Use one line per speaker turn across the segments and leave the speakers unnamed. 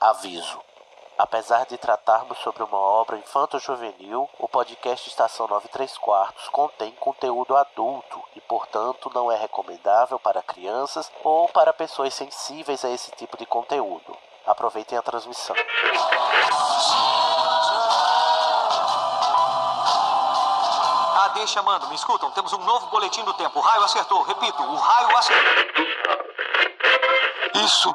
Aviso. Apesar de tratarmos sobre uma obra infanto-juvenil, o podcast Estação 93 Quartos contém conteúdo adulto e, portanto, não é recomendável para crianças ou para pessoas sensíveis a esse tipo de conteúdo. Aproveitem a transmissão.
Ah, deixa, mando. Me escutam. Temos um novo boletim do tempo. O raio acertou. Repito, o raio acertou.
Isso,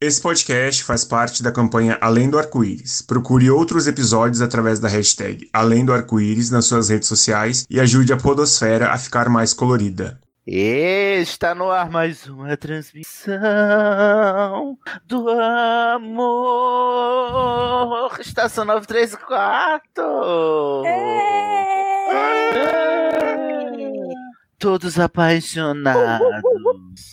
Esse podcast faz parte da campanha Além do Arco-Íris. Procure outros episódios através da hashtag Além do Arco-Íris nas suas redes sociais e ajude a podosfera a ficar mais colorida.
Está no ar mais uma transmissão do amor. Estação 934. Todos apaixonados,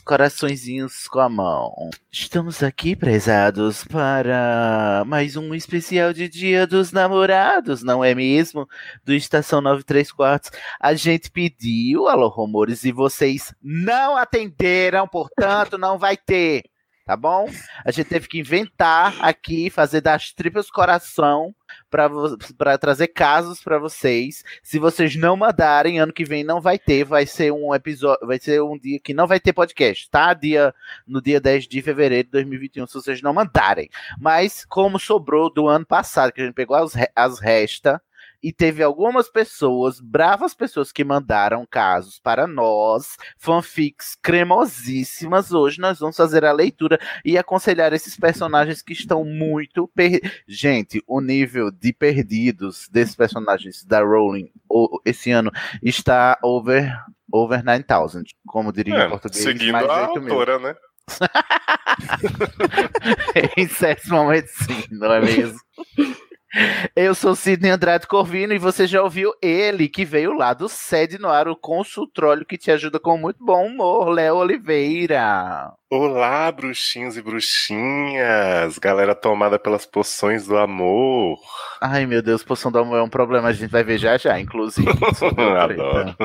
coraçõezinhos com a mão. Estamos aqui, prezados, para mais um especial de Dia dos Namorados, não é mesmo? Do Estação 93 Quartos. A gente pediu, alô rumores, e vocês não atenderam, portanto, não vai ter. Tá bom? A gente teve que inventar aqui, fazer das tripas coração pra vo- pra trazer casos pra vocês. Se vocês não mandarem, ano que vem não vai ter, vai ser um episódio, vai ser um dia que não vai ter podcast, tá? Dia no dia 10 de fevereiro de 2021, se vocês não mandarem. Mas como sobrou do ano passado, que a gente pegou as, re- as restas e teve algumas pessoas, bravas pessoas que mandaram casos para nós, fanfics cremosíssimas. Hoje nós vamos fazer a leitura e aconselhar esses personagens que estão muito per... gente, o nível de perdidos desses personagens da Rowling o- esse ano está over over 9000, como diria em português,
seguindo
mais
a
8.000.
autora, né?
em certos momentos, sim, não é mesmo? Eu sou Sidney Andrade Corvino e você já ouviu ele, que veio lá do Sede Noir, o consultróleo que te ajuda com muito bom humor, Léo Oliveira.
Olá, bruxinhos e bruxinhas! Galera tomada pelas poções do amor.
Ai, meu Deus, poção do amor é um problema, a gente vai ver já já, inclusive.
Adoro.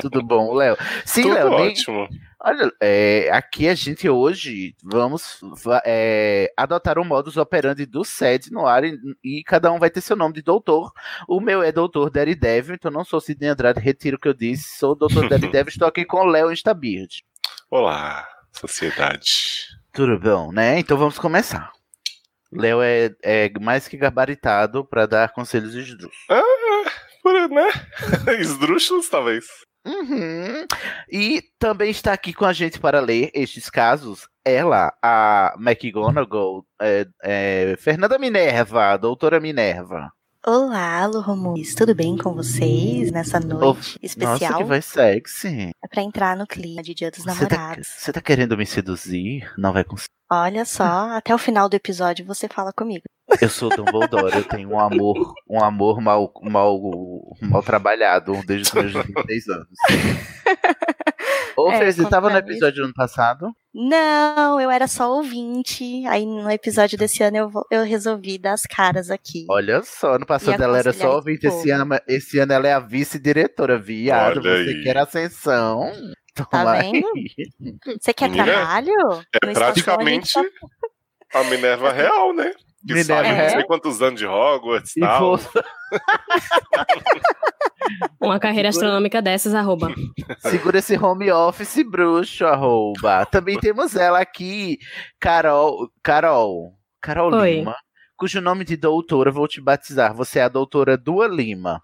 Tudo bom, Léo? Sim,
Tudo
Léo, nem-
ótimo.
Olha, é, aqui a gente hoje vamos va- é, adotar o modus operandi do SED no ar e, e cada um vai ter seu nome de doutor. O meu é doutor Daredevil, então não sou Sidney Andrade, retiro o que eu disse, sou o doutor Daredevil, estou aqui com o Léo Instabird.
Olá, sociedade.
Tudo bom, né? Então vamos começar. Léo é, é mais que gabaritado para dar conselhos esdrúxulos.
Por, né? Esdrúxulos, talvez.
Uhum. E também está aqui com a gente para ler estes casos ela, a McGonagall, é, é, Fernanda Minerva, a doutora Minerva.
Olá, alô, Romulus, tudo bem com vocês nessa
Oh,
noite
Nossa,
especial
que vai sexy.
É pra entrar no clima de Dia dos
Você tá,
Namorados?
você tá querendo me seduzir? Não vai conseguir.
Olha só, até o final do episódio você fala comigo.
Eu sou Dumbledore, eu tenho um amor, um amor mal, mal, mal trabalhado desde os meus 16 anos. Ô,
É,
Fê, você tava no
contrário.
episódio do ano passado?
Não, eu era só ouvinte. Aí no episódio desse ano eu, vou- eu resolvi dar as caras aqui.
Olha só, ano passado ela era
aconselhar
só
esse
ouvinte, esse
povo.
ano, esse ano ela é a vice-diretora, viado.
Olha
você
aí.
quer ascensão?
Tá
Toma aí.
vendo? Você quer
Menina,
trabalho?
É
No estação a gente
praticamente
tá-
a Minerva real, né? Que
Minerva
sabe não sei
real.
quantos anos de Hogwarts
E
e tal.
você-
Uma carreira astronômica dessas, arroba.
segura esse home office bruxo, arroba. Também temos ela aqui, Carol. Carol. Carol
Oi.
Lima. Cujo nome de doutora vou te batizar. Você é a doutora Dua Lima.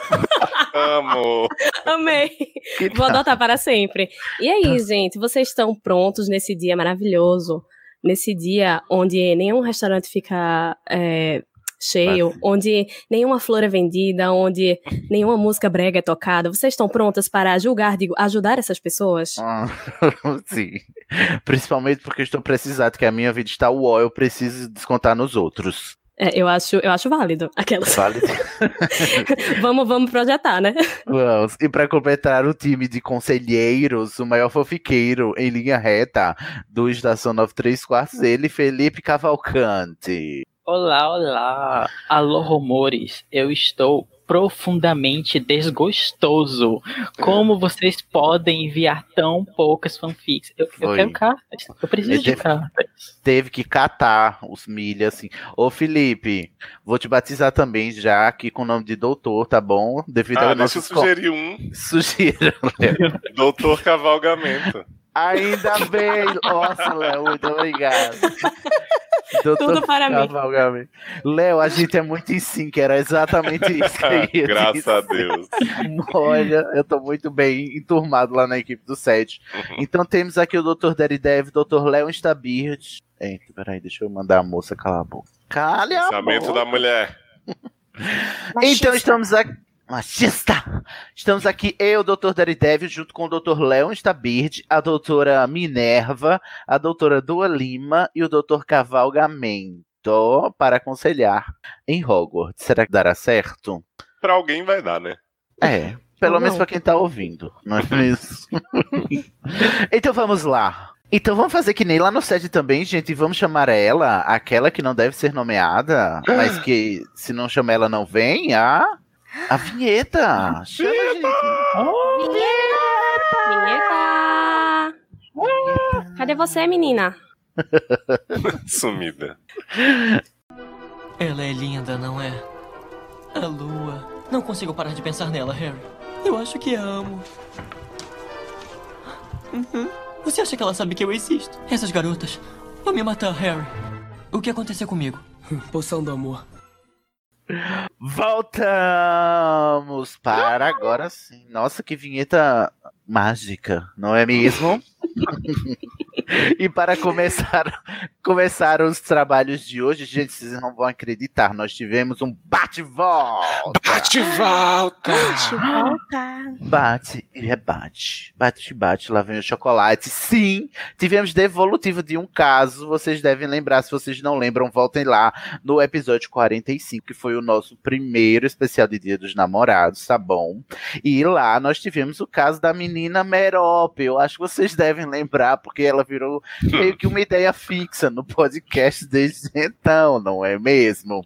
Amo.
Amei.
Que
Vou
tal?
adotar para sempre. E aí, gente, vocês estão prontos nesse dia maravilhoso? Nesse dia onde nenhum restaurante fica é, cheio, onde nenhuma flor é vendida, onde nenhuma música brega é tocada. Vocês estão prontas para julgar, digo, ajudar essas pessoas?
Ah, Sim. Principalmente porque eu estou precisado, que a minha vida está uó, eu preciso descontar nos outros.
É, eu acho, eu acho válido aquelas.
Vale?
vamos, vamos projetar, né?
Vamos. E para completar o time de conselheiros, o maior fofiqueiro em linha reta do Estação 93 Quartos, ele, Felipe Cavalcante.
Olá, olá. Alô, rumores. Eu estou profundamente desgostoso. Como vocês podem enviar tão poucas fanfics? Eu, eu
Foi.
quero cartas. Eu preciso de
Deve-
cartas.
Teve que catar os milhas, assim. Ô, Felipe, vou te batizar também já aqui com o nome de doutor, tá bom? Devido
Ah,
ao
deixa
nosso
eu sugerir um.
Sugiro, Léo.
Doutor Cavalgamento.
Ainda bem. Nossa, Léo, muito obrigado. Doutor
Tudo para mim.
Cavalgamento. Léo, a gente é muito em sync, era exatamente isso que eu ia
Ah, Graças a
dizer.
Deus.
Olha, eu tô muito bem enturmado lá na equipe do set. Então temos aqui o Dr. Deridev, Dr. Léo Instabird. Eita, peraí, deixa eu mandar a moça calar a boca. Calha a
Pensamento
boca.
da mulher.
Então estamos aqui. Machista! Estamos aqui, eu, Dr. Daredevil, junto com o Dr. Leon Stabird, a doutora Minerva, a doutora Dua Lima e o Dr. Cavalgamento para aconselhar em Hogwarts. Será que dará certo?
Pra alguém vai dar, né?
É, pelo
Ou
menos
não.
para quem tá ouvindo, não é mesmo? então vamos lá. Então vamos fazer que nem lá no set também, gente, e vamos chamar ela, aquela que não deve ser nomeada, mas que se não chama ela não vem, a a vinheta. Chama, gente.
Vinheta! Cadê você, menina?
Sumida.
Ela é linda, não é? A lua. Não consigo parar de pensar nela, Harry. Eu acho que a amo. Uhum. Você acha que ela sabe que eu existo? Essas garotas vão me matar, Harry. O que aconteceu comigo? Poção do amor.
Voltamos para agora sim. Nossa, que vinheta mágica, não é mesmo? e para começar, começar os trabalhos de hoje, gente, vocês não vão acreditar, nós tivemos um bate-volta.
Bate volta.
Volta.
Bate e rebate. Bate e bate, lá vem o chocolate. Sim, tivemos devolutivo de um caso. Vocês devem lembrar, se vocês não lembram, voltem lá no episódio 45, que foi o nosso primeiro especial de Dia dos Namorados, tá bom? E lá nós tivemos o caso da menina Merope. Eu acho que vocês devem lembrar, porque ela virou meio que uma ideia fixa no podcast desde então, não é mesmo?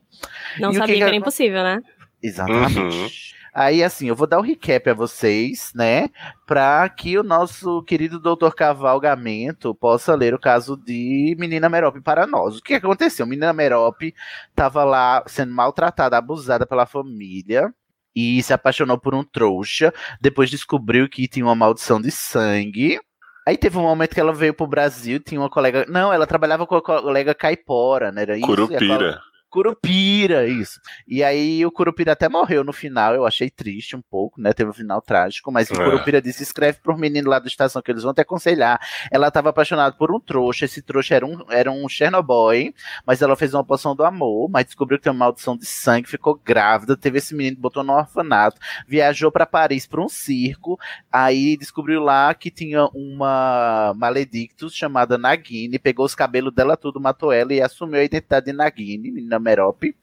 Não
E o que
sabia que,
que
era
ela-
impossível, né?
Exatamente. Aí, assim, eu vou dar o recap a vocês, né? Pra que o nosso querido doutor Cavalgamento possa ler o caso de Menina Merope para nós. O que aconteceu? Menina Merope tava lá sendo maltratada, abusada pela família. E se apaixonou por um trouxa. Depois descobriu que tinha uma maldição de sangue. Aí teve um momento que ela veio pro Brasil, tinha uma colega. Não, ela trabalhava com a colega caipora, né? Era isso? E a colega-
Curupira.
Curupira, isso. E aí o Curupira até morreu no final, eu achei triste um pouco, né? Teve um final trágico, mas o
É.
Curupira disse: escreve pro menino lá da estação que eles vão te aconselhar. Ela tava apaixonada por um trouxa, esse trouxa era um, era um Chernobyl, mas ela fez uma poção do amor, mas descobriu que tem uma maldição de sangue, ficou grávida, teve esse menino, botou no orfanato, viajou pra Paris pra um circo, aí descobriu lá que tinha uma maledictus chamada Nagini, pegou os cabelos dela tudo, matou ela e assumiu a identidade de Nagini, menina Merope,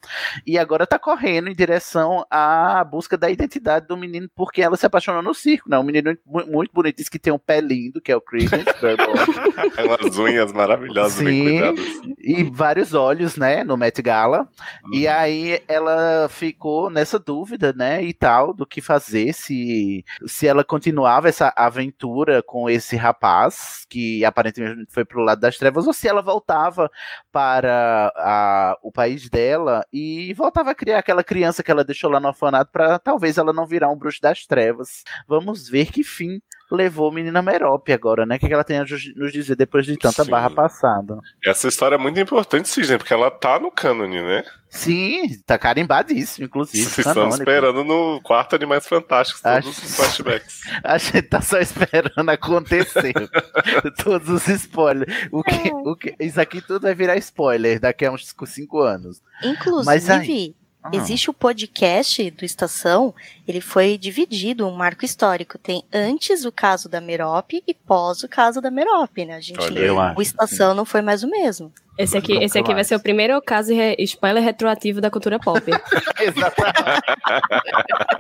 e agora tá correndo em direção à busca da identidade do menino, porque ela se apaixonou no circo, né? Um menino mu- muito bonito, diz que tem um pé lindo, que é o Credence Burbank.
Umas unhas maravilhosas, bem
Sim.
cuidadas.
e vários olhos, né, no Met Gala.
Uhum.
E aí ela ficou nessa dúvida, né, e tal, do que fazer, se, se ela continuava essa aventura com esse rapaz, que aparentemente foi pro lado das trevas, ou se ela voltava para a- o país dela e voltava a criar aquela criança que ela deixou lá no orfanato para talvez ela não virar um bruxo das trevas. Vamos ver que fim levou o menino a Merope agora, né? O que, que ela tem a ju- nos dizer depois de tanta
Sim.
barra passada?
Essa história é muito importante, Cisne, porque ela tá no cânone, né?
Sim, tá carimbadíssimo, inclusive.
Vocês estão
canônico.
esperando no quarto Animais Fantásticos, todos
Acho-
os flashbacks.
A gente tá só esperando acontecer. Todos os spoilers. O que,
É.
o que, isso aqui tudo vai virar spoiler daqui a uns 5 anos. Mas aí-
Inclusive,
Ah.
existe o podcast do Estação, ele foi dividido, um marco histórico. Tem antes o caso da Merope e pós o caso da Merope, né? A gente,
Olha aí. Eu acho,
o Estação não foi mais o mesmo.
Esse aqui, esse aqui vai ser o primeiro caso re- spoiler retroativo da cultura pop.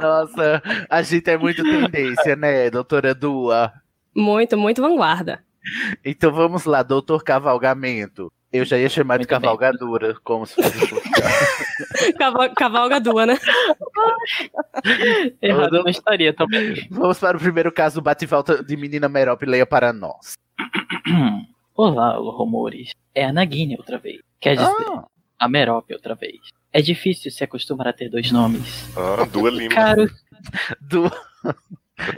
Nossa, a gente é muito tendência, né, doutora Dua?
muito, muito vanguarda.
Então vamos lá, doutor Cavalgamento. Eu já ia chamar de cavalgadura, como se fosse. um
Caval- Cavalgadua, né?
Errado não estaria também.
Vamos para o primeiro caso, bate e volta de menina Merope, leia para nós.
Olá, rumores. É a Nagini outra vez. Quer dizer,
Ah!
a Merope outra vez. É difícil se acostumar a ter dois nomes.
Ah, Dua Lima.
Caro,
Du...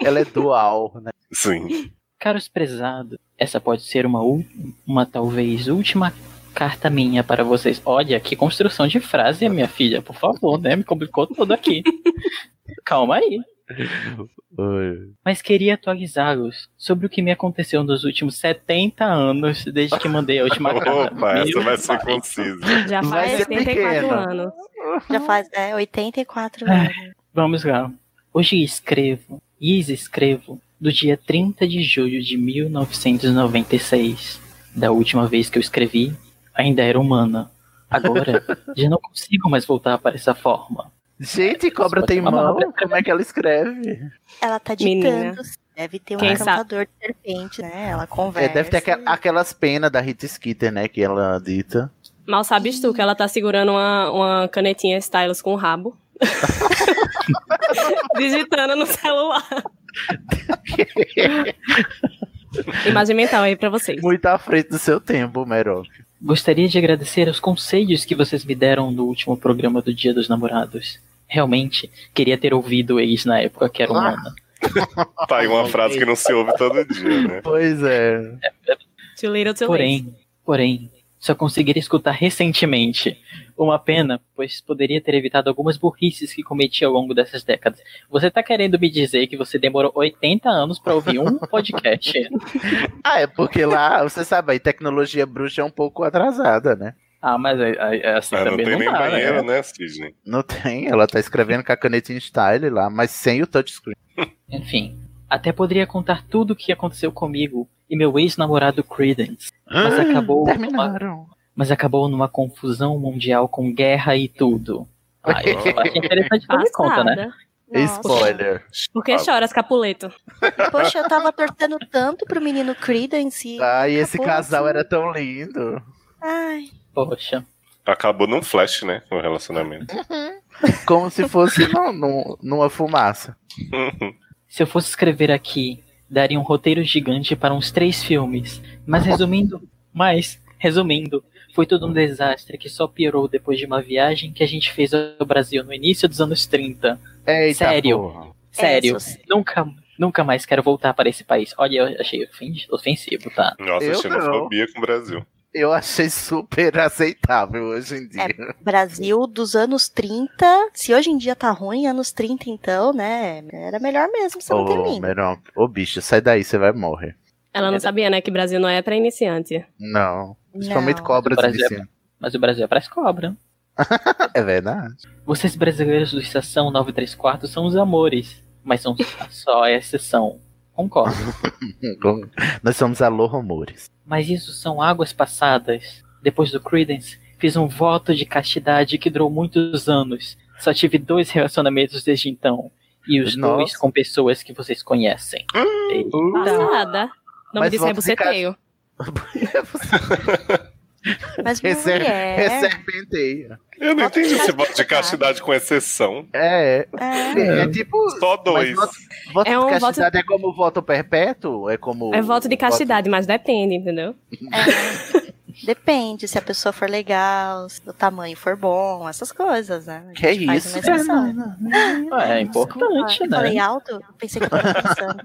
Ela é dual, né?
Sim.
caros prezados, essa pode ser uma, ú- uma talvez última carta minha para vocês. Olha, que construção de frase, minha filha, por favor, né? Me complicou tudo aqui. Calma aí. Mas queria atualizá-los sobre o que me aconteceu nos últimos 70 anos desde que mandei a última carta.
Opa, essa
Meu
vai ser concisa.
Já
Vai
faz
ser
84
pequena.
anos.
Já faz é, 84
Ai,
anos.
Vamos lá. Hoje escrevo, e escrevo, do dia 30 de julho de 1996. Da última vez que eu escrevi, ainda era humana. Agora, já não consigo mais voltar para essa forma.
Gente, cobra tem mão? Como é que ela escreve?
Ela tá
Menina.
ditando. Deve ter um
Quem
encantador de serpente, né? Ela
É,
conversa.
deve ter aqua- aquelas penas da Rita Skeeter, né, que ela dita.
Mal sabes tu que ela tá segurando uma, uma canetinha stylus com o rabo. Digitando no celular. Imagem mental aí pra vocês.
Muito à frente do seu tempo, Merope.
Gostaria de agradecer aos conselhos que vocês me deram no último programa do Dia dos Namorados. Realmente, queria ter ouvido eles na época que era humana.
Tá aí uma frase que não se ouve todo dia, né?
Pois é.
Too little, too late.
Porém, porém, só conseguiria escutar recentemente. Uma pena, pois poderia ter evitado algumas burrices que cometi ao longo dessas décadas. Você tá querendo me dizer que você demorou 80 anos pra ouvir um podcast?
Ah, é porque lá, você sabe, aí tecnologia bruxa é um pouco atrasada, né?
Ah, mas é, é- é assim
Ah, não
também
tem
não
nem
dá,
é.
banheiro,
né?
né, Cisne?
Não tem, ela tá escrevendo com a canetinha style lá, mas sem o touchscreen.
Enfim, até poderia contar tudo o que aconteceu comigo e meu ex-namorado Credence. Mas acabou.
Terminaram.
Mas acabou numa confusão mundial com guerra e tudo. Ah, eu acho interessante quando me conta, né?
Passada.
é Spoiler.
Por que choras, Capuleto?
Poxa, eu tava torcendo tanto pro menino Creedence.
Ai, esse
Acabou
casal
assim.
era tão lindo.
Ai.
Poxa.
Acabou num flash, né? O relacionamento.
Como se fosse num- num- numa fumaça.
Se eu fosse escrever aqui, daria um roteiro gigante para uns três filmes. Mas resumindo, mas resumindo, foi tudo um desastre que só piorou depois de uma viagem que a gente fez ao Brasil no início dos anos 30.
Eita,
sério,
porra.
É
sério,
Essa sim.
nunca, nunca mais quero voltar para esse país. Olha, eu achei ofen- ofensivo, tá?
Nossa,
Eu
xenofobia com o Brasil.
Eu achei super aceitável hoje em dia.
É, Brasil dos anos 30. Se hoje em dia tá ruim, anos 30 então, né? Era melhor mesmo você
Ô,
não ter vindo.
Meron, ô bicho, sai daí, você vai morrer.
Ela não sabia, né, que Brasil não é pra iniciante.
Não. Principalmente cobras
Mas o Brasil é-
Vicente.
Mas o Brasil é para cobra.
É verdade.
Vocês brasileiros do Estação 934 são os amores, mas são só a exceção. Concordo.
Nós somos alô rumores.
Mas isso são águas passadas. Depois do Credence, fiz um voto de castidade que durou muitos anos. Só tive dois relacionamentos desde então. E os
Nossa.
dois com pessoas que vocês conhecem.
Então, Passada. Não me
Mas
disse é
voto de
buceteio.
Mas
Recer-
mulher.
é Reserpenteia.
Eu não entendi esse voto de castidade com exceção.
É, é, é tipo.
Só dois.
Mas voto, voto
É
de
um voto-
castidade é como voto perpétuo? É como.
É voto de castidade, mas depende, entendeu?
Depende, se a pessoa for legal, se o tamanho for bom, essas coisas, né? A
Que
gente faz
isso,
uma exceção.
É importante,
Eu
né?
falei alto, eu pensei que eu tava pensando.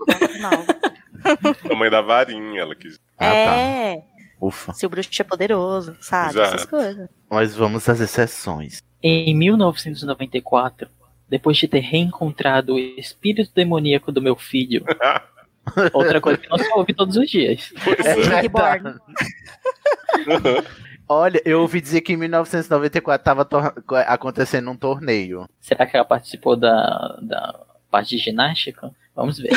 Tamanho da varinha, ela quis.
Ah,
é,
tá. Ufa.
se o bruxo é poderoso, sabe?
Exato.
Essas coisas.
Mas vamos às exceções.
Em 1994, depois de ter reencontrado o espírito demoníaco do meu filho, outra coisa que não se ouve todos os dias.
É,
É
Uhum. Olha, eu ouvi dizer que em 1994 tava tor- acontecendo um torneio.
Será que ela participou da, da parte de ginástica? Vamos ver.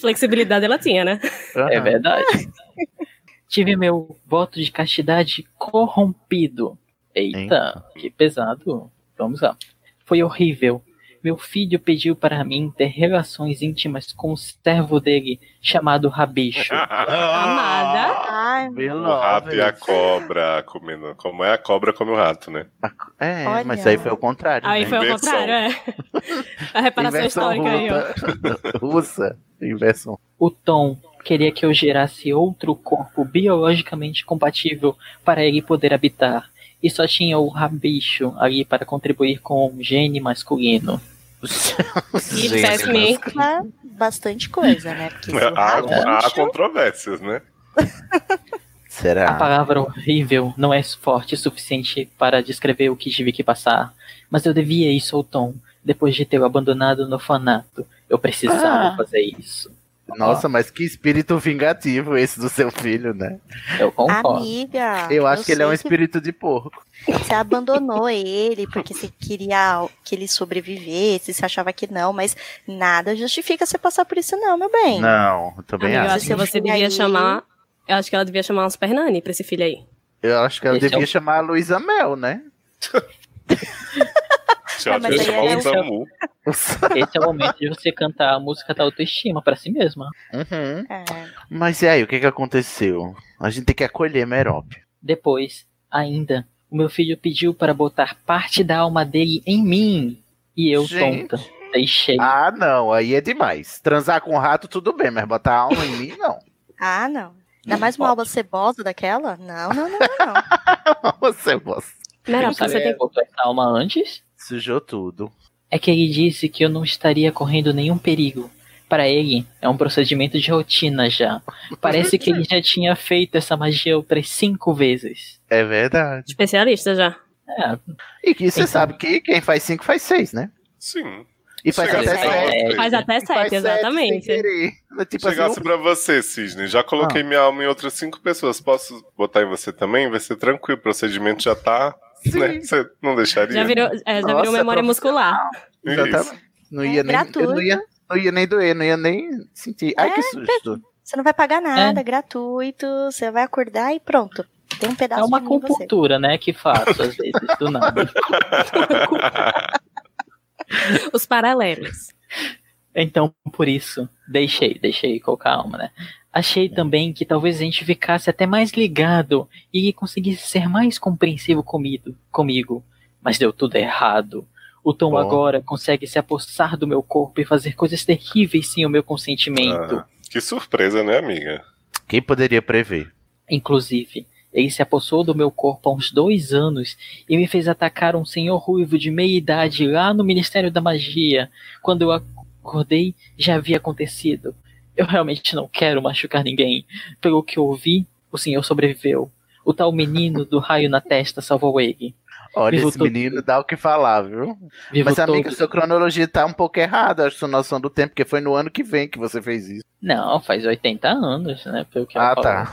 Flexibilidade ela tinha,
Uhum.
né?
É verdade. Tive meu voto de castidade corrompido. Eita, que pesado. Vamos lá. Foi horrível. Meu filho pediu para mim ter relações íntimas com o servo dele, chamado Rabicho.
Amada.
Ai,
O rato e a cobra comendo. Como é a cobra come o rato, né?
É,
Olha.
mas aí foi o contrário.
Aí
né?
foi ao contrário, é. A reparação
Inversão
histórica aí,
russa.
ó.
Russa. Inversão.
O Tom queria que eu gerasse outro corpo biologicamente compatível para ele poder habitar. E só tinha o Rabicho ali para contribuir com o gene masculino.
E isso mescla é bastante coisa, né? Porque
Ah,
se o
Há, há
rabicho-
controvérsias, né?
Será?
A palavra horrível não é forte o suficiente para descrever o que tive que passar. Mas eu devia isso ao Tom, depois de tê-lo abandonado no orfanato. Eu precisava
Ah.
fazer isso.
Nossa, mas que espírito vingativo esse do seu filho, né?
Eu
Ah,
Amiga,
Eu acho que ele é um
sei
espírito de porco.
Você abandonou ele porque você queria que ele sobrevivesse, você achava que não, mas nada justifica você passar por isso, não, meu bem.
Não, eu também
Amiga, eu acho
acho.
que você devia chamar. Eu acho que ela devia chamar um Super Nani pra esse filho aí.
Eu acho que ela
Esse é
devia
o-
chamar a Luísa Mel, né?
Se ela
mas aí
tivesse chamado
é
o
o-
Samu.
Esse é o momento de você cantar a música da autoestima para si mesma.
Uhum.
é.
Mas e aí, o que que aconteceu? A gente tem que acolher Merope.
Depois, ainda, o meu filho pediu para botar parte da alma dele em mim. E eu,
Gente.
tonta, deixei.
Ah, não, aí é demais. Transar com um rato, tudo bem, mas botar a alma em mim, não.
Ah, não.
Hum,
Ainda mais uma alba cebosa daquela? Não, não, não, não.
Você, é você
Não sabe
você tem-
que botou essa alma antes?
sujou tudo.
É que ele disse que eu não estaria correndo nenhum perigo. Para ele, é um procedimento de rotina já. Parece que ele já tinha feito essa magia outras cinco vezes.
É verdade.
Especialista já.
É.
E que você sabe que quem faz cinco faz seis, né?
Sim.
E faz
Chegasse
até
pra
sete.
você-
Faz até sete, É exatamente.
Tipo assim,
Chegasse
um-
pra você, Cisne. Já coloquei minha alma em outras cinco pessoas. Posso botar em você também? Vai ser tranquilo. O procedimento já tá.
um
Né? Você não deixaria?
Já virou, é, já
Nossa,
virou memória muscular.
Exatamente. Não ia nem. Eu não, ia, não ia nem doer, não ia nem sentir. Ai, que susto.
Você não vai pagar nada, é. gratuito. Você vai acordar e pronto. Tem um pedaço
É uma
de mim em você.
acupuntura, né, que faço às vezes, do nada.
Os paralelos.
Então, por isso, deixei, deixei com calma, né? Achei também que talvez a gente ficasse até mais ligado e conseguisse ser mais compreensivo comido, comigo. Mas deu tudo errado. O Tom
Bom.
agora consegue se apossar do meu corpo e fazer coisas terríveis sem o meu consentimento.
Ah, que surpresa, né, amiga?
Quem poderia prever?
Inclusive, ele se apossou do meu corpo há uns dois anos e me fez atacar um senhor ruivo de meia idade lá no Ministério da Magia. Quando eu acordei, já havia acontecido. Eu realmente não quero machucar ninguém. Pelo que eu ouvi, o senhor sobreviveu. O tal menino do raio na testa salvou ele.
Olha,
Vivo
esse
todo.
menino dá o que falar, viu?
Vivo
Mas, amiga,
todo.
sua cronologia tá um pouco errada, acho sua noção do tempo, porque foi no ano que vem que você fez isso.
Não, faz 80 anos, né? Pelo que eu
Ah,
falo.
tá.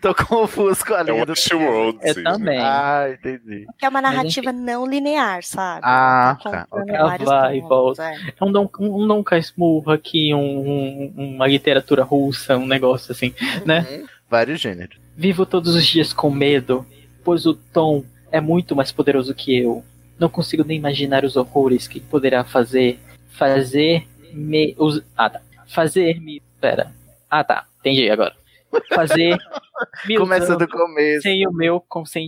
Tô confuso com a
É um
linha do
Westworld,
Eu sim. também.
Ah, entendi.
Que é uma
Mas,
narrativa não linear, sabe?
Ah,
Tá
tá,
contando
ok.
Ela
vários
vai e
pontos,
volta.
é.
É um, don- um, um Donka Smurra aqui, um- um- uma literatura russa, um negócio assim, né?
Vários gêneros.
Vivo todos os dias com medo, pois o Tom é muito mais poderoso que eu. Não consigo nem imaginar os horrores que poderá fazer. Fazer me. Os, ah, tá. Fazer me. Pera. Ah, tá. Entendi agora. Fazer. me
Começa
usando
do começo.
Sem o meu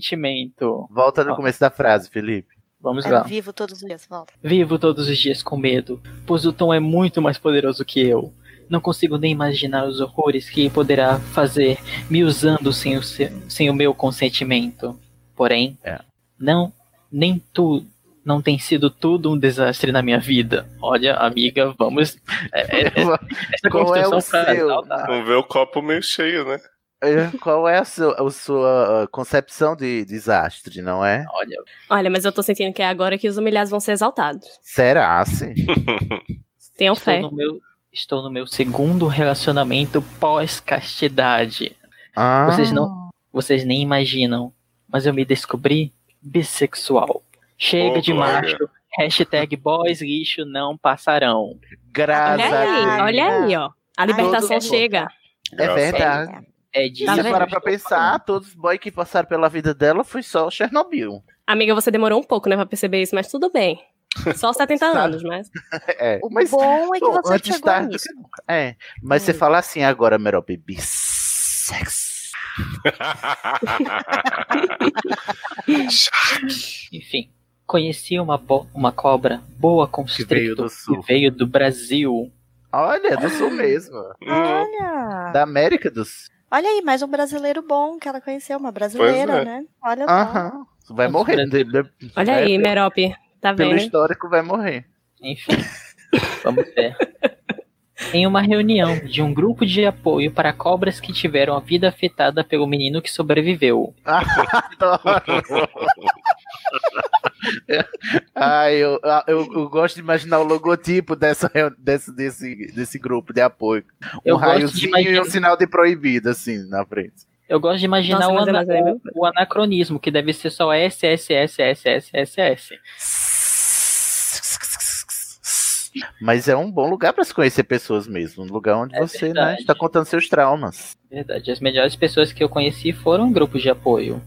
consentimento.
Volta no começo da frase, Felipe.
Vamos
Ela
lá.
vivo todos os dias, volta.
Vivo todos os dias com medo, pois o Tom é muito mais poderoso que eu. Não consigo nem imaginar os horrores que poderá fazer me usando sem o, seu, sem o meu consentimento. Porém, não, nem tu não tem sido tudo um desastre na minha vida. Olha, amiga, vamos. É, é, essa
Qual é o
construção pra
seu?
exaltar.
Vamos ver o copo meio cheio, né?
É, Qual é a sua, a sua concepção de desastre, não é?
Olha.
Olha, mas eu tô sentindo que é agora que os humilhados vão ser exaltados.
Será, sim?
Estou
Tenham É um fé.
no meu, estou no meu segundo relacionamento pós-castidade.
Ah.
Vocês não, vocês nem imaginam, mas eu me descobri bissexual. Chega
Oh,
de
glória.
macho. Hashtag boys lixo não passarão.
Graças
Olha aí, olha aí, ó. A libertação
Todo mundo.
chega.
É verdade.
É
Se
Tá
você
vendo?
parar pra pensar, todos os boys que passaram pela vida dela foi só o Chernobyl.
Amiga, você demorou um pouco, né, pra perceber isso, mas tudo bem. Só 70
Tá.
anos, mas.
É,
O
mas
bom é que
bom,
você
antes
chegou
tarde do
nisso.
que nunca. É, mas você fala assim agora, Merope, bissexo.
Enfim, conheci uma, bo- uma cobra boa constrictor que veio do, Brasil.
Olha, do sul mesmo.
Hum.
Olha!
Da América do Sul.
Olha aí, mais um brasileiro bom que ela conheceu, uma brasileira,
Pois é.
né? Olha só.
Aham. Vai morrer. né,
Olha aí, Merope. Tá
É, Pelo
vendo?
histórico, vai morrer.
Enfim, vamos ver. Em uma reunião de um grupo de apoio para cobras que tiveram a vida afetada pelo menino que sobreviveu.
Ah. Ai, eu, ah, eu, eu gosto de imaginar o logotipo dessa, reu- desse, desse, desse grupo de apoio. Um
Eu gosto de
raiozinho e um
imaginar-
sinal de proibido, assim, na frente.
Eu gosto de imaginar
Nossa,
o,
mas
ana-
elas é mesmo?
o anacronismo, que deve ser só SSSSSSSS.
Mas é um bom lugar pra se conhecer pessoas mesmo. Um lugar onde você né,
verdade.
está contando seus traumas.
Verdade, as melhores pessoas que eu conheci foram grupos de apoio.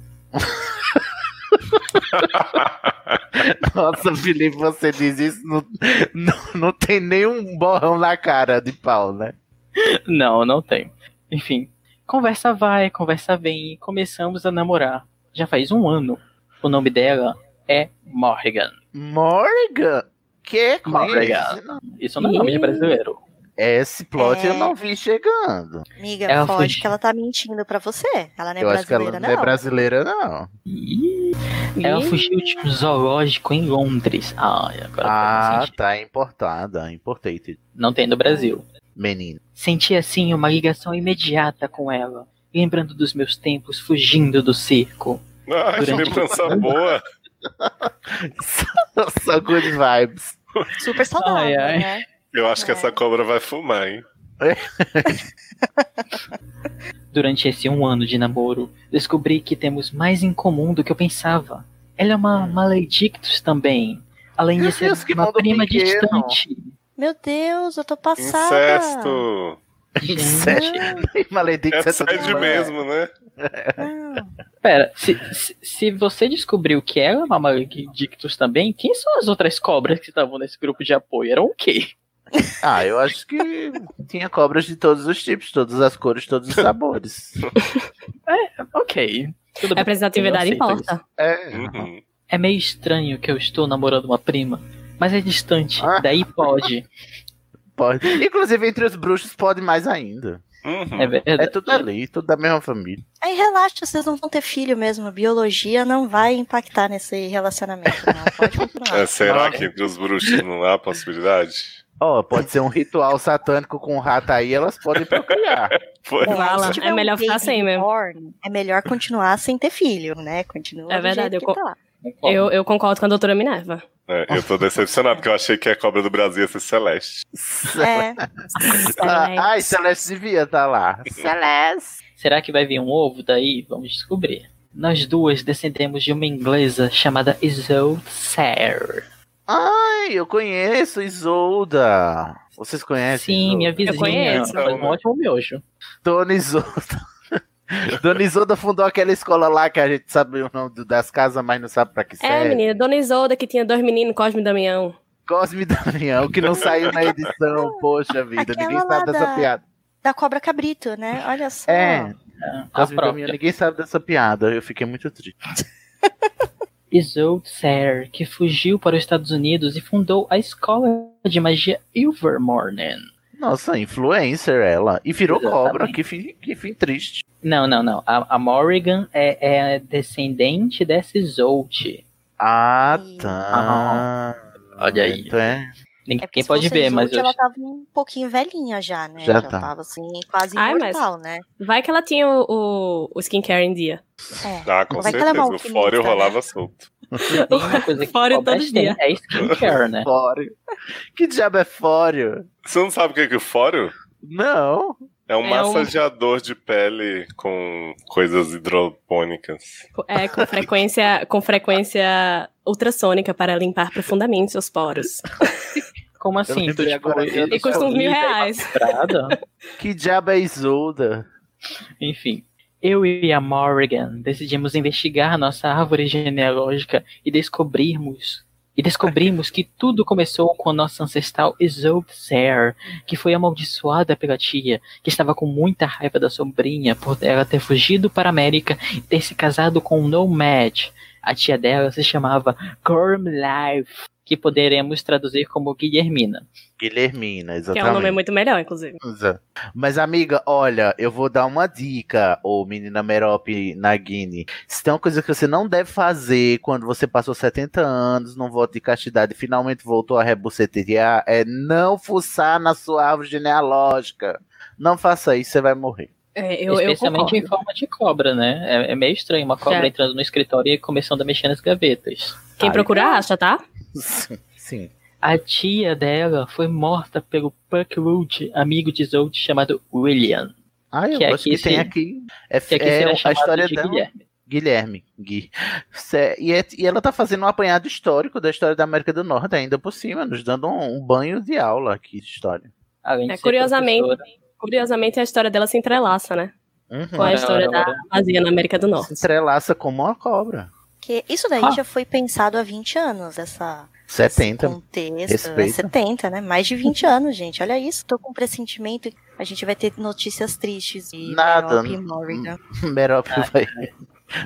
Nossa, Felipe, você diz isso, não, não, não tem nenhum borrão na cara de pau, né?
Não, não tenho. Enfim, conversa vai, conversa vem, e começamos a namorar. Já faz um ano. O nome dela é Morrigan.
Morgan? Que coisa?
Morrigan. Isso não é nome de
Ih.
brasileiro.
Esse plot
É.
eu não vi chegando.
Amiga,
Ela
foge,
foi-
que ela tá mentindo pra você. Ela não é
eu acho que ela
brasileira,
não é
não.
brasileira, não. é
Ela fugiu de um zoológico em Londres. Ah, agora faz
Ah,
sentido.
tá importada, importated.
Não tem no Brasil.
Menino.
Senti assim uma ligação imediata com ela, lembrando dos meus tempos fugindo do circo.
Ai, que
Durante-
lembrança boa.
Só good vibes.
Super saudável,
Ai, ai.
né?
Eu acho que essa cobra vai fumar, hein?
Durante esse um ano de namoro, descobri que temos mais em comum do que eu pensava. Ela é uma maledictus também. Além de
Hum. Meu
ser
Deus, que
uma
mundo
prima
pequeno.
distante.
Meu Deus, eu tô passada.
Incesto.
Maledicta
É side mesmo, né?
Pera, se, se, se você descobriu que ela é uma maledictus também, quem são as outras cobras que estavam nesse grupo de apoio? Eram o quê?
Ah, eu acho que tinha cobras de todos os tipos, todas as cores, todos os sabores.
Ok. Tudo
É
bem.
Representatividade
Eu aceito
importa.
isso.
Uhum.
É meio estranho que eu estou namorando uma prima, mas é distante,
Ah.
daí pode.
Pode. Inclusive, entre os bruxos pode mais ainda.
Uhum.
É verdade.
É tudo ali, tudo da mesma família.
Aí relaxa, vocês não vão ter filho mesmo. Biologia não vai impactar nesse relacionamento.
É, será que entre os bruxos não há possibilidade?
Ó, pode ser um ritual satânico com um rato aí, elas podem procurar.
Foi.
Vala,
tiver
é melhor
um
ficar
baby
sem mesmo.
born, É melhor continuar sem ter filho, né? Continua.
É
do
verdade, eu,
jeito
co-
que tá.
eu, eu concordo com a doutora Minerva.
É, eu tô decepcionado, porque eu achei que a cobra do Brasil ia ser celeste.
É.
É,
Ah, ai, Celeste devia estar lá. Celeste.
Será que vai vir um ovo daí? Vamos descobrir. Nós duas descendemos de uma inglesa chamada Isolde Sayre.
Ai, eu conheço Isolda. Vocês conhecem?
Sim,
Isolda?
minha vizinha.
conheço.
Faz um ótimo miojo.
Dona Isolda. Dona Isolda fundou aquela escola lá que a gente sabe o nome do- das casas, mas não sabe pra que
É,
serve.
menina, Dona Isolda que tinha dois meninos, Cosme e Damião.
Cosme Damião, que não saiu na edição. Poxa vida,
Aquela
ninguém
lá
sabe dessa
da-
piada.
Da cobra cabrito, né? Olha só.
É. Cosme
própria.
Damião, ninguém sabe dessa piada. Eu fiquei muito triste.
Isolde Sayre, que fugiu para os Estados Unidos e fundou a escola de magia Ilvermorning.
Nossa, influencer ela. E virou
Exatamente.
cobra, que fim, que fim triste.
Não, não, não. A, a Morrigan é, é descendente dessa Zolt.
Ah, tá.
Ah, Olha aí. né?
Então é-
Ninguém
porque se
pode
fosse
ver, mas
Zolt,
eu
Ela tava um pouquinho velhinha já, né?
Já tá.
tava assim, quase
Ai, mas-
imortal, né?
Vai que ela tinha o, o, o skincare em dia.
É.
Ah, com
Vai que ela é
certeza.
uma
O fora eu
alquimista,
rolava solto.
tem uma coisa que
Fora
cobras
todo
têm,
dia.
é skincare, né?
Fório. Que diabo é fório?
Você não sabe o que é que o fórum?
Não.
É um
É um-
massageador de pele com coisas hidropônicas.
É, com frequência, com frequência ultrassônica para limpar profundamente seus poros.
Como assim? Tu,
lembrei
tipo,
agora que eu
ele
E custa uns mil
né?
sorri,
reais.
estrada.
Que diabo é Isolda?
Enfim. Eu e a Morrigan decidimos investigar nossa árvore genealógica e descobrirmos. E descobrimos que tudo começou com a nossa ancestral Isolde Ser, que foi amaldiçoada pela tia, que estava com muita raiva da sobrinha por ela ter fugido para a América e ter se casado com um nomad. A tia dela se chamava Gormlife, que poderemos traduzir como Guilhermina.
Guilhermina,
Que
exatamente.
é um nome muito melhor, inclusive.
Exato. é. Mas, amiga, olha, eu vou dar uma dica, ô menina Merop Nagini. Se tem uma coisa que você não deve fazer quando você passou 70 anos num voto de castidade e finalmente voltou a rebucetear, é não fuçar na sua árvore genealógica. Não faça isso, você vai morrer.
É, eu, eu
Especialmente em
concordo.
forma de cobra, né? É, é meio estranho uma cobra
É.
entrando no escritório e começando a mexer nas gavetas.
Quem
Ai,
procurar acha, tá?
Sim. Sim.
A tia dela foi morta pelo Puckwood, amigo de Zolt chamado William.
Ah, eu
Que
gosto que
aqui
tem
se-
aqui. É,
Que aqui
é
será
a
chamado
história
de
dela.
Guilherme.
Guilherme, Gui. Cé- E, é- e ela tá fazendo um apanhado histórico da história da América do Norte, ainda por cima, nos dando um, um banho de aula aqui de história.
Além de
É,
ser
curiosamente,
professora.
Curiosamente, a história dela se entrelaça, né?
Uhum.
Com a
Ora,
história
ora,
da
ora.
magia na América do
Se
Norte.
entrelaça como uma cobra.
Porque isso daí
Ah.
já foi pensado há 20 anos, essa, esse
70.
contexto.
Respeita.
70, né? Mais de 20 anos, gente. Olha isso, tô com pressentimento. que A gente vai ter notícias tristes de
Nada,
Merope
né?
e Morrigan.
Merop vai.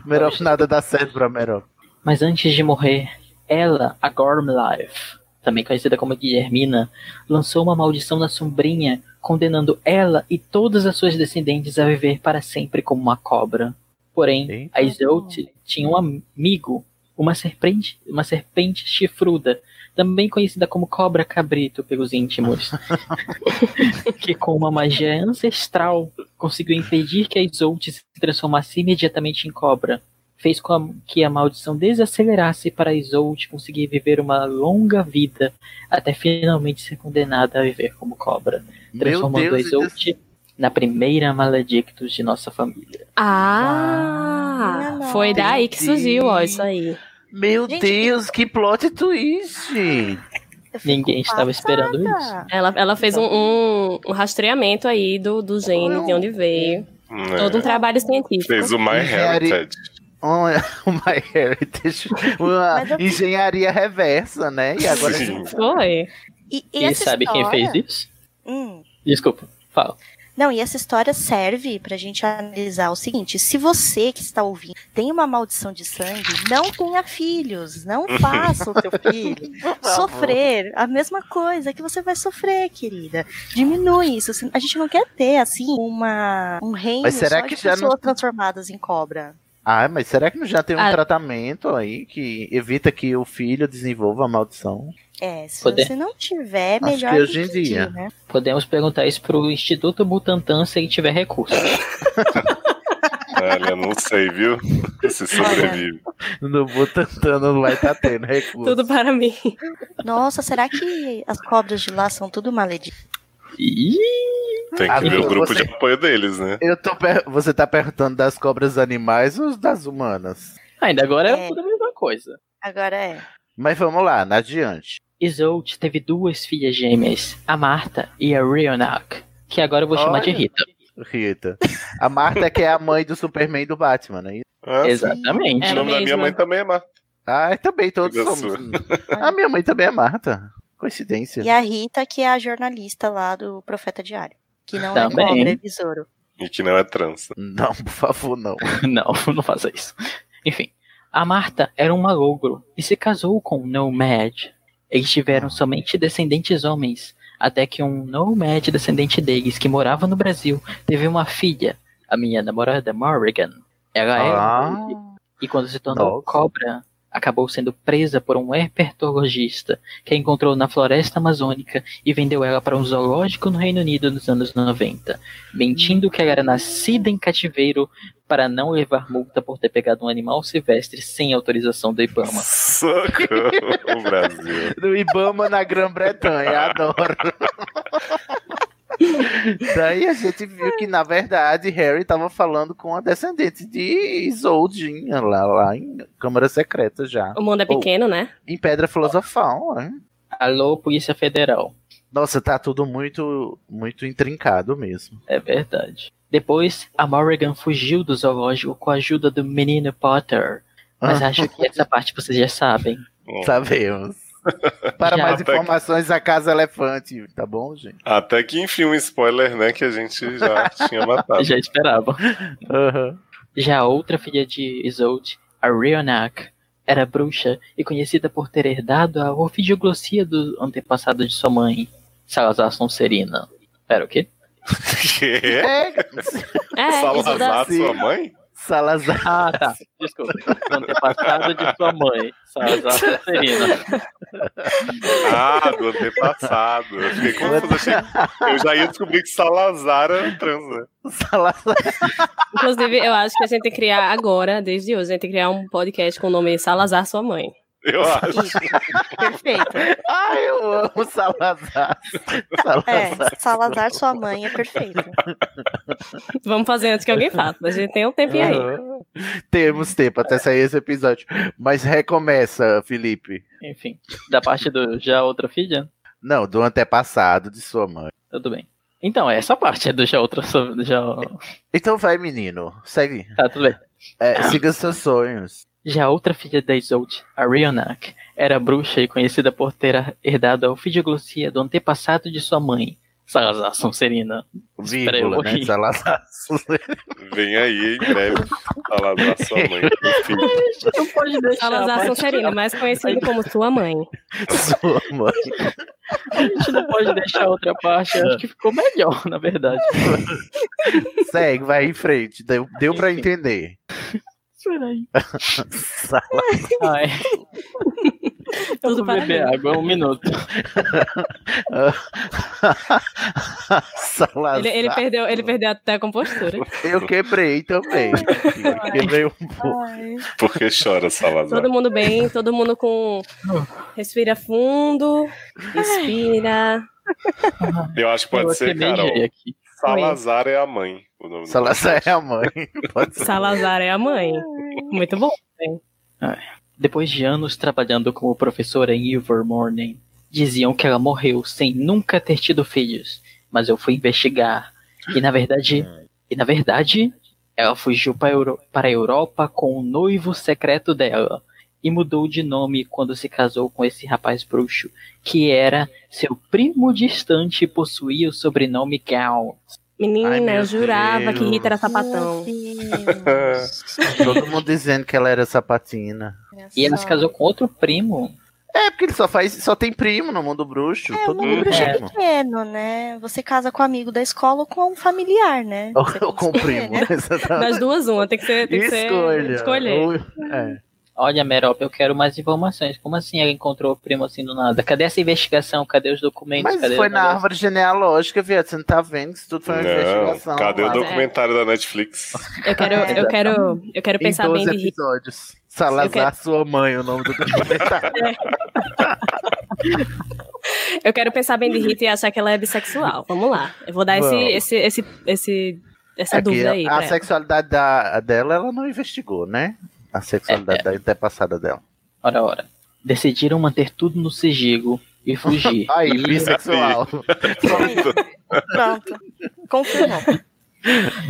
Merop
Poxa.
nada dá certo pra Merop.
Mas antes de morrer, ela, a Gormlife, também conhecida como Guilhermina, lançou uma maldição na sombrinha, condenando ela e todas as suas descendentes a viver para sempre como uma cobra. Porém,
Eita.
a Isolt tinha um amigo, uma serpente, uma serpente chifruda, também conhecida como cobra cabrito pelos íntimos, que com uma magia ancestral conseguiu impedir que a Isolt se transformasse imediatamente em cobra fez com a- que a maldição desacelerasse para Isolde conseguir viver uma longa vida até finalmente ser condenada a viver como cobra,
Meu
transformando
Deus, assim, é
Isolde na primeira maledictus de nossa família.
Ah!
Minha
Foi
nossa.
daí que surgiu, ó, isso aí.
meu
Gente,
Deus, que plot twist!
Eu fico
Ninguém estava esperando isso.
passada.
Ela, ela fez um, um- um rastreamento aí do, do gene, de onde veio.
Né?
Todo um trabalho científico.
Fez o My
Engenharia-
Heritage.
Uma, uma heritage, uma
Mas eu-
engenharia reversa, né? E agora a
Sim.
gente
Foi.
E, e
E,
essa
sabe quem
história-
fez isso?
Hum.
Desculpa, fala.
Não, e essa história serve pra gente analisar o seguinte: se você que está ouvindo tem uma maldição de sangue, não tenha filhos, não faça o teu filho sofrer a mesma coisa que você vai sofrer, querida. Diminui isso. se- A gente não quer ter assim uma um reino
Mas será
só
que
de
já não-
pessoas transformadas em cobra.
Ah, mas será que não já tem um
Ah.
tratamento aí que evita que o filho desenvolva a maldição?
É, se
Poder.
você não tiver,
Acho
melhor
que hoje em
impedir,
dia.
né?
Podemos perguntar isso pro Instituto Butantan se ele tiver recurso.
Olha, não sei, viu? Se sobrevive.
No Butantan não vai estar tendo recurso.
Tudo para mim.
Nossa, será que as cobras de lá são tudo maleditas?
Ih,
Tem que
Amigo,
ver o grupo
você-
de apoio deles, né?
Eu tô per- Você tá perguntando das cobras animais ou das humanas?
ainda agora é
É.
tudo a mesma coisa.
Agora é.
Mas vamos lá, na adiante.
Isolde teve duas filhas gêmeas, a Marta e a Rionak, que agora eu vou chamar de
Olha.
Rita.
Rita. A Marta que é a mãe do Superman e do Batman, né?
Ah, sim.
Exatamente.
O
Ela
nome da minha
mesma.
mãe também é Marta.
Ah, também todos
Eu
somos.
sou.
A minha mãe também é Marta. Coincidência.
E a Rita, que é a jornalista lá do Profeta Diário. Que não
Também.
é cobra, é besouro.
E que não é trança.
Não, por favor, não.
Não, não faça isso. Enfim, a Marta era um malogro e se casou com um nomad. Eles tiveram somente descendentes homens, até que um nomad descendente deles que morava no Brasil teve uma filha, a minha namorada Morrigan. Ela
Ah.
é e quando se tornou
Nossa.
cobra, acabou sendo presa por um herpetologista que a encontrou na floresta amazônica e vendeu ela para um zoológico no Reino Unido nos anos 90, mentindo que ela era nascida em cativeiro para não levar multa por ter pegado um animal silvestre sem autorização do Ibama.
Socorro, Brasil.
Do Ibama na Grã-Bretanha, adoro. Daí a gente viu que, na verdade, Harry tava falando com a descendente de Isoldinha, lá, lá em Câmara Secreta já.
O mundo é pequeno, né?
Em Pedra Filosofal, hein?
Alô, Polícia Federal.
Nossa, tá tudo muito, muito intrincado mesmo.
É verdade. Depois, a Morrigan fugiu do zoológico com a ajuda do menino Potter. Mas
Ah.
acho que essa parte vocês já sabem.
Sabemos. Para
Já.
mais
Até que-
informações, a Casa Elefante, tá bom, gente?
Até que enfim, um spoiler, né? Que a gente já tinha matado.
Já esperava.
Aham.
Já a outra filha de Isolde, a Rionak, era bruxa e conhecida por ter herdado a ofidioglossia do antepassado de sua mãe, Salazar Sonserina. Pera, o quê?
Quê?
É,
Salazar,
Isolde.
sua mãe?
Salazar.
Ah, tá. Desculpa. Do antepassado de sua mãe, Salazar Sonserina.
Ah, do antepassado. Eu fiquei confuso. Achei... Eu já ia descobrir que Salazar era trans, né?
Salazar.
Inclusive, eu acho que a gente tem que criar agora, desde hoje, a gente tem que criar um podcast com o nome Salazar Sua Mãe.
Eu acho.
Perfeito.
Ai, eu amo Salazar. Salazar.
É, Salazar, sua mãe, é perfeito.
Vamos fazer antes que alguém faça. A gente tem um tempinho aí.
Uhum.
Aham. Temos tempo até sair esse episódio. Mas recomeça, Felipe.
Enfim, da parte do já outra filha?
Não, do antepassado de sua mãe.
Tudo bem. Então, essa parte é do já outra. so- do Já...
Então vai, menino. Segue.
Tá, tudo bem.
É, siga seus sonhos.
Já a outra filha da Isolde, a Rionak, era bruxa e conhecida por ter herdado a ofidioglossia do antepassado de sua mãe, Salazar Sonserina.
Vírgula,
Espera, eu
né?
ri.
Salazar.
Vem aí, em breve. Salazar, sua mãe. Enfim.
Não É. pode deixar.
Salazar Sonserina, mais conhecido como Sua Mãe.
sua mãe.
A gente não pode deixar a outra parte. Acho que ficou melhor, na verdade.
Segue, vai em frente. Deu, deu pra
Enfim.
entender.
Peraí.
Salazar.
Ai. Eu
Tudo
vou beber
para
água um minuto.
Salazar.
Ele, ele perdeu, ele perdeu até a compostura.
Eu quebrei também. quebrei um pouco.
Por que chora, Salazar?
Todo mundo bem, todo mundo com. Respira fundo, respira.
Eu acho que
Eu
pode ser, Carol.
queimei aqui.
Salazar é a mãe. O nome do-
Salazar é a mãe. Pode ser.
Salazar é a mãe. Muito bom.
Depois de anos trabalhando como professora em Ilvermorny, diziam que ela morreu sem nunca ter tido filhos. Mas eu fui investigar e na verdade, e na verdade, ela fugiu para, Euro para a Europa com o noivo secreto dela e mudou de nome quando se casou com esse rapaz bruxo, que era seu primo distante e possuía o sobrenome Gal.
Ai,
Menina,
meu
eu jurava que
Deus.
Rita era sapatão.
Todo mundo dizendo que ela era sapatina.
E ela se casou com outro primo.
É, porque ele só faz, só tem primo no mundo bruxo.
É, o
todo
mundo
mundo
bruxo
tem
é
primo.
pequeno, né? Você casa com um amigo da escola ou com um familiar, né?
Ou
Você
ou com
escolher,
primo,
né?
né? Exatamente.
Das duas, uma. Tem que ser. Tem que ser-
Escolha.
escolher.
Ou- é.
Olha, Merop, eu quero mais informações. Como assim ela encontrou o primo assim do nada? Cadê essa investigação? Cadê os documentos?
Mas
Cadê
foi
o
na
negócio?
árvore genealógica, viado. Você não tá vendo que isso tudo foi uma
Não,
investigação.
cadê o
lá.
documentário da Netflix?
Eu quero, eu quero, eu quero
Em
pensar bem
12
de Rita.
episódios. Salazar,
Eu quero-
sua mãe, o nome do Tá, documentário.
Eu quero pensar bem de Rita e achar que ela é bissexual. Vamos lá. Eu vou dar esse,
Vamos.
esse, esse, esse, essa
É que
dúvida aí.
a
pra ela.
sexualidade da- dela, ela não investigou, né? A
É,
sexualidade da antepassada dela.
Ora, ora. Decidiram manter tudo no sigilo e fugir.
Aí,
E-
bissexual.
Pronto. um Confirmou.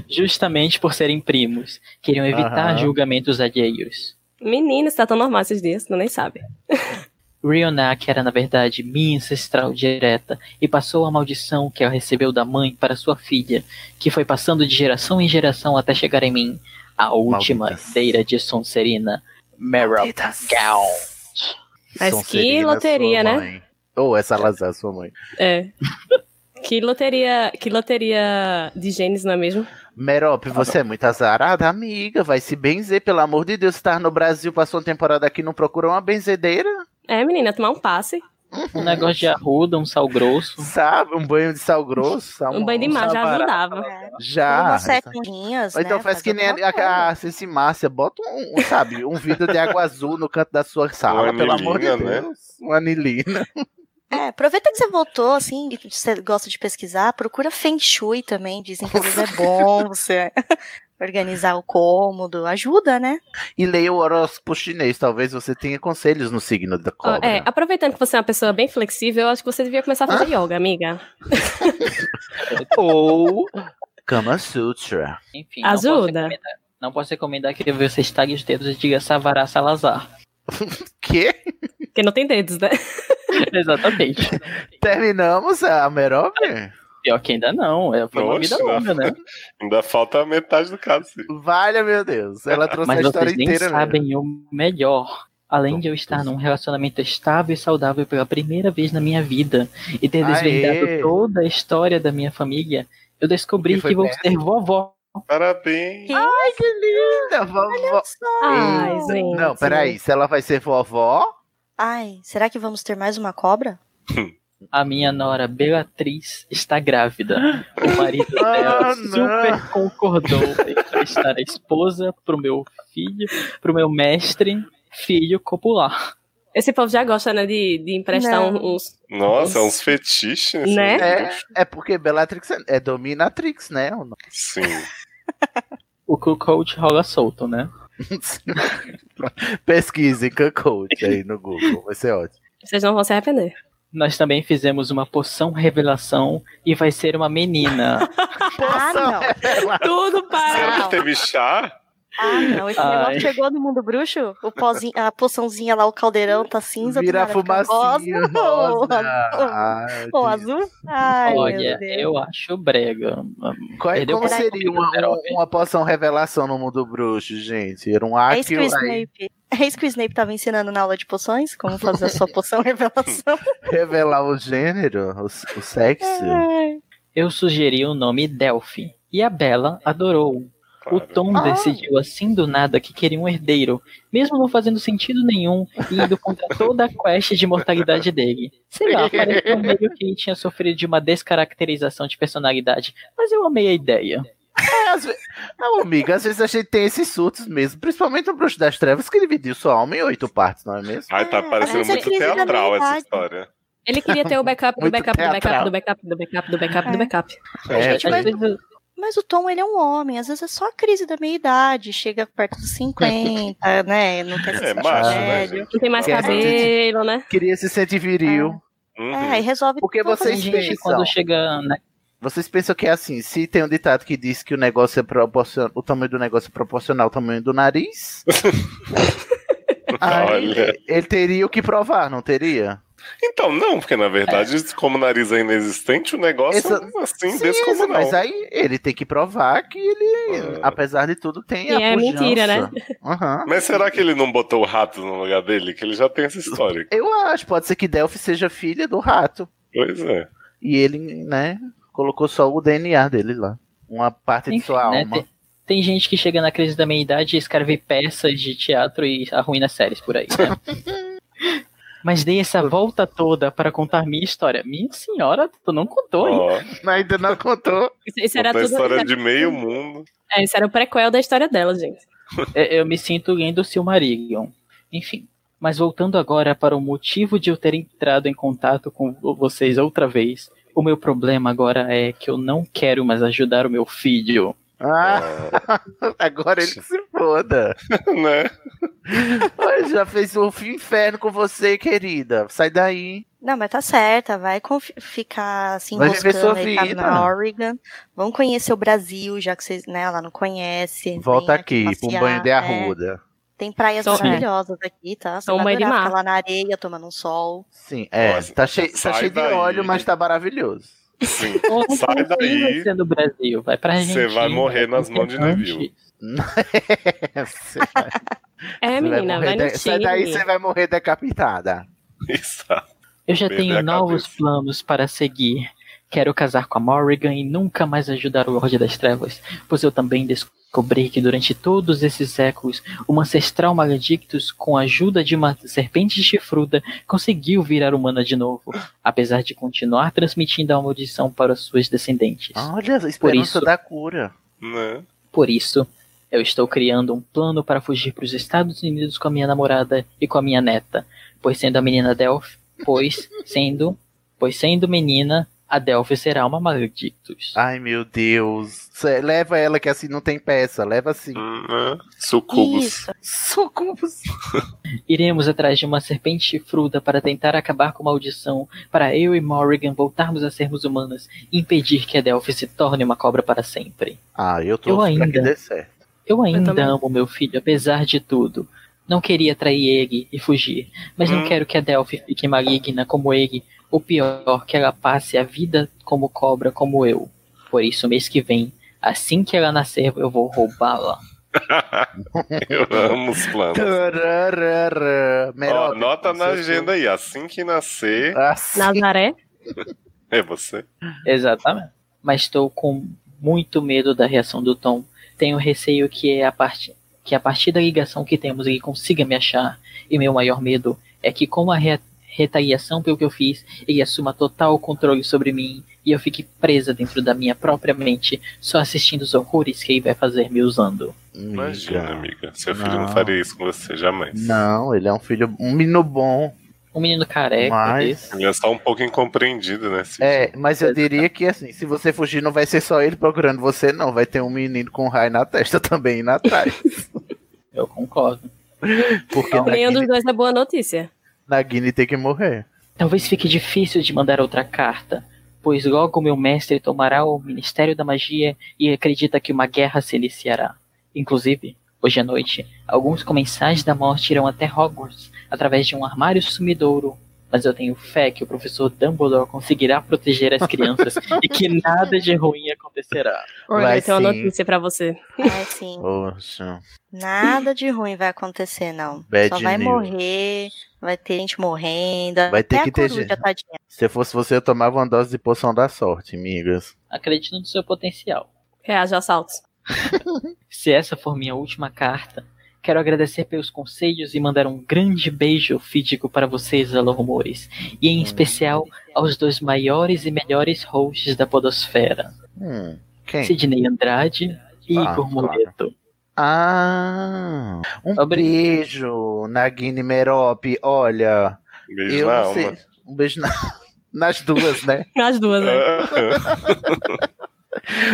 justamente por serem primos. Queriam evitar
Aham.
julgamentos alheios.
Menina, está tão normal esses dias, tu nem sabe.
Rionak era, na verdade, minha ancestral direta e passou a maldição que ela recebeu da mãe para sua filha, que foi passando de geração em geração até chegar em mim, a última
Malditas.
herdeira de Sonserina, Merop Gal.
Mas que loteria, né?
Ou é Salazar, sua mãe.
É. Que loteria, que loteria de genes, não é mesmo?
Merop,
Ah,
você é muito azarada, amiga. Vai se benzer, pelo amor de Deus. Estar no Brasil, passou uma temporada aqui, não procurou uma benzedeira?
É, menina, tomar um passe.
Um negócio de arruda, um sal grosso.
Sabe? Um banho de sal grosso. sal-
Um banho de mar
sal
já
barato.
ajudava.
Já.
Umas sequinhas,
Ah, então Ou então
né,
faz que nem
alguma
a, a, a Cici Márcia, bota um, um, sabe, um vidro de água azul no canto da sua sala,
Uma
pelo amor de
anilina,
Deus.
né?
Uma anilina.
É, aproveita que você voltou, assim, e você gosta de pesquisar, procura Feng Shui também, dizem que às vezes é bom você organizar o cômodo, ajuda, né?
E leia o horóscopo chinês, talvez você tenha conselhos no signo da
Ó,
cobra.
É, aproveitando que você é uma pessoa bem flexível, eu acho que você devia começar a fazer yoga, amiga.
Ou Kama Sutra.
Enfim, Não posso,
Ajuda.
recomendar, não posso recomendar que você estague os dedos e diga Savará Salazar.
Que?
Porque não tem dedos, né?
Exatamente.
Terminamos ah, a Merop?
Pior que ainda não. é, Foi uma
Nossa,
vida longa, né?
Ainda falta a metade do caso. sim.
Valha, meu Deus. Ela trouxe
Mas
a história
vocês nem
inteira. né? mesmo.
sabem o melhor. Além de eu estar num relacionamento estável e saudável pela primeira vez na minha vida e ter
Aê!
desvendado toda a história da minha família, eu descobri
Porque foi
que vou
perto.
ser vovó.
Parabéns.
Ai, que linda! Vovó.
Ai,
Eita.
gente.
Não, peraí. Se ela vai ser vovó,
Ai, será que vamos ter mais uma cobra?
A minha nora Beatriz está grávida. O marido
Ah,
dela
não.
super concordou em prestar a esposa pro meu filho, pro meu mestre, filho copular.
Esse povo já gosta, né, de, de emprestar
Não.
um- uns...
Nossa, é uns fetiches. nesse
Né?
mundo.
É, é porque Bellatrix é- é dominatrix, né? O nome.
Sim.
O que o coach rola solto, né?
Pesquisem Cuckold aí no Google, vai ser ótimo.
Vocês não vão se arrepender.
Nós também fizemos uma poção revelação e vai ser uma menina.
Ah, não.
Tudo para...
Será
Não.
que teve chá?
Ah, não. Esse
Ai.
negócio chegou no mundo bruxo? O pozinho, a poçãozinha lá, o caldeirão tá cinza. do
Vira
nada fica
fumacinha
rosa,
rosa.
Ou, ou azul? Ai,
Olha,
meu Deus.
eu acho brega.
Qual, é,
Perdeu
como
pra-
seria uma, um,
Era-
uma, uma poção revelação no mundo bruxo, gente? Era um
É isso que
áquio
o
aí,
Snape. É isso que o Snape tava ensinando na aula de poções, como fazer a sua poção revelação.
revelar o gênero, o, s- o sexo.
Ai.
Eu sugeri o nome Delphi e a Bela adorou. O
Claro.
Tom
Ah.
decidiu assim do nada que queria um herdeiro, mesmo não fazendo sentido nenhum e indo contra toda a quest de mortalidade dele. Sei lá, pareceu meio que ele tinha sofrido de uma descaracterização de personalidade, mas eu amei a ideia.
É, às ve- Não, amiga, às vezes a gente tem esses surtos mesmo, principalmente o Bruxo das Trevas, que ele dividiu sua alma em oito partes, não é mesmo?
Ai, tá
Ah,
parecendo
essa
muito
crise da
teatral essa
meia-idade.
história.
Ele queria ter o backup do
Muito
backup do backup
teatral.
do backup do backup do backup do backup.
É,
Às vezes-
Mas o Tom, ele é um homem, às vezes é só a crise da meia-idade, chega perto dos 50, né? Não quer se
É
sentir
macho, né?
velho.
gente?
Não tem mais
Quer dizer-
cabelo, né?
queria se sentir viril.
Uhum.
É, e resolve
Porque
tudo.
Tem
vocês
gente quando
pensam.
chega na
Vocês pensam que é assim, se tem um ditado que diz que o negócio é proporcional, o tamanho do negócio é proporcional ao tamanho do nariz. aí
Olha.
ele teria o que provar, não teria?
Então, não, porque na verdade, como o nariz é inexistente, o negócio
Essa-
é assim,
Sim,
descomunal.
mas aí ele tem que provar que ele,
Ah.
apesar de tudo, tem
E
a
é
pujança.
mentira, né?
Aham.
Mas será que ele não botou o rato no lugar dele? Que ele já tem essa história.
Eu acho, pode ser que Delphi seja filha do rato.
Pois é.
E ele, né, colocou só o DNA dele lá. Uma parte de
Enfim,
sua
né,
alma.
tem, tem gente que chega na crise da meia-idade e escreve peças de teatro e arruina séries por aí, né? Mas dei essa volta toda para contar minha história. Minha senhora, tu não contou ainda.
Ó,
Ainda não contou.
Isso, isso era
contou a
tudo.
história
isso
de meio mundo.
era- é, isso era o prequel da história dela, gente.
É, Eu me sinto lendo Silmarillion. Enfim. Mas voltando agora para o motivo de eu ter entrado em contato com vo- vocês outra vez. O meu problema agora é que eu não quero mais ajudar o meu filho.
Ah,
É.
agora ele que se foda.
né?
Olha, já fez um inferno com você, querida. Sai daí.
Não, mas tá certa, vai confi- ficar assim,
Vai viver sua
buscando aí tá
vida.
na Oregon. Vão conhecer o Brasil, já que vocês, né, ela não conhece.
Volta
Vem
aqui, pra um
passear,
banho de
é.
arruda.
Tem praias
Então, é.
maravilhosas aqui, tá? Você
Então,
vai
banho de
adorar
mar.
ficar lá na areia, tomando um sol.
Sim, é.
Nossa,
tá cheio, tá
sai
cheio de
daí.
óleo, mas tá maravilhoso.
Sim.
Não
Sai daí.
vai ser no é Brasil, vai pra
Você
Argentina.
vai morrer nas mãos de
Antes.
Neville.
Você vai-
É,
você vai
menina,
morrer
vai no
de- Sai é daí,
time.
você vai morrer decapitada.
Exato.
Eu já
Bebê
tenho
a
novos planos para seguir. Quero casar com a Morrigan e nunca mais ajudar o Lorde das Trevas, pois eu também descobri que durante todos esses séculos, uma ancestral maledictus, com a ajuda de uma serpente chifruda, conseguiu virar humana de novo, apesar de continuar transmitindo a maldição para os seus descendentes.
Olha, a
Por
esperança
isso,
da cura.
né?
por isso, eu estou criando um plano para fugir para os Estados Unidos com a minha namorada e com a minha neta, pois sendo a menina Delphi, pois sendo, pois sendo menina, a Delphi será uma maledictus.
Ai meu Deus. Cê- Leva ela que assim não tem peça, leva assim.
Né? Sucubus.
Sucubus.
Iremos atrás de uma serpente chifruda para tentar acabar com a maldição, para eu e Morrigan voltarmos a sermos humanas e impedir que a Delphi se torne uma cobra para sempre.
Ah, eu tô
Eu
pra que
ainda.
dê certo.
Eu ainda
também.
amo meu filho, apesar de tudo. Não queria trair ele e fugir, mas não
Hum.
quero que a Delphi fique maligna como ele, ou pior, que ela passe a vida como cobra como eu. Por isso, mês que vem, assim que ela nascer, eu vou roubá-la.
Eu amo os planos.
Tararara.
Tá Ó,
Melhor,
anota na
seu-
agenda aí, assim que nascer.
Nazaré?
É você.
Exatamente. Mas estou com muito medo da reação do Tom. Tenho receio que é a parte que a partir da ligação que temos ele consiga me achar. E meu maior medo é que com a re- retaliação pelo que eu fiz, ele assuma total controle sobre mim e eu fique presa dentro da minha própria mente, só assistindo os horrores que ele vai fazer me usando.
Imagina, amiga. Seu filho não
Não.
faria isso com você, jamais.
Não, ele é um filho, um menino bom.
Um menino careca.
Mas-
Ele é só um pouco incompreendido, né? Cid?
É, mas eu diria que assim, se você fugir, não vai ser só ele procurando você, não. Vai ter um menino com raio na testa também indo atrás.
Eu concordo.
Porque na
Nenhum
Guiné,
dos dois é boa notícia.
na Guiné tem que morrer.
Talvez fique difícil de mandar outra carta, pois logo meu mestre tomará o Ministério da Magia e acredita que uma guerra se iniciará. Inclusive, hoje à noite, alguns comensais da morte irão até Hogwarts através de um armário sumidouro. Mas eu tenho fé que o professor Dumbledore conseguirá proteger as crianças e que nada de ruim acontecerá.
Olha,
Vai
eu tenho uma
sim.
notícia pra você.
É, sim.
Poxa.
Nada de ruim vai acontecer, não.
Bad
Só vai
news.
morrer, vai ter gente morrendo.
Vai ter
até
que
a
ter
coruja,
gente.
tadinha.
Se eu fosse você, eu tomava uma dose de poção da sorte, amigas.
Acredito no seu potencial.
Reage a É, assaltos.
Se essa for minha última carta, quero agradecer pelos conselhos e mandar um grande beijo fídico para vocês, Alô Rumores, e
Hum.
em especial aos dois maiores e melhores hosts da Podosfera:
Hum, quem?
Sidney Andrade e
Ah,
Igor
claro.
Moreto.
Ah, um beijo, Nagini Merope. Olha,
Beijo
eu
na
não sei-
alma.
Um beijo na... nas duas, né?
Nas duas, né?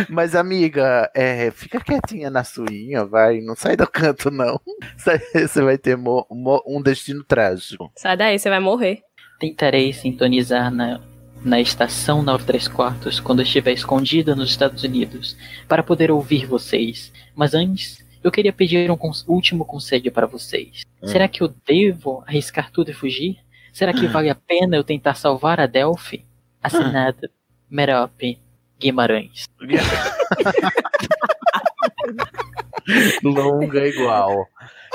Mas, amiga, é, fica quietinha na suinha, vai. Não sai do canto, não. Sai- Você vai ter mo- mo- um destino trágico.
Sai daí, você vai morrer.
Tentarei sintonizar na, na estação 93 quartos quando estiver escondida nos Estados Unidos para poder ouvir vocês. Mas antes, eu queria pedir um cons- último conselho para vocês.
Hum.
Será que eu devo arriscar tudo e fugir? Será que vale a pena eu tentar salvar a Delphi? Assinado Merop Guimarães.
Longa igual.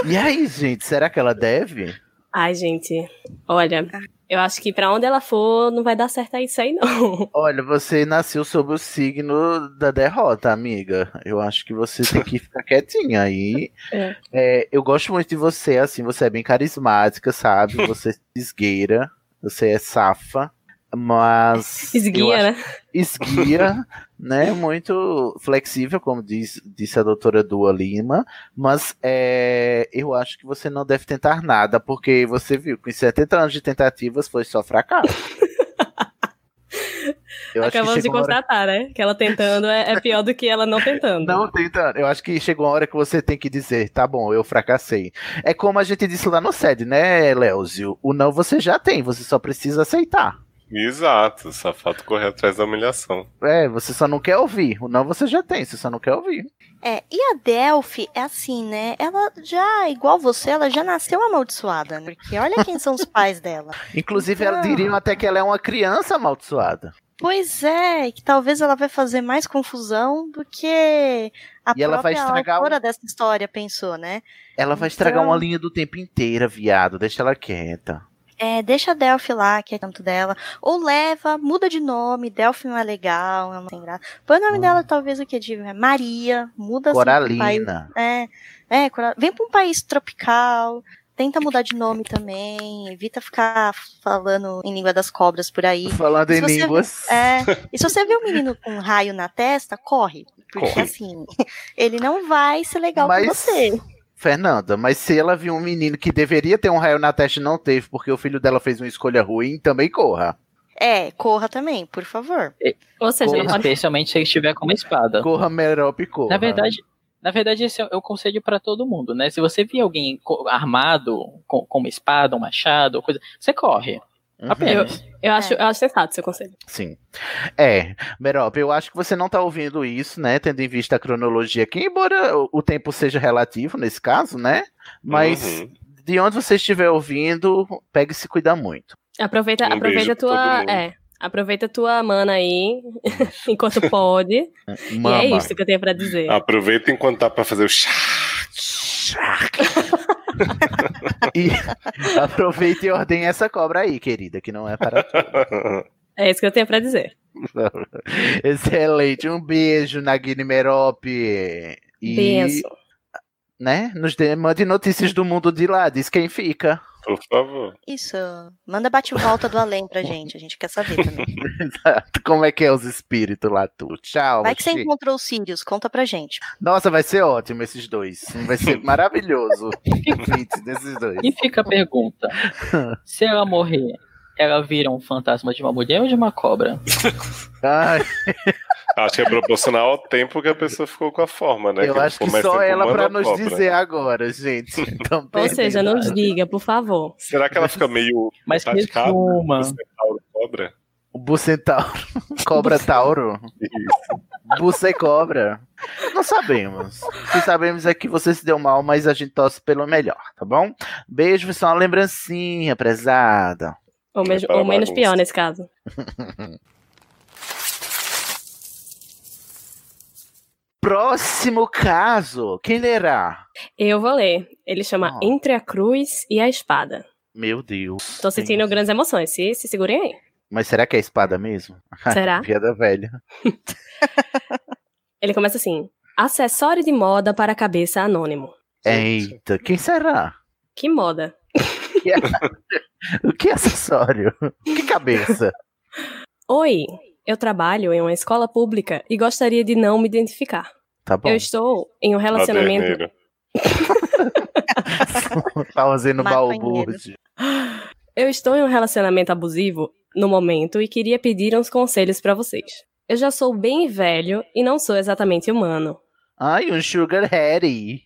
E aí, gente, será que ela deve?
Ai, gente. Olha, eu acho que pra onde ela for, não vai dar certo isso aí, não.
Olha, você nasceu sob o signo da derrota, amiga. Eu acho que você tem que ficar quietinha aí.
É.
É, eu gosto muito de você, assim, você é bem carismática, sabe? Você é esgueira, você é safa, mas. eu
Esguia,
acho-
né?
Esguia, né? Muito flexível, como diz, disse a doutora Dua Lima, mas é, eu acho que você não deve tentar nada, porque você viu que em 70 anos de tentativas foi só fracasso. Eu acho que
Acabamos de
chegou uma hora-
constatar, né? Que ela tentando é, é pior do que ela não tentando.
não tenta. Eu acho que chegou a hora que você tem que dizer, tá bom, eu fracassei. É como a gente disse lá no sede, né, Leozio? O não você já tem, você só precisa aceitar.
Exato, só falta correr atrás da humilhação.
É, você só não quer ouvir. O não você já tem, você só não quer ouvir.
É, e a Delphi é assim, né? Ela já, igual você, ela já nasceu amaldiçoada, né? Porque olha quem são os pais dela.
Inclusive,
Então-
ela diriam até que ela é uma criança amaldiçoada.
Pois é, e que talvez ela vai fazer mais confusão do que a
E ela vai
própria
estragar
autora dessa história pensou, né?
Ela vai estragar
Então-
uma linha do tempo inteira, viado. Deixa ela quieta.
É, deixa a Delphi lá, que é tanto dela. Ou leva, muda de nome, Delphi não é legal, é uma sem graça. Põe o nome
Hum.
dela, talvez o que eu digo, é Maria, muda assim pra um
Coralina.
país- É, é, Cora- vem pra um país tropical, tenta mudar de nome também, evita ficar falando em língua das cobras por aí.
Falando
E
em
se você-
línguas.
É, e se você vê um menino com um raio na testa, corre. Porque
Corre.
assim, ele não vai ser legal
Mas-
com você.
Fernanda, mas se ela viu um menino que deveria ter um raio na testa e não teve, porque o filho dela fez uma escolha ruim, também corra.
É, corra também, por favor.
Ou
seja, não pode-
Especialmente se ele estiver com uma espada.
Corra, Merop, corra.
Na verdade, na verdade esse é o conselho pra todo mundo, né? Se você vir alguém co- armado, com, com uma espada, um machado, coisa, você corre.
Uhum.
Apenas.
Eu acho, eu acho sensato seu conselho.
Sim. É, Merop, eu acho que você não tá ouvindo isso, né? Tendo em vista a cronologia aqui, embora o- o tempo seja relativo nesse caso, né? Mas
Uhum.
de onde você estiver ouvindo, pegue e se cuida muito.
Aproveita,
Um beijo
aproveita a
pra todo
tua.
mundo.
É, aproveita a tua mana aí, enquanto pode.
Mama.
E é isso que eu tenho pra dizer.
Ah.
Aproveita enquanto tá pra fazer o chá.
E aproveita e ordem essa cobra aí, querida, que não é para
ti.
É isso que eu tenho pra dizer.
Excelente. Um beijo, Nagini Merop. E,
Benção.
né? Nos dê, mande notícias do mundo de lá. Diz quem fica.
Por favor.
Isso. Manda bate-volta do além pra gente. A gente quer saber também.
Exato. Como é que é os espíritos lá, tu? Tchau.
Vai que você
Chi.
encontrou os Sirius, conta pra gente.
Nossa, vai ser ótimo esses dois. Vai ser maravilhoso. o feat desses dois.
E fica a pergunta: se ela morrer, ela vira um fantasma de uma mulher ou de uma cobra?
Acho que é proporcional ao tempo que a pessoa ficou com a forma, né?
Eu acho que
começa
só
com
ela
humano
pra
ou
nos
cobra.
dizer agora, gente. Então,
Ou seja, não diga, por favor.
Será que ela fica meio.
Mas
tá de cara?
resuma.
Você é Tauro Cobra?
O Bucentauro. Cobra Tauro. Buce e cobra. Não sabemos. O que sabemos é que você se deu mal, mas a gente torce pelo melhor, tá bom? Beijo, foi só uma lembrancinha, prezada.
Ou, mesmo-
Prepara
ou menos
É bagunça.
pior nesse caso.
Próximo caso. Quem lerá?
Eu vou ler. Ele chama Entre a Cruz e a Espada.
Meu Deus.
Tô sentindo grandes emoções. Se, se segurem aí.
Mas será que é espada mesmo?
Será?
Piada velha.
Ele começa assim: acessório de moda para cabeça anônimo.
É. Eita, quem será?
Que moda.
O que é acessório? Que cabeça?
Oi, eu trabalho em uma escola pública e gostaria de não me identificar.
Tá bom.
Eu estou em um relacionamento.
Taverneiro.
tá fazendo baú
Maconheiro. Eu estou em um relacionamento abusivo no momento e queria pedir uns conselhos pra vocês. Eu já sou bem velho e não sou exatamente humano.
Ai, um sugar daddy.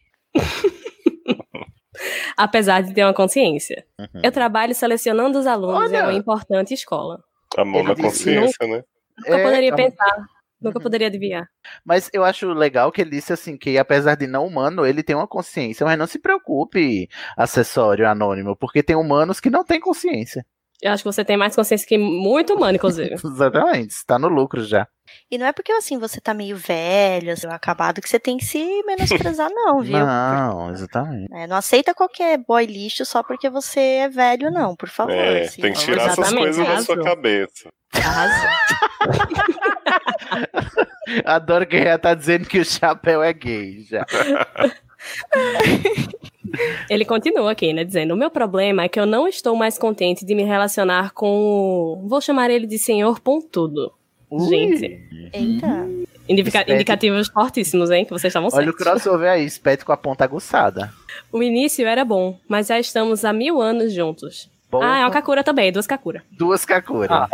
apesar de ter uma consciência.
Uhum.
Eu trabalho selecionando os alunos
Olha!
em uma importante escola.
A mão
Ele
na
disse,
consciência, né?
Nunca
É, Uhum.
poderia
a-
pensar, nunca poderia adivinhar.
Mas eu acho legal que ele disse assim que apesar de não humano, ele tem uma consciência, mas não se preocupe, acessório anônimo, porque tem humanos que não têm consciência.
Eu acho que você tem mais consciência que muito humano, inclusive.
Exatamente, está no lucro já.
E não é porque assim você tá meio velho, assim, acabado, que você tem que se menosprezar, não, viu?
Não, exatamente.
É, não aceita qualquer boy lixo só porque você é velho, não, por favor.
É,
assim.
tem que tirar essas
Exatamente,
coisas da
arrasou.
sua cabeça.
Adoro que já tá dizendo que o chapéu é gay já.
Ele continua aqui, né, dizendo: O meu problema é que eu não estou mais contente de me relacionar com o. Vou chamar ele de senhor pontudo.
Ui.
Gente.
Eita.
Indica-
Espero-
indicativos fortíssimos, hein? Que vocês estavam
Olha o
certos.
crossover aí, esperto com a ponta aguçada.
O início era bom, mas já estamos há mil anos juntos.
Porra.
Ah, é uma Kakura também, duas Kakura.
Duas Kakura.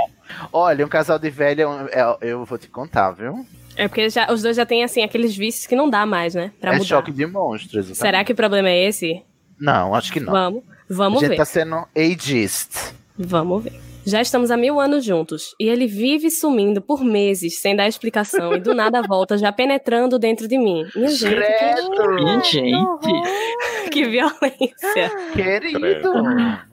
Olha, um casal de velho, é um- é- eu vou te contar, viu?
É porque já- os dois já têm, assim, aqueles vícios que não dá mais, né? Pra
é
mudar.
choque de monstros. exatamente.
Será que o problema é esse?
Não, acho que não.
Vamos, vamos
a gente
ver.
tá sendo ageist.
Vamos ver. Já estamos há mil anos juntos e ele vive sumindo por meses sem dar explicação e do nada volta já penetrando dentro de mim. Minha gente,
Minha
que...
gente.
Uhum.
que violência.
Credo.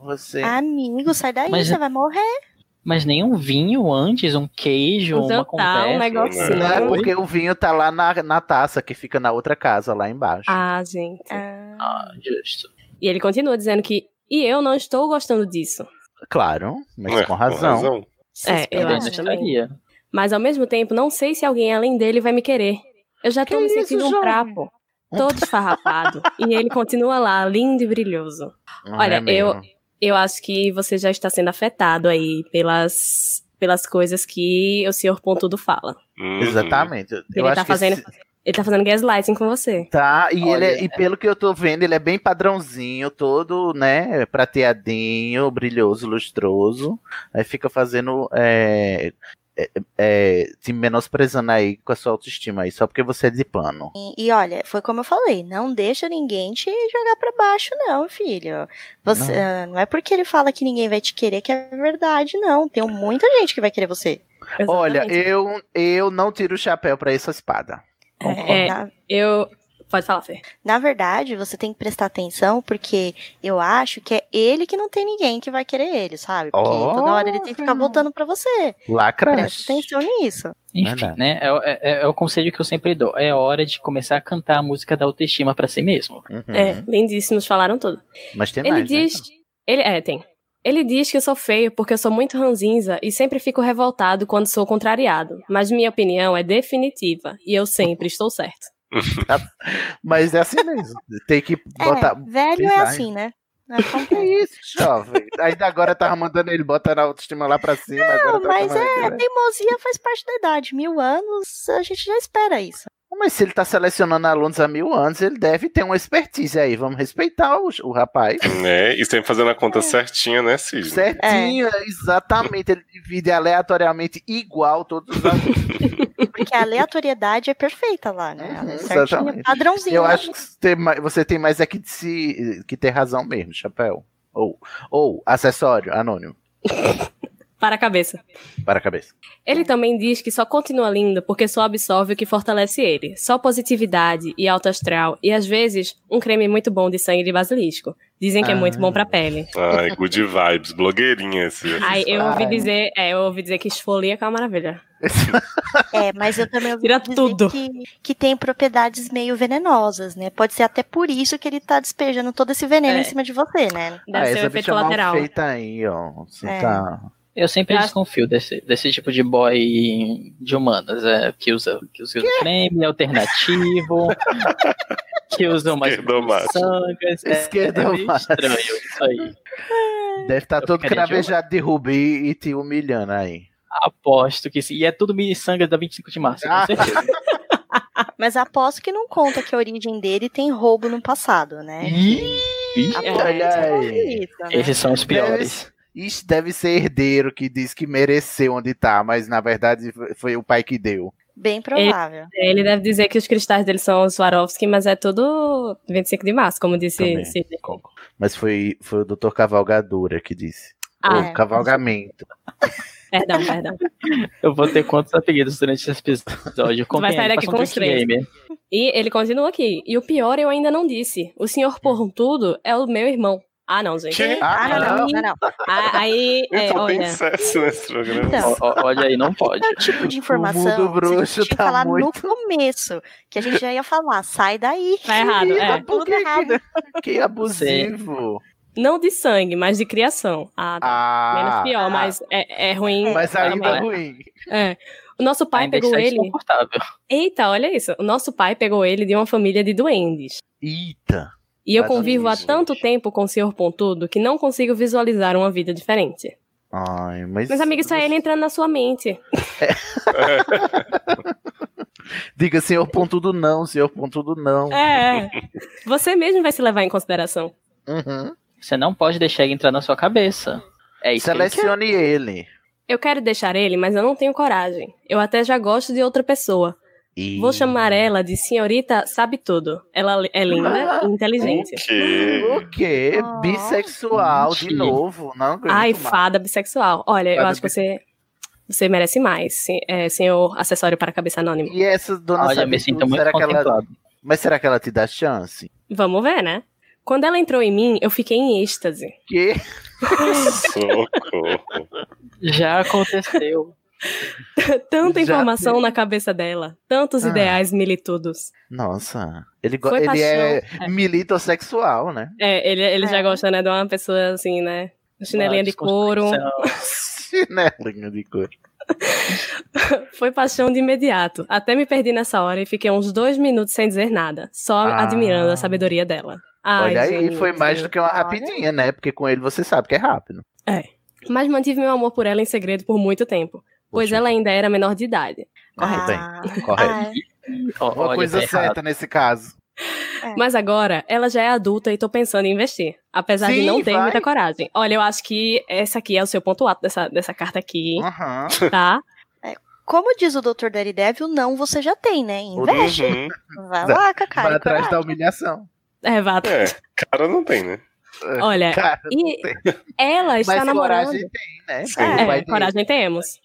Você.
Ah,
Amigo, sai daí,
Mas- é
você vai morrer.
Mas nenhum vinho antes, um queijo,
Um
uma
jantar,
conversa. né?
um negocinho.
Não é
Né?
Oi?
porque o vinho tá lá na, na taça que fica na outra casa, lá embaixo.
Ah, gente.
Ah, justo.
E ele continua dizendo que e eu não estou gostando disso.
Claro, mas É, com razão.
É, eu
Ele
acho
não
também.
estaria.
Mas ao mesmo tempo, não sei se alguém além dele vai me querer. Eu já tô me sentindo um trapo, todo esfarrapado, e ele continua lá, lindo e brilhoso.
Não
Olha,
é mesmo.
eu, eu acho que você já está sendo afetado aí pelas, pelas coisas que o senhor Pontudo fala.
Uhum.
Exatamente. Eu
Ele
acho
tá
que
fazendo,
esse-
ele tá fazendo gaslighting com você.
Tá, e, ele, é-
Olha,
e pelo que eu tô vendo, ele é bem padrãozinho, todo, né, prateadinho, brilhoso, lustroso. Aí fica fazendo. É, é, é, te menosprezando aí com a sua autoestima aí, só porque você é de pano.
E, e olha, foi como eu falei, não deixa ninguém te jogar pra baixo, não, filho. Você,
Não.
ah, não. é porque ele fala que ninguém vai te querer que é verdade, não. Tem muita gente que vai querer você.
Olha, eu, eu não tiro o chapéu pra essa espada.
É, eu. Pode falar, Fer.
Na verdade, você tem que prestar atenção, porque eu acho que é ele que não tem ninguém que vai querer ele, sabe? Porque
Ó.
toda hora ele tem que ficar voltando pra você.
Lacras.
Presta atenção nisso.
Enfim, né? É, o- é- é o conselho que eu sempre dou. É hora de começar a cantar a música da autoestima pra si mesmo.
É, lindíssimos, falaram tudo.
Uhum. Mas tem então?
Ele
mais, né?
diz. Ele, é, tem. Ele diz que eu sou feio porque eu sou muito ranzinza e sempre fico revoltado quando sou contrariado. Mas minha opinião é definitiva e eu sempre estou certo.
Mas é assim mesmo. Tem que botar.
Velho é
pisar,
assim, né?
Que isso, jovem? Ainda agora tava mandando ele botar a autoestima lá pra cima. agora
Não,
tá
mas
tomando
é,
aqui, né?
teimosia faz parte da idade. Mil anos, a gente já espera isso.
Mas se ele tá selecionando alunos há mil anos, ele deve ter uma expertise aí. Vamos respeitar o, o rapaz.
É, e sempre fazendo a conta certinha, né, Sidney?
Certinho,
É.
exatamente. Ele divide aleatoriamente igual todos os alunos.
Porque a aleatoriedade é perfeita lá, né? Ela é certinha,
Exatamente.
padrãozinho.
Eu
né?
acho que você tem mais, você tem mais é que, de se, que ter razão mesmo, chapéu. Ou, ou acessório anônimo
Para a cabeça.
para a cabeça.
Ele também diz que só continua lindo porque só absorve o que fortalece ele. Só positividade e alto astral e às vezes um creme muito bom de sangue de basilisco. Dizem que é muito bom pra pele.
Ai, good vibes, blogueirinha esse.
Ai, eu ouvi
Ai.
dizer, é, eu ouvi dizer que esfolia que é uma maravilha.
É, mas eu também ouvi dizer Que, que tem propriedades meio venenosas, né? Pode ser até por isso que ele tá despejando todo esse veneno
É.
em cima de você, né?
Ah, um feita aí, ó. Você
É.
tá...
Eu sempre desconfio desse, desse tipo de boy de humanas, é, que usa, que usa creme alternativo, que usa umas
Esquerdomacho.
sangas. É, é meio
Esquerdomacho.
estranho isso aí.
Deve estar todo
ficaria de
cravejado de rubi e te humilhando aí.
Aposto que sim. E é tudo mini sangas da 25 de março,
Ah.
com certeza.
Mas aposto que não conta que a origem dele tem roubo no passado, né?
Ih,
Aposto que
olha
não
aí.
é isso, né?
Esses são os
piores. Isso deve ser herdeiro que diz que mereceu onde tá, mas na verdade foi- foi o pai que deu.
Bem provável.
Ele, ele deve dizer que os cristais dele são os Swarovski, mas é tudo 25 de março, como disse
Também.
Sidney.
Mas foi, foi o doutor Cavalgadura que disse.
Ah,
Ou
é.
Cavalgamento.
Perdão, perdão.
Eu vou ter quantos apelidos durante esse episódio.
Tu vai
Convenha,
sair daqui
faça um
com os
drink
três.
game.
E ele continua aqui. E o pior eu ainda não disse. O senhor por tudo é o meu irmão. Ah, não, gente.
Que? Ah, não, não, não, não.
Ah, Aí, é,
Então tem
olha.
sucesso nesse programa.
Então.
O- o- olha aí, não pode.
É o tipo de informação
O mundo
que a gente
bruxo
tinha que
tá
falar
muito-
no começo, que a gente já ia falar, sai daí.
Tá errado, é.
Tudo errado.
Que abusivo.
Não de sangue, mas de criação. Ah, tá.
Ah.
menos pior, mas é, é ruim.
Mas ainda
também.
ruim.
É. O nosso pai
Ainda
pegou
está
ele.
desconfortável.
Eita, olha isso. O nosso pai pegou ele de uma família de duendes.
Eita.
E eu
Mas não
convivo há
existe.
tanto tempo com o senhor Pontudo que não consigo visualizar uma vida diferente.
Ai, mas.
Mas, amigo, isso é ele entrando na sua mente.
Diga senhor pontudo não, senhor pontudo não.
É. é. Você mesmo vai se levar em consideração.
Você não pode deixar ele entrar na sua cabeça. É isso que ele quer.
Selecione ele.
Eu quero deixar ele, mas eu não tenho coragem. Eu até já gosto de outra pessoa. Vou chamar ela de senhorita sabe tudo. Ela é linda e inteligente.
O quê? Bissexual de novo. Não aguento
Ai,
mais.
fada bissexual. Olha, eu
Fada
acho que você, você merece mais, se- é, senhor acessório para cabeça anônima.
E essa dona
Olha,
sabe
me sinto
tudo,
muito
será que ela...
contemplado.
Mas será que ela te dá chance?
Vamos ver, né? Quando ela entrou em mim, eu fiquei em êxtase.
Que?
Já aconteceu.
Tanta
Já
informação na cabeça dela, tantos
Ah.
ideais militudos.
Nossa, ele, go...
Foi
ele
paixão.
é militossexual, né?
É, ele, ele já gosta, né, de uma pessoa assim, né? Chinelinha de couro.
Chinelinha Né, de couro.
Foi paixão de imediato. Até me perdi nessa hora e fiquei uns dois minutos sem dizer nada, só
Ah.
admirando a sabedoria dela. Ai,
Olha aí,
gente.
foi mais do que uma rapidinha, né? Porque com ele você sabe que é rápido.
Mas mantive meu amor por ela em segredo por muito tempo, pois ela ainda era menor de idade.
Correto.
Ah,
Bem,
Ah,
é.
correto.
é.
Uma
olha,
coisa
tá
certa
errado.
nesse caso.
Mas agora ela já é adulta e tô pensando em investir, apesar de
Sim,
não ter
vai.
muita coragem. Olha, eu acho que essa aqui é o seu ponto alto dessa, dessa carta aqui, tá?
Como diz o Dr. Daredevil, não você já tem, né? Investe.
Uhum.
Vai lá, Cacá.
então
então.
Vai atrás
coragem.
da humilhação.
É, vá.
É, cara não tem, né?
Olha,
Cara,
e ela está
Mas
tá namorando.
coragem tem, né?
Sim.
Vai
É,
ter.
coragem temos.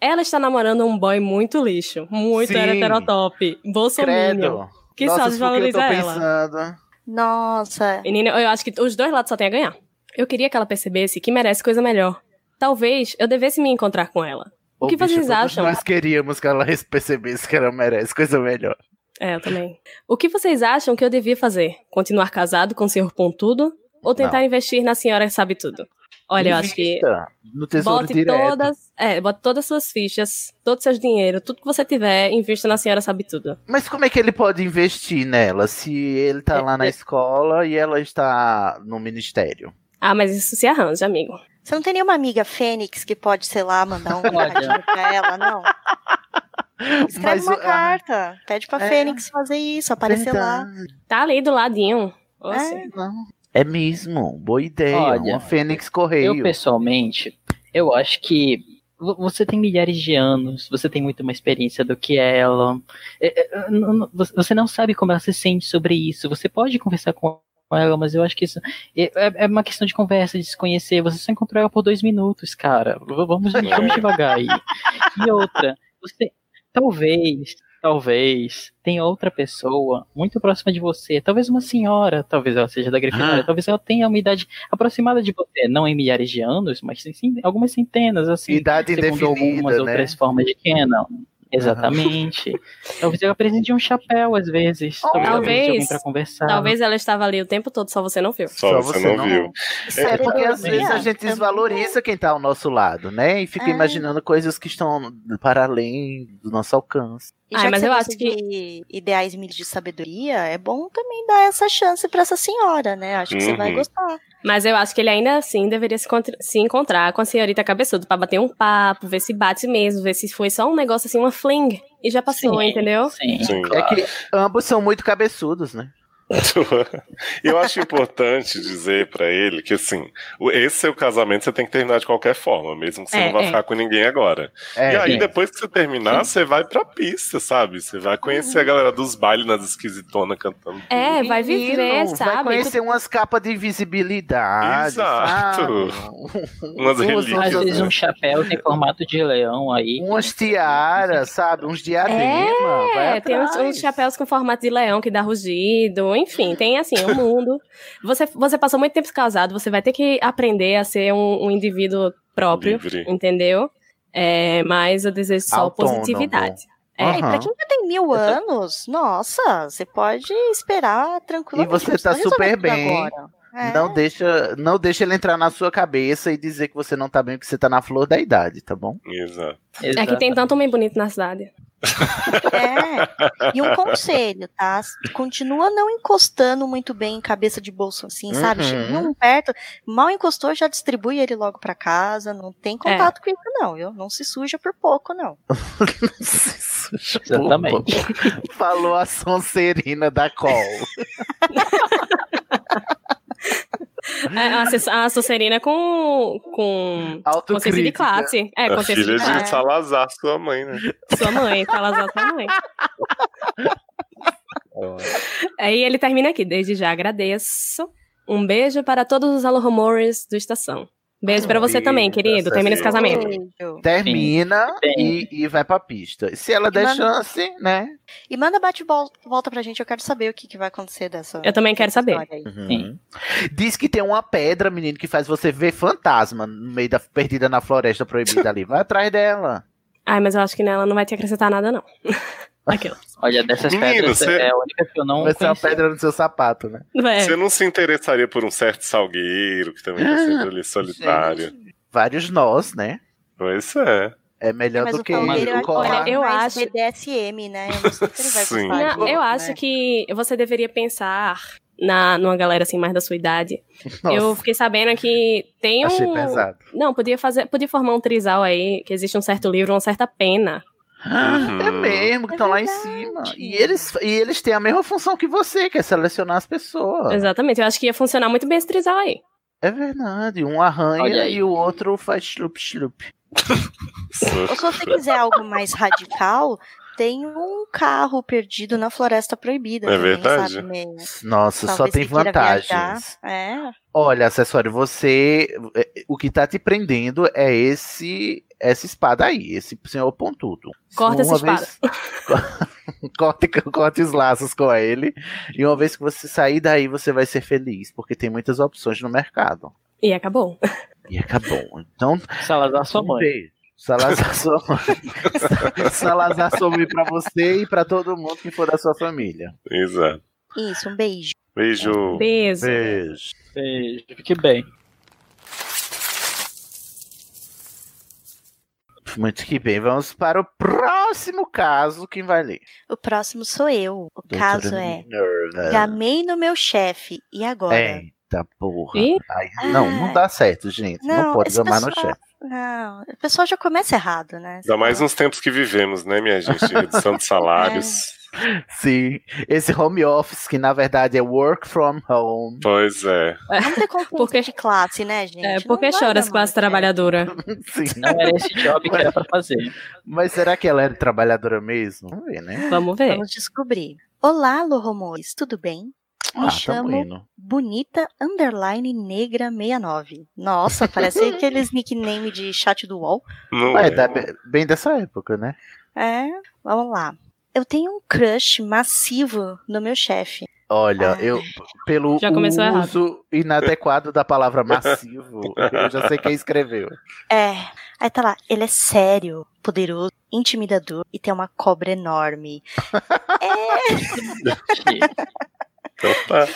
Ela está namorando um boy muito lixo, muito
Sim.
heterotop, bolsominion,
Credo.
que
Nossa,
só
isso foi o que
desvaloriza
eu tô
ela.
pensando.
Nossa.
Menina, eu acho que os dois lados só tem a ganhar. Eu queria que ela percebesse que merece coisa melhor. Talvez eu devesse me encontrar com ela. O
Ô,
que
bicho,
vocês
todos
acham?
Nós queríamos que ela percebesse que ela merece coisa melhor.
É, eu também. O que vocês acham que eu devia fazer? Continuar casado com o senhor Pontudo? Ou tentar
Não.
investir na senhora que sabe tudo? Olha, eu acho que
Invista No tesouro
Bote
direto.
todas, é, bote todas as suas fichas, todos os seus dinheiro, tudo que você tiver, invista na senhora sabe tudo.
Mas como é que ele pode investir nela se ele tá lá na escola e ela está no ministério?
Ah, mas isso se arranja, amigo.
Você não tem nenhuma amiga Fênix que pode, sei lá, mandar um
Olha.
recadinho pra ela, não? Escreve
Mas
uma
o- ah,
carta. Pede pra
é.
Fênix fazer isso, aparecer lá.
verdade.
Tá ali do ladinho. Ou
É.
seja,
Não. É mesmo, boa ideia.
Olha,
uma Fênix Correio.
Eu, pessoalmente, eu acho que vo- você tem milhares de anos, você tem muito mais experiência do que ela. é, é, n- n- Você você não sabe como ela se sente sobre isso. Você pode conversar com ela, mas eu acho que isso é, é- é uma questão de conversa, de se conhecer. Você só encontrou ela por dois minutos, cara. V- Vamos,
é.
vamos devagar aí. E outra, você talvez, talvez tenha outra pessoa muito próxima de você, talvez uma senhora, talvez ela seja da
Ah.
Grifinória, talvez ela tenha uma idade aproximada de você, não em milhares de anos, mas sim, sim, algumas centenas, assim,
Idade
segundo algumas
indefinida, né?
outras formas de canon. Exatamente. Talvez ela precise de um chapéu às vezes. Talvez, ela precise de
Oh, Talvez.
alguém pra
É.
conversar.
Talvez ela estava ali o tempo todo, só você não viu.
Só, você, não, viu.
É porque
Sabedoria.
às vezes a gente desvaloriza quem tá ao nosso lado, né? E fica
É.
imaginando coisas que estão para além do nosso alcance.
E
Ah,
já
mas
que
eu
você
acho
gosta
que-
de ideais mil de sabedoria, é bom também dar essa chance pra essa senhora, né? Acho que você vai
Uhum.
gostar.
Mas eu acho que ele ainda assim deveria se, encontr- se encontrar com a senhorita cabeçudo pra bater um papo, ver se bate mesmo, ver se foi só um negócio assim, uma fling. E já passou,
Sim,
entendeu?
Sim.
Sim.
É que ambos são muito cabeçudos, né?
Eu acho importante dizer pra ele que, assim, o- esse seu casamento você tem que terminar de qualquer forma, mesmo que você
É,
não vá
é.
ficar com ninguém agora.
É,
e aí,
sim.
depois que você terminar, você vai pra pista, sabe? Você vai
Uhum.
conhecer a galera dos bailes nas esquisitonas cantando.
É, vai
Menino,
viver,
Vai
sabe?
conhecer umas capas de invisibilidade.
Exato.
sabe?
Umas
Às
relíquias,
vezes
né?
um chapéu tem formato de leão aí.
Umas tiaras, sabe? Uns diadema. vai
É, tem uns,
atrás.
uns chapéus com formato de leão que dá rugido, enfim, tem assim, um mundo. Você, você passou muito tempo casado, você vai ter que aprender a ser um, um indivíduo próprio,
Livre.
entendeu? É, mas eu desejo só
Autônomo.
positividade.
É, e
Aham.
pra quem já tem mil anos, nossa, você pode esperar tranquilamente.
E você
não
tá
precisa
super
resolver tudo
bem.
agora. É.
Não deixa, não deixa ele entrar na sua cabeça e dizer que você não tá bem, porque você tá na flor da idade, tá bom?
Exato.
É que tem
Exatamente.
tanto homem bonito na cidade.
É. E um conselho, tá? Continua não encostando muito bem em cabeça de bolso assim,
Uhum.
sabe? Chega um perto, mal encostou, já distribui ele logo pra casa. Não
É.
tem contato com isso, não, viu? Não se suja por pouco, não.
Exatamente.
Falou a Sonserina da Col.
É, a, Sus- a Sucerina com, com consciência de
Autocrítica.
classe. É,
a
consciência
filha
de
de
classe.
Salazar, sua mãe, né?
Sua mãe, fala só sua mãe. Aí ele termina aqui. Desde já agradeço. Um beijo para todos os alohomores do Estação. Beijo para você
Beijo,
também, querido.
é
Termina esse casamento.
Beijo.
Termina
Sim, sim.
E, e vai pra pista. Se ela der
manda-
chance, né?
E manda bate-volta pra gente, eu quero saber o que, que vai acontecer dessa.
Eu também quero
dessa
saber.
história aí.
Sim.
Diz que tem uma pedra, menino, que faz você ver fantasma no meio da perdida na floresta proibida ali. Vai atrás dela.
Ai, mas eu acho que ela não vai te acrescentar nada, não. Aquela.
Olha, dessas
Menino,
pedras
cê-
é a única que eu não
Vai ser uma
conhecia.
pedra no seu sapato, né?
É.
Você não se interessaria por um certo salgueiro que
Ah,
também tá sempre ali solitário.
Vários nós, né?
Pois é.
É melhor
Mas
do
o
que
Palmeira é
colar.
eu
mais
acho-
BDSM, né? Eu não sei se ele vai
Sim.
gostar
Não,
disso,
eu
né?
acho que você deveria pensar na, numa galera assim mais da sua idade.
Nossa,
Eu fiquei sabendo que tem um.
achei pesado.
Não, podia fazer, podia formar um trisal aí, que existe um certo livro, uma certa pena.
Uhum.
É mesmo, que
É
estão lá em cima. E eles, e eles têm a mesma função que você, que é selecionar as
Tá.
pessoas.
Exatamente. Eu acho que ia funcionar muito bem esse trisal aí.
É verdade. Um
Olha
arranha
aí.
e o outro faz chlup-chlup.
Ou se você quiser algo mais radical, tem um carro perdido na floresta proibida.
É
também,
verdade.
Sabe, meio.
Nossa, só
Talvez
tem
você queira
vantagens.
viajar. É.
Olha, acessório, você. O que tá te prendendo é esse. Essa espada aí, esse senhor pontudo.
Corta essa
vez- corta, corta os laços com ele. E uma vez que você sair daí, você vai ser feliz, porque tem muitas opções no mercado.
E acabou.
E acabou. Então,
Salazar sua
um
mãe.
beijo. Salazar sua mãe. Salazar sua mãe pra você e pra todo mundo que for da sua família.
Exato.
Isso, um beijo.
Beijo.
Beijo.
Beijo.
Beijo, fique bem.
Muito que bem, vamos para o próximo caso. Quem vai ler?
O próximo sou eu. O
Doutora
caso é.
Minerva.
Gamei no meu chefe. E agora? Ah.
Eita porra.
Ih.
Ai, não, não dá certo, gente. Não,
Não,
pode
esse
gamar no
pessoal-
chefe.
Não, o pessoal já começa errado, né?
Ainda mais um nos tempos que vivemos, né, minha gente? Redução de salários.
Sim, esse home office, que na verdade é work from home.
Pois é.
Vamos ter consciência
Porque-
de classe, né, gente?
É, por que
Não vai
choras
dar
com as
mão, né?
trabalhadora?
Sim. né?
Não era esse job que era pra fazer.
Mas será que ela era trabalhadora mesmo? Vamos ver, né?
Vamos ver.
Vamos descobrir. Olá, Loromores, tudo bem?
Ah,
Me
tamo
chamo
indo.
Bonita Underline Negra 69. Nossa, parece aqueles nickname de chat do UOL.
Não
Ué,
é.
dá be- bem dessa época, né?
É, vamos lá. Eu tenho um crush massivo no meu chefe.
Olha,
Ah.
eu pelo
Já começou errado.
uso inadequado da palavra massivo, eu já sei quem escreveu.
É, aí tá lá, ele é sério, poderoso, intimidador e tem uma cobra enorme.
Então tá.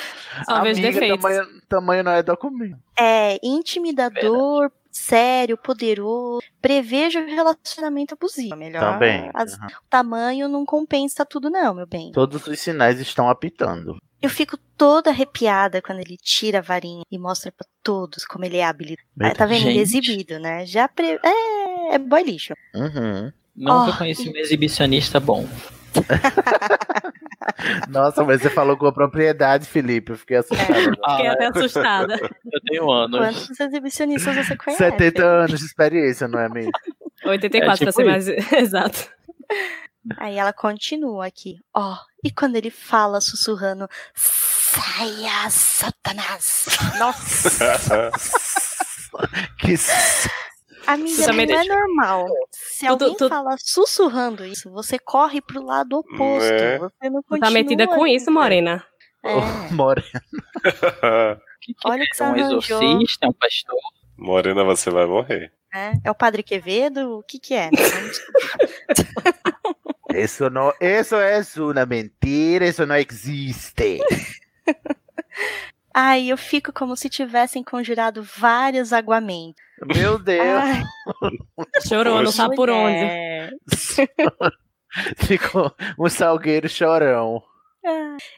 Só vejo defeitos.
tamanho, tamanho não é documento.
É, intimidador, sério, poderoso, prevejo relacionamento abusivo. é Melhor,
Também.
Uhum. as-
aham.
o tamanho não compensa tudo não, meu bem.
Todos os sinais estão apitando.
Eu fico toda arrepiada quando ele tira a varinha e mostra pra todos como ele é habilidoso.
Meu
Ah, tá vendo? Ele é
Gente.
exibido, né? Já pre... é, é boy lixo.
Uhum.
Nunca
Oh.
conheci um exibicionista bom.
Nossa, mas você falou com a propriedade, Felipe. Eu
É,
fiquei assustado.
Fiquei
Ah,
até assustada.
eu tenho anos.
Quantos exibicionistas você conhece?
70 anos de experiência, não é mesmo?
84,
É,
pra
tipo
ser mais exato.
Aí ela continua aqui. Ó, e quando ele fala sussurrando, saia, Satanás. Nossa,
que
amiga, não
também
é
deixa.
normal. Se
Tu-
alguém
tu-
fala sussurrando isso, você corre pro lado oposto.
Né?
Você não
Tu
continua.
tá metida com isso, Morena.
É,
mora.
Que que
Olha o que você
é um
arranjou.
exorcista, é um pastor.
Morena, você vai morrer.
né? É o Padre Quevedo? O que que é? né? Vamos descobrir.
Isso não, isso é uma mentira, isso não existe.
Ai, eu fico como se tivessem conjurado vários aguamentos.
Meu Deus.
Ai, é.
Chorou, não sabe Tá por onde.
mulher.
Ficou um salgueiro chorão.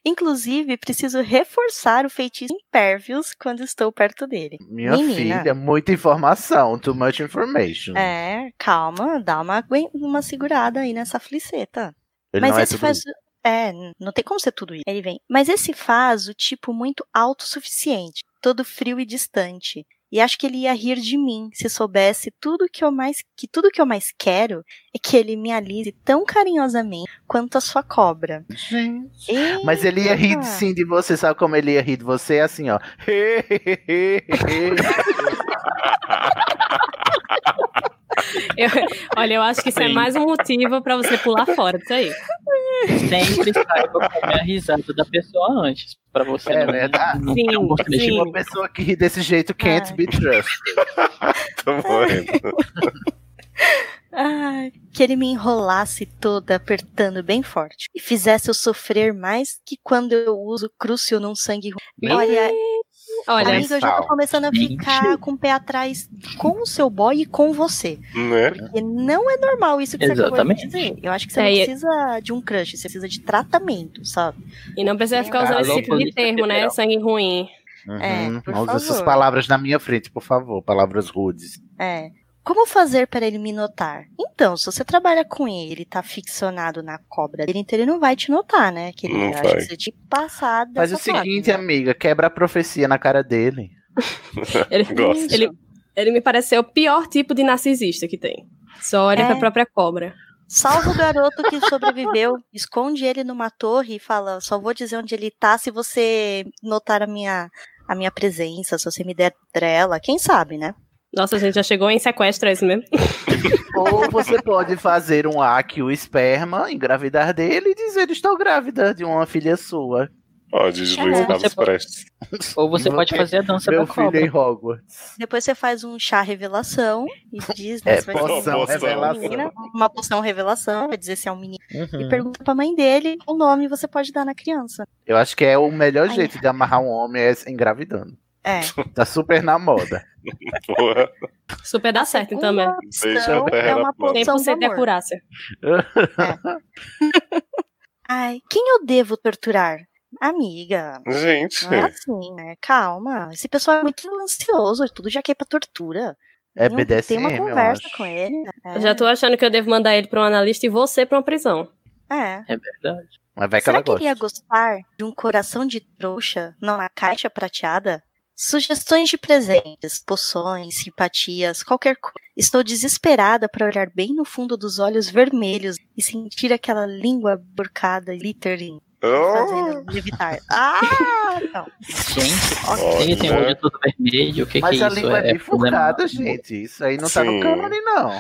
Inclusive, preciso reforçar o feitiço impérvios quando estou perto dele.
Minha
Menina.
filha, muita informação, too much information.
É, calma, dá uma, aguen- uma segurada aí nessa fliceta.
Ele
Mas
não é
esse
tudo
faz.
isso.
É, n- não tem como ser tudo isso. Ele vem. Mas esse faz o tipo muito autossuficiente, todo frio e distante. E acho que ele ia rir de mim se soubesse tudo que eu mais que tudo que eu mais quero é que ele me alise tão carinhosamente quanto a sua cobra.
Gente.
Eita!
Mas ele ia rir sim de você, sabe como ele ia rir de você? Assim, ó.
Eu- olha, eu acho que isso é
Sim.
mais um motivo pra você pular fora disso aí.
Sempre saiba como é a risada da pessoa antes. Pra você
É
não,
verdade.
não ter um
Sim, sim.
Tipo, Uma pessoa que ri
É.
desse jeito can't
Ai.
be trusted.
Tô morrendo.
Ai, que ele me enrolasse toda apertando bem forte e fizesse eu sofrer mais que quando eu uso crucio num sangue ruim.
Meu
Olha, é.
Olha,
amiga, eu já tô começando a ficar com o pé atrás com o seu boy e com você.
Né?
Porque não é normal isso que
Exatamente.
você acabou de dizer. Eu acho que você
É,
não
e-
precisa de um crush, você precisa de tratamento, sabe?
E não precisa ficar
Ah,
usando esse tipo de termo, né? Sangue ruim.
Uhum,
É, por
não usa essas
favor.
palavras na minha frente, por favor. Palavras rudes.
É. Como fazer para ele me notar? Então, se você trabalha com ele, ele tá ficcionado na cobra dele, então ele não vai te notar, né? Querido?
Não
eu acho
vai.
que você tinha que passar
Faz é
dessa
o
forma. né?
seguinte, amiga, quebra a profecia na cara dele.
Ele, ele, ele me pareceu o pior tipo de narcisista que tem. Só olha
É.
pra própria cobra.
Salva o garoto que sobreviveu, esconde ele numa torre e fala: só vou dizer onde ele tá se você notar a minha, a minha presença, se você me der trela, quem sabe, né?
Nossa, a gente já chegou em sequestro, é isso mesmo?
Ou você pode fazer um hack o esperma, engravidar dele e dizer: Estou grávida de uma filha sua.
Pode, de Luiz
É.
Carlos
Você pode-
Prestes.
Ou você pode fazer a dança
Meu
da
filho é
cobra.
em Hogwarts.
Depois você faz um chá revelação e diz né,
É,
se vai ser
poção
uma
revelação.
menina, uma poção revelação, vai dizer se é um menino. E
Hum.
Uhum.
pergunta pra mãe dele o nome você pode dar na criança.
Eu acho que é o melhor
Ai.
jeito de amarrar um homem é engravidando.
É.
Tá super na moda.
Porra.
Super dá certo, então, né?
Deixa a terra
é uma
na planta.
poção do
100% de
amor.
acurácia.
Ai, quem eu devo torturar? Amiga.
Gente,
Não é assim, né? Calma. Esse pessoal é muito ansioso, é tudo já quer ir pra tortura.
É
Não Tem uma
BDSM, eu
conversa
acho.
com ele. né?
Eu É. Já tô achando que eu devo mandar ele pra um analista e você pra uma prisão.
É.
É verdade.
Mas vai que
Será
ela
que ele é
gosta.
ia gostar de um coração de trouxa numa caixa prateada? Sugestões de presentes, poções, simpatias, qualquer coisa. Estou desesperada para olhar bem no fundo dos olhos vermelhos e sentir aquela língua burcada, glittering,
Oh,
fazendo levitar. Ah, não.
Gente, ele tem o
Olha.
olho todo vermelho. O que,
Mas
que
a
é isso?
língua
problema-
é, bifurcada, gente. Isso aí não tá
Sim.
no cânone, não.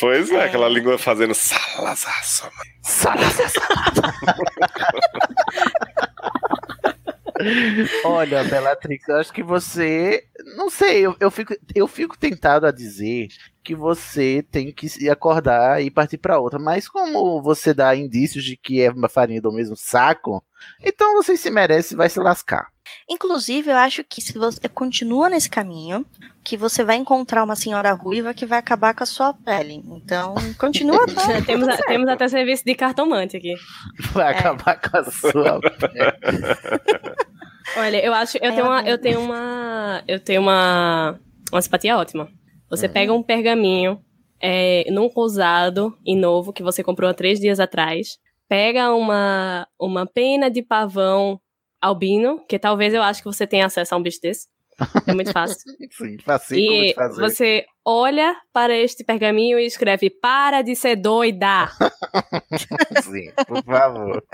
pois é,
É.
aquela língua fazendo salazaça, mano.
Olha, Bellatrix, eu acho que você. Não sei, eu, eu fico, eu fico tentado a dizer que você tem que se acordar e partir pra outra. Mas como você dá indícios de que é uma farinha do mesmo saco, então você se merece e vai se lascar.
Inclusive, eu acho que se você continua nesse caminho, que você vai encontrar uma senhora ruiva que vai acabar com a sua pele. Então, continua. tá?
Já temos, a- temos até serviço de cartomante aqui.
Vai
É.
acabar com a sua.
Olha, eu acho. Eu
Ai,
tenho uma.
eu
Eu tenho uma. Eu tenho uma. Uma simpatia ótima. Você pega um pergaminho é, num usado e novo que você comprou há três dias atrás. Pega uma, uma pena de pavão albino, que talvez eu acho que você tenha acesso a um bicho desse. É muito fácil.
Sim, facinho como
e
de fazer.
você olha para este pergaminho e escreve: Para de ser doida!
Sim, por favor.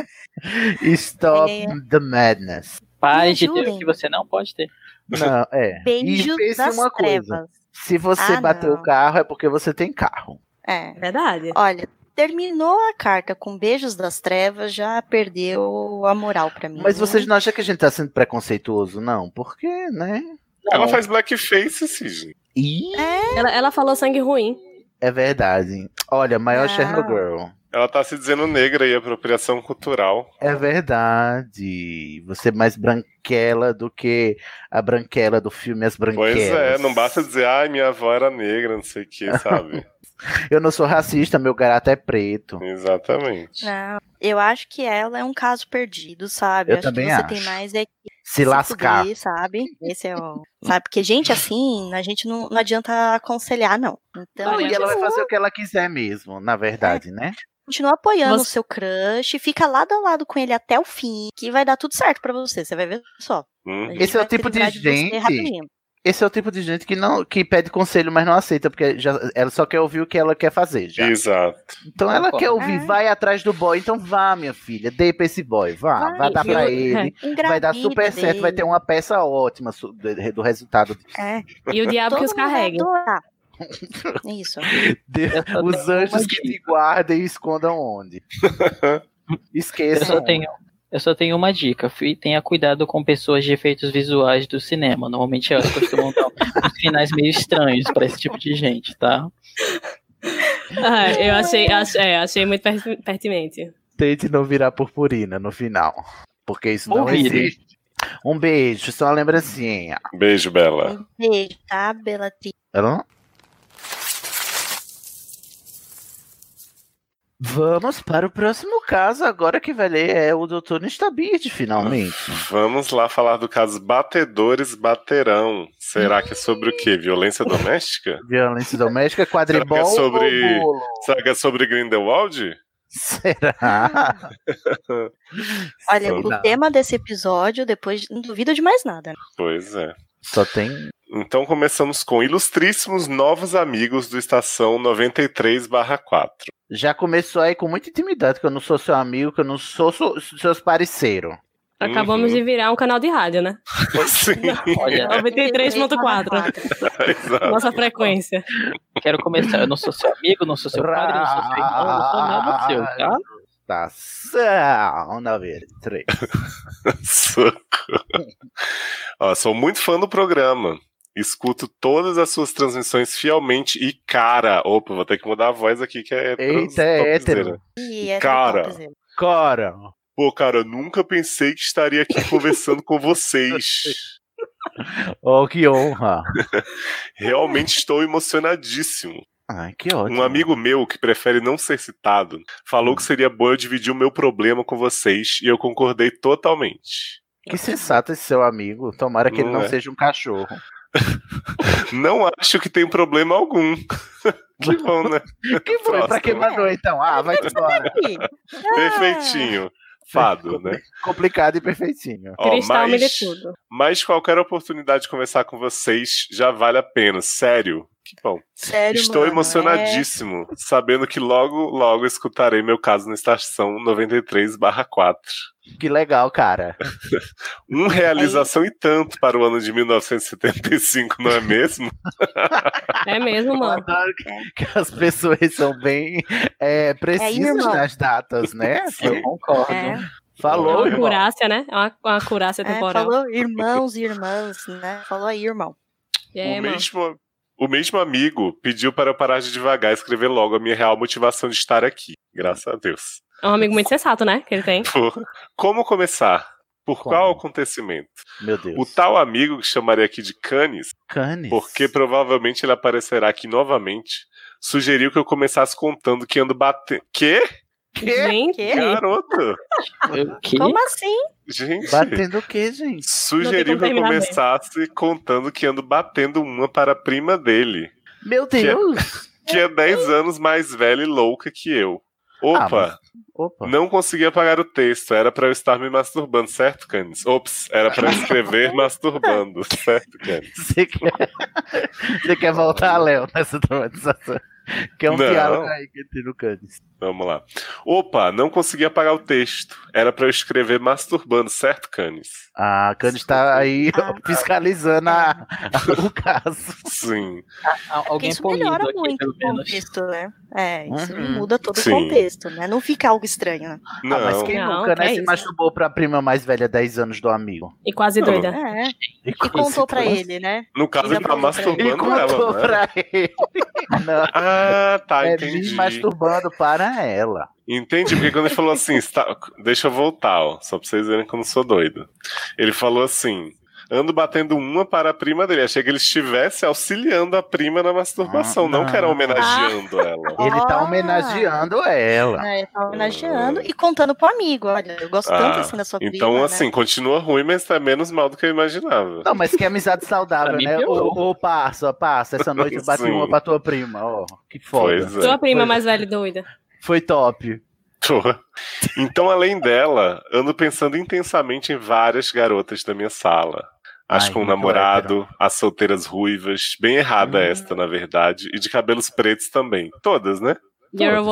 Stop
Olha.
the madness.
Pare
Me
de ter o
ajudem.
que você não pode ter.
Não, é.
Beijo
e pense
das
uma
trevas.
coisa. Se você
Ah,
bateu
não.
o carro, é porque você tem carro.
É.
Verdade.
Olha, terminou a carta com beijos das trevas, já perdeu a moral pra mim. né?
Mas vocês não acham que a gente tá sendo preconceituoso, não? Porque, né?
Ela faz blackface, Cisne.
Ih,
Ela, ela falou sangue ruim.
é verdade. Olha, maior
Ah.
Chernobyl.
Ela tá se dizendo negra e apropriação cultural.
É verdade. Você é mais branquela do que a branquela do filme As Branquelas.
Pois é, não basta dizer, ai, minha avó era negra, não sei o que, sabe?
Eu não sou racista, meu garoto é preto.
Exatamente.
Não, eu acho que ela é um caso perdido, sabe?
Eu
acho
também
que você
acho.
tem mais é que
Se lascar.
fuder, sabe? Esse é o. Sabe? Porque gente assim, a gente não, não adianta aconselhar, não. Então,
Não,
Olha,
e ela vai
continua-
fazer o que ela quiser mesmo, na verdade, né?
continua apoiando
Você-
o seu crush, fica lado a lado com ele até o fim, que vai dar tudo certo pra você. Você vai ver só. A
Hum.
gente
Esse é o
vai se
tipo de
livrar você
gente
rapidinho.
Esse é o tipo de gente que não que pede conselho, mas não aceita, porque já, ela só quer ouvir o que ela quer fazer. Já.
Exato.
Então ela
Concordo.
quer ouvir,
É.
vai atrás do boy, então vá, minha filha, dê pra esse boy, vá, vai,
Vai,
dar pra
eu-
ele. Vai dar
Engravida
super certo, vai ter um
dele.
uma peça ótima su- de- do resultado.
É.
E o diabo que os
Todo mundo é vai
carregue.
adorar. É Isso.
De-
Eu só
os
tenho uma
anjos que te
dica.
guardem e escondam onde?
Eu só
Esqueçam.
tenho. Eu só tenho uma dica, fi- tenha cuidado com pessoas de efeitos visuais do cinema. Normalmente elas costumam dar uns finais meio estranhos pra esse tipo de gente, tá?
Ah, eu achei, ach- é, achei muito per-
Uhum.
pertinente.
Tente não virar purpurina no final. Porque isso não
Ou vire.
existe. Um beijo, só uma lembrancinha.
Beijo, Bela.
Beijo, tá, Belatriz?
Ela- Vamos para o próximo caso, agora que vai ler é o Dr. Nistabid, finalmente.
Vamos lá falar do caso Batedores Baterão. Será que é sobre o quê? Violência doméstica?
Violência doméstica,
Será que é
quadribol
sobre.
ou bolo?
Será que é sobre Grindelwald?
Será?
Olha,
Não.
o tema desse episódio, depois não duvido de mais nada. né?
Pois é.
Só tem.
Então começamos com ilustríssimos novos amigos do Estação 93/4.
Já começou aí com muita intimidade, que eu não sou seu amigo, que eu não sou seu- seus parceiro.
Acabamos de virar um canal de rádio, né?
Sim.
Olha.
93.4.
Ah,
Nossa frequência.
Quero começar. Eu não sou seu amigo, não sou seu padre, não sou seu irmão, não sou nada seu, tá?
Estação 93.
Socorro. Ó, sou muito fã do programa. Escuto todas as suas transmissões fielmente e cara. Opa, vou ter que mudar a voz aqui que é. trans-
Eita, é
topzera.
hétero.
E é
Cara.
Cora.
Pô, cara, eu nunca pensei que estaria aqui conversando com vocês.
Oh, que honra.
Realmente estou emocionadíssimo.
Ai, que ótimo.
Um amigo meu, que prefere não ser citado, falou que seria bom eu dividir o meu problema com vocês e eu concordei totalmente.
Que sensato esse seu amigo. Tomara que ele
Não
não
é?
seja um cachorro.
Não acho que tem problema algum. que bom, né?
Que foi? Pra que
Próximo.
mandou então? Ah, vai embora.
Perfeitinho. Fado, né?
Complicado e perfeitinho.
Ó,
Cristal
mas-
humilha tudo.
Mas qualquer oportunidade de conversar com vocês já vale a pena, sério. Que bom.
ah, Sério,
Estou
mano, é,
emocionadíssimo, sabendo que logo, logo escutarei meu caso na estação 93/4.
Que legal, cara.
Um realização e tanto para o ano de 1975, não é mesmo?
É mesmo,
Eu
mano.
adoro que- que as pessoas são bem é, precisas
irmão.
nas datas, né?
Eu concordo.
É,
É
Falou,
uma
Uma
irmão.
curácia, né? É uma, uma curácia
é,
temporal.
falou irmãos e irmãs, né? Falou aí, irmão.
Um
É,
o,
mano.
mesmo, o mesmo amigo pediu para eu parar de devagar e escrever logo a minha real motivação de estar aqui. Graças a Deus.
É um amigo muito sensato, né? Que ele tem.
Por- Como começar? Por
Como?
qual acontecimento?
Meu
O
Deus.
tal amigo que chamarei aqui de Canis
Canis.
porque provavelmente ele aparecerá aqui novamente, sugeriu que eu começasse contando que ando batendo. Quê?
Quê?
Gente,
Quê?
Garoto!
Eu, que?
Como assim?
Gente!
Batendo o quê, gente?
Sugeriu
Não tem como
que eu
terminar bem.
começasse contando que ando batendo uma para a prima dele,
Meu Deus.
que é 10 anos mais velha e louca que eu.
Ah,
Opa,
Opa.
não consegui apagar o texto, era para eu estar me masturbando, certo, Canis? Ops, era para eu escrever masturbando, certo, Canis?
Você quer, Você quer voltar a Léo nessa dramatização? Que é um
Não.
diálogo aí que tem no Canis.
Vamos lá. Opa, não consegui apagar o texto, era para eu escrever masturbando, certo, Canis?
Ah, Canis tá aí
Ah. tá.
fiscalizando a- o caso.
Sim.
Al-
Porque
Alguém
isso
polido
melhora
aqui,
muito
pelo
o
menos.
contexto, né? É, isso
Uhum.
muda todo
Sim.
o contexto, né? Não fica algo estranho, né?
Não,
Ah, mas quem
Não,
nunca,
que
né?
é
se
isso.
masturbou pra prima mais velha 10 anos do amigo.
E quase
Não.
doida.
É,
E
e contou pra ele, né?
no caso
Ainda
ele tá
falou pra
E
masturbando
contou
ela, né?
pra ele. Não,
Ah, tá,
é
entendi.
me masturbando para ela.
Entendi, porque quando ele falou assim, está- deixa eu voltar, ó, só pra vocês verem que eu não sou doido. Ele falou assim, ando batendo uma para a prima dele. Achei que ele estivesse auxiliando a prima na masturbação,
Ah,
não,
não.
que era homenageando ela.
Ele tá
Ah.
homenageando ela.
É, tá homenageando e contando pro amigo. Olha, eu gosto tanto
Ah,
assim da sua prima.
Então,
né?
assim, continua ruim, mas tá menos mal do que eu imaginava.
Não, mas que amizade saudável,
Pra mim,
né?
piorou.
Ô, ô, passa, passa. Essa noite eu bati
Sim.
uma pra tua prima, ó. Que foda.
Pois é.
Sua prima
Pois é.
mais velha e doida.
Foi top.
Tô. Então, além dela, ando pensando intensamente em várias garotas da minha sala. Acho
Ai,
que um
muito Hum.
namorado, as solteiras ruivas, bem errada esta, na verdade, e de cabelos pretos também. Todas, né?
You're a
Todos.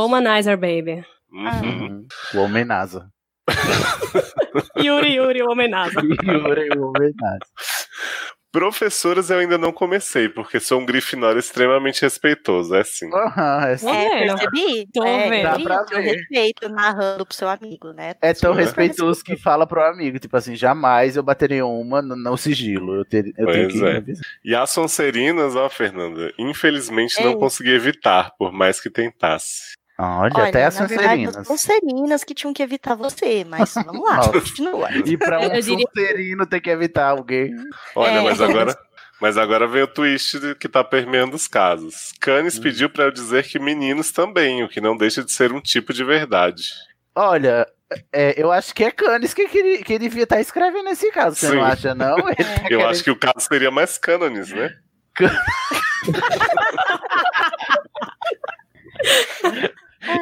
womanizer, baby.
Ah.
Uhum.
O homem nasa.
Yuri, Yuri, womanizer.
Yuri, o homem nasa.
Professoras eu ainda não comecei, porque sou um grifinório extremamente respeitoso, é sim.
Aham, é assim.
É,
vendo?
percebi.
Tô
é,
vendo.
Dá
viu?
pra
Teu
ver.
respeito narrando pro seu amigo, né?
É tão
Sim.
respeitoso que fala pro amigo, tipo assim, jamais eu bateria uma no, no sigilo. Eu, ter, eu tenho
Pois
que
é.
avisar.
E as Sonserinas, ó, Fernanda, infelizmente não
Ei.
consegui evitar, por mais que tentasse.
Olha, até as
na verdade,
Sanserinas.
São serinas que tinham que evitar você, mas vamos lá,
Nossa.
continua.
E pra um
Eu diria-
Sonserino tem que evitar alguém.
Uhum.
Olha,
É.
mas agora. Mas agora vem o twist de- que tá permeando os casos. Cannes pediu pra eu dizer que meninos também, o que não deixa de ser um tipo de verdade.
Olha, é, eu acho que é Cannes que, que, ele, que ele devia estar escrevendo nesse caso. Você não
Sim.
acha, não? Ele
É
tá
Eu
querendo-
acho que o caso seria mais cânones, né?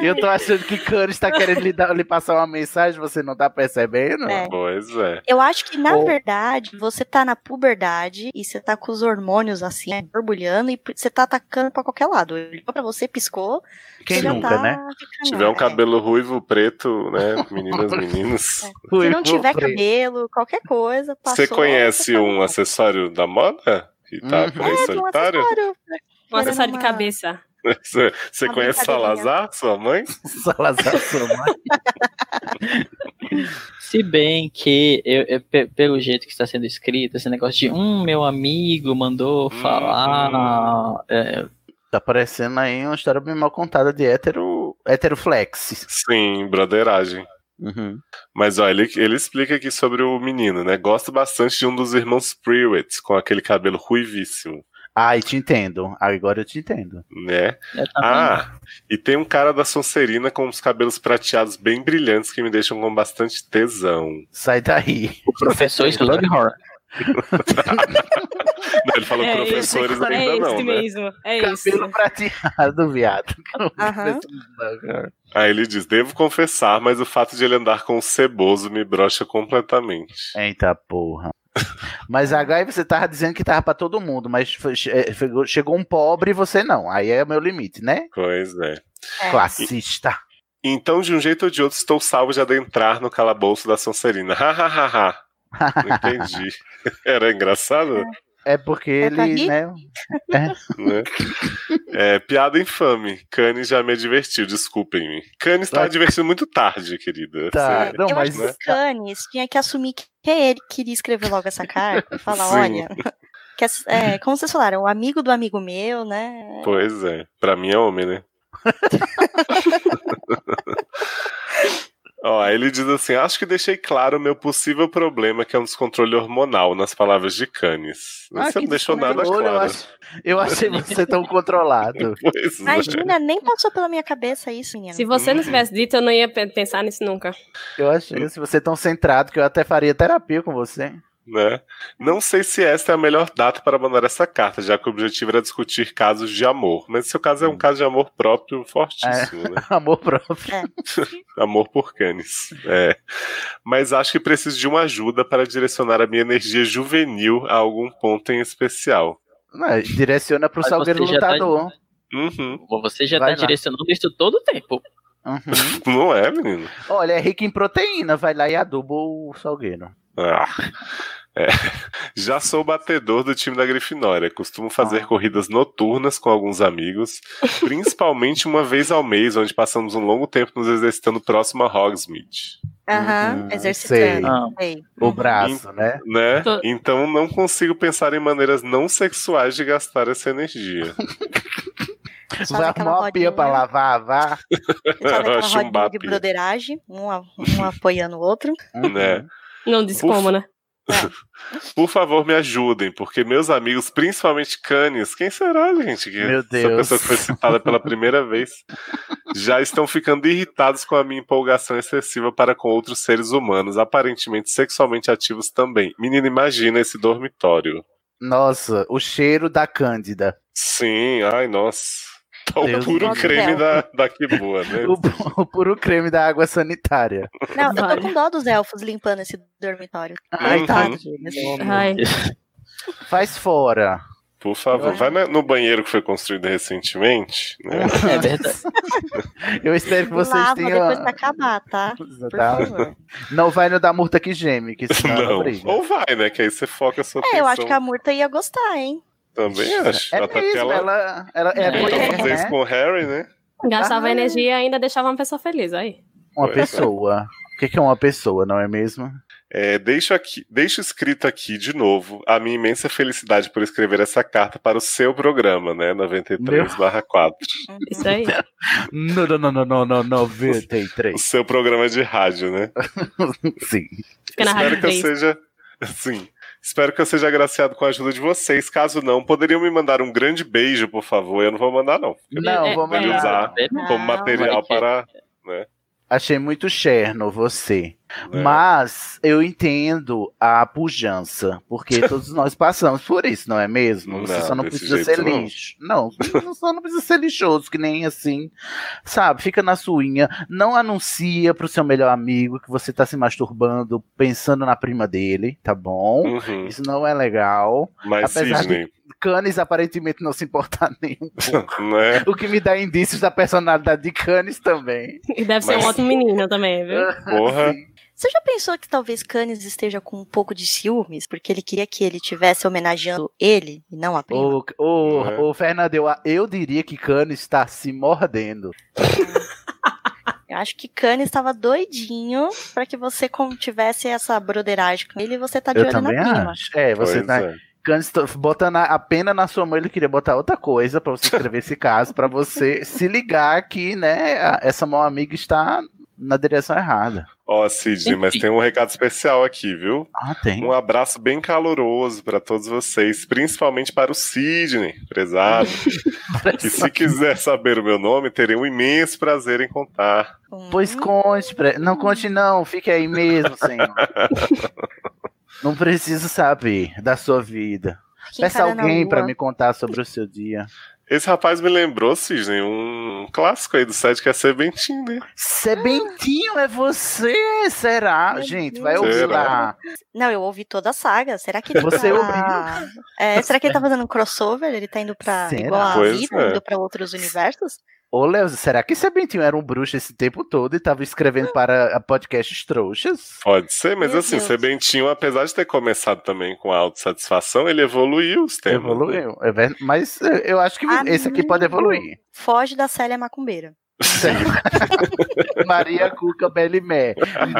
Eu tô achando que Cannes tá querendo lhe, dar- lhe passar uma mensagem, você não tá percebendo?
É.
Pois é.
Eu acho que, na
Ou-
verdade, você tá na puberdade e você tá com os hormônios assim, né, borbulhando, e p- você tá atacando pra qualquer lado. Ele olhou pra você, piscou,
Quem
você já
nunca,
tá
né?
ficando,
Se tiver um
é.
cabelo ruivo, preto, né? Meninas, meninos.
Se
Fui-
não tiver
fui-
cabelo, qualquer coisa, passou.
Você conhece
tá
um
bom.
acessório da moda? Que tá
Uhum.
por aí
É, tem um
solitário?
acessório.
Um acessório de
Era uma-
cabeça.
Você, você
Uma
conhece
brincadeirinha.
Salazar, sua mãe?
Salazar Soma.
Se bem que, eu- eu- pe- pelo jeito que está sendo escrito, esse negócio de um meu amigo mandou falar. é,
Tá parecendo aí uma história bem mal contada de hétero, hétero flex.
Sim, broderagem.
Uhum.
Mas ó, ele, ele explica aqui sobre o menino, né? Gosta bastante de um dos irmãos Pruitt, com aquele cabelo ruivíssimo,
Ai, te entendo. Agora eu te entendo.
né?
eu
Tá
tava-
Ah, e tem um cara da Sonserina com os cabelos prateados bem brilhantes que me deixam com bastante tesão.
Sai daí.
o professor Slughorn.
Não, ele falou
É,
professores
esse-
ainda
é esse
não, né?
mesmo. É isso.
Cabelo prateado, viado.
Aham.
Aí ele diz: Devo confessar, mas o fato de ele andar com o ceboso me brocha completamente.
É.
Eita porra. Mas a Gaia, você tava dizendo que tava pra todo mundo, mas foi- che- eh, chegou- chegou um pobre e você não. Aí é o meu limite, né?
Pois é.
É.
Classista.
Então, de um jeito ou de outro, estou salvo de adentrar no calabouço da Sonserina. Ha ha ha ha. Não entendi. Era engraçado?
É porque
É pra
ele,
rir?
né?
né? É, piada infame. Cane já me advertiu, desculpem-me. Cane está
Tá.
advertindo muito tarde, querida.
Tá.
Você-
Não,
É, eu
mas.
acho que o Cannes tinha que assumir que é ele que queria escrever logo essa carta e falar,
Sim.
olha. que as- é, como vocês falaram, o amigo do amigo meu, né?
Pois é. Pra mim é homem, né? Ó, aí ele diz assim: acho que deixei claro o meu possível problema, que é um descontrole hormonal, nas palavras de Canes.
Ah,
Você
que
não deixou nada
descontrole, Eu,
claro.
ach- eu achei você tão controlado.
Pois é.
Imagina, nem passou pela minha cabeça isso, menino.
Se você não tivesse dito, eu não ia pe- pensar nisso nunca.
Eu achei você tão centrado que eu até faria terapia com você.
né? Não sei se esta é a melhor data para mandar essa carta, já que o objetivo era discutir casos de amor. Mas seu caso é
Hum.
um caso de amor próprio
É.
fortíssimo, né?
Amor próprio.
Amor por canes. É. Mas acho que preciso de uma ajuda para direcionar a minha energia juvenil a algum ponto em especial.
Não, direciona pro
Mas
Salgueiro
você já tá-
Lutador.
Uhum.
Você já
Vai
tá
lá.
direcionando isso todo o tempo.
Uhum.
Não é, menino?
Olha, é rico em proteína. Vai lá e aduba o Salgueiro.
Ah. É. Já sou batedor do time da Grifinória. Costumo fazer
Ah.
corridas noturnas com alguns amigos, principalmente uma vez ao mês, onde passamos um longo tempo nos exercitando próximo a Hogsmeade.
Aham,
Uhum, sei.
exercitando.
Ah,
sei. Uhum.
O braço, né?
Né?
Tô-
Então não consigo pensar em maneiras não sexuais de gastar essa energia.
Faz
Vai
aquela
arrumar uma pia
rodinha.
pra lavar, vá.
Faz aquela
um
Chumbar
rodinha
a
de
pia.
broderagem, um, a- um apoiando o outro.
Uhum.
Né?
Não disse como, né?
Por favor, me ajudem, porque meus amigos, principalmente canes, quem será, gente? Que
Meu
Essa
Deus.
pessoa que foi citada pela primeira vez. Já estão ficando irritados com a minha empolgação excessiva para com outros seres humanos, aparentemente sexualmente ativos também. Menina, imagina esse dormitório.
Nossa, o cheiro da Cândida.
Sim, ai, nossa. Tá o
Deus
puro
do céu.
creme da, da que boa, né?
O, pu- o puro creme da água sanitária.
Não, eu
Vale.
tô com dó dos elfos limpando esse dormitório.
Ai,
Uhum.
tá.
Tadinhos.
Ai,
Faz fora.
Por favor,
Eu-
vai na- no banheiro que foi construído recentemente. Né?
É verdade. Eu espero que vocês
Lava
tenham.
depois que acabar, tá? Por
tá?
favor.
Não vai no da murta que geme, que senão ela
Não.
briga.
Ou vai, né? Que aí você foca a sua atenção.
É, eu acho que a Murta ia gostar, hein?
Também acho.
É
Até porque
mesmo,
ela,
ela, ela é,
ela
mulher,
fazia isso
né?
com o Harry, né?
Gastava
Ah.
energia e ainda deixava uma pessoa feliz aí.
Uma
Pois é.
pessoa. O que que é uma pessoa, não é mesmo?
É, deixo, aqui, deixo escrito aqui de novo a minha imensa felicidade por escrever essa carta para o seu programa, né? 93/4.
Isso aí.
Não, não, não, não, não, não,
O
93.
seu programa de rádio, né?
Sim.
Fica na
Espero
rádio
que eu
3.
seja. Sim. Espero que eu seja agraciado com a ajuda de vocês. Caso não, poderiam me mandar um grande beijo, por favor. Eu não vou mandar, não.
Não, vou
Poderia
mandar.
usar como
Não,
Ah,
material
gente.
para.
Achei muito cherno você.
né?
Mas eu entendo a pujança, porque todos nós passamos por isso, não é mesmo? Você
Não,
só não
desse
precisa ser
jeito não.
lixo. Não, você só não precisa ser lixoso, que nem assim. Sabe, fica na suinha, não anuncia pro seu melhor amigo que você tá se masturbando pensando na prima dele, tá bom?
Uhum.
Isso não é legal.
Mas,
Apesar de-
Sidney,
Canis aparentemente não se importa nem um pouco.
né?
O que me dá indícios da personalidade de Canis também.
E deve ser
Mas-
um ótimo menino também, viu?
Porra.
Você já pensou que talvez Cannes esteja com um pouco de ciúmes? Porque ele queria que ele estivesse homenageando ele e não a prima?
Ô, ô,
Não é?
ô, Fernando, eu, eu diria que Canis está se mordendo.
Eu acho que Cannes estava doidinho pra que você com- tivesse essa broderagem com ele e você tá de
Eu
olho na
também
prima.
acho. É, você
pois
tá
é.
Cândido tá botando a- a pena na sua mão, ele queria botar outra coisa pra você escrever esse caso, pra você se ligar que, né, a- essa mão amiga está na direção errada.
Ó, Sidney, mas tem um recado especial aqui, viu?
Ah, tem.
Um abraço bem caloroso para todos vocês, principalmente para o Sidney, prezado. que se quiser saber o meu nome, terei um imenso prazer em contar.
Hum.
Pois conte, pre- não conte não, fique aí mesmo, senhor. não preciso saber da sua vida.
Fica
Peça
encarando a
alguém
lua.
pra me contar sobre o seu dia.
Esse rapaz me lembrou, Sidney, um clássico aí do site que é Serbentinho, né?
Sebentinho é você, será?
Meu
Gente,
Deus.
vai ouvir
Será?
lá.
Não, eu ouvi toda a saga. Será que ele
Você
tá... É, será que ele tá fazendo um crossover? Ele tá indo pra
Será?
igual a
Pois
vida,
é.
indo pra outros universos?
Ô, Léo, será que Sebentinho era um bruxo esse tempo todo e tava
Ah.
escrevendo para a podcasts trouxas?
Pode ser, mas
Meu
assim,
Deus.
Serbentinho, apesar de ter começado também com a autossatisfação, ele evoluiu os temas. né?
Evoluiu, é verdade. Mas é, eu acho que
Ah,
esse aqui pode
Amigo.
evoluir.
Foge da Célia Macumbeira.
Maria Cuca Belimé,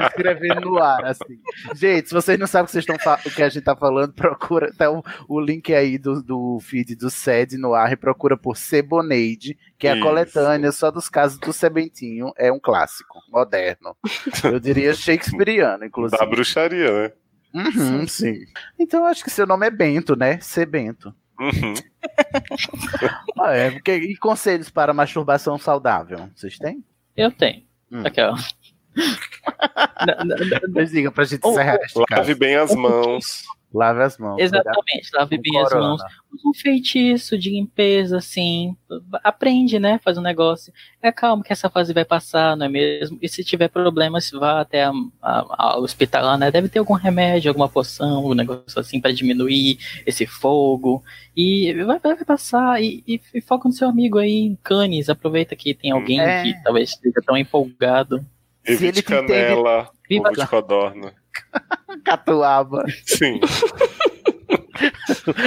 escrevendo no ar, assim. Gente, se vocês não sabem o que, vocês estão fa- o que a gente tá falando, procura. Tá o, o link aí do, do feed do SED no ar e procura por Seboneide, que é a
Isso.
coletânea só dos casos do Sebentinho. É um clássico, moderno. Eu diria shakespeariano, inclusive.
Da bruxaria, né?
Uhum, sim. Então eu acho que seu nome é Bento, né? C. Bento.
Uhum.
Ah, é, porque- e conselhos para masturbação saudável? Vocês têm?
Eu tenho.
Hum.
Aquela. Não, não, não.
Pois digam pra gente
Ou-
encerrar este
Lave
caso.
bem as mãos.
Lave as mãos. cuidado
Exatamente, lave
com
bem as
Um corona.
mãos. Usa Um feitiço de limpeza, assim. Aprende, né? Faz um negócio. É calma que essa fase vai passar, não é mesmo? E se tiver problemas, vá até a, a, a hospitalar, né? Deve ter algum remédio, alguma poção, um negócio assim pra diminuir esse fogo. E vai, vai vai passar. E, e- e foca no seu amigo aí, em Canis. Aproveita que tem alguém
É.
que talvez esteja tão empolgado.
Se
Evite
ele te entende-
canela,
Viva-
ovo de codorna.
Catuaba.
Sim.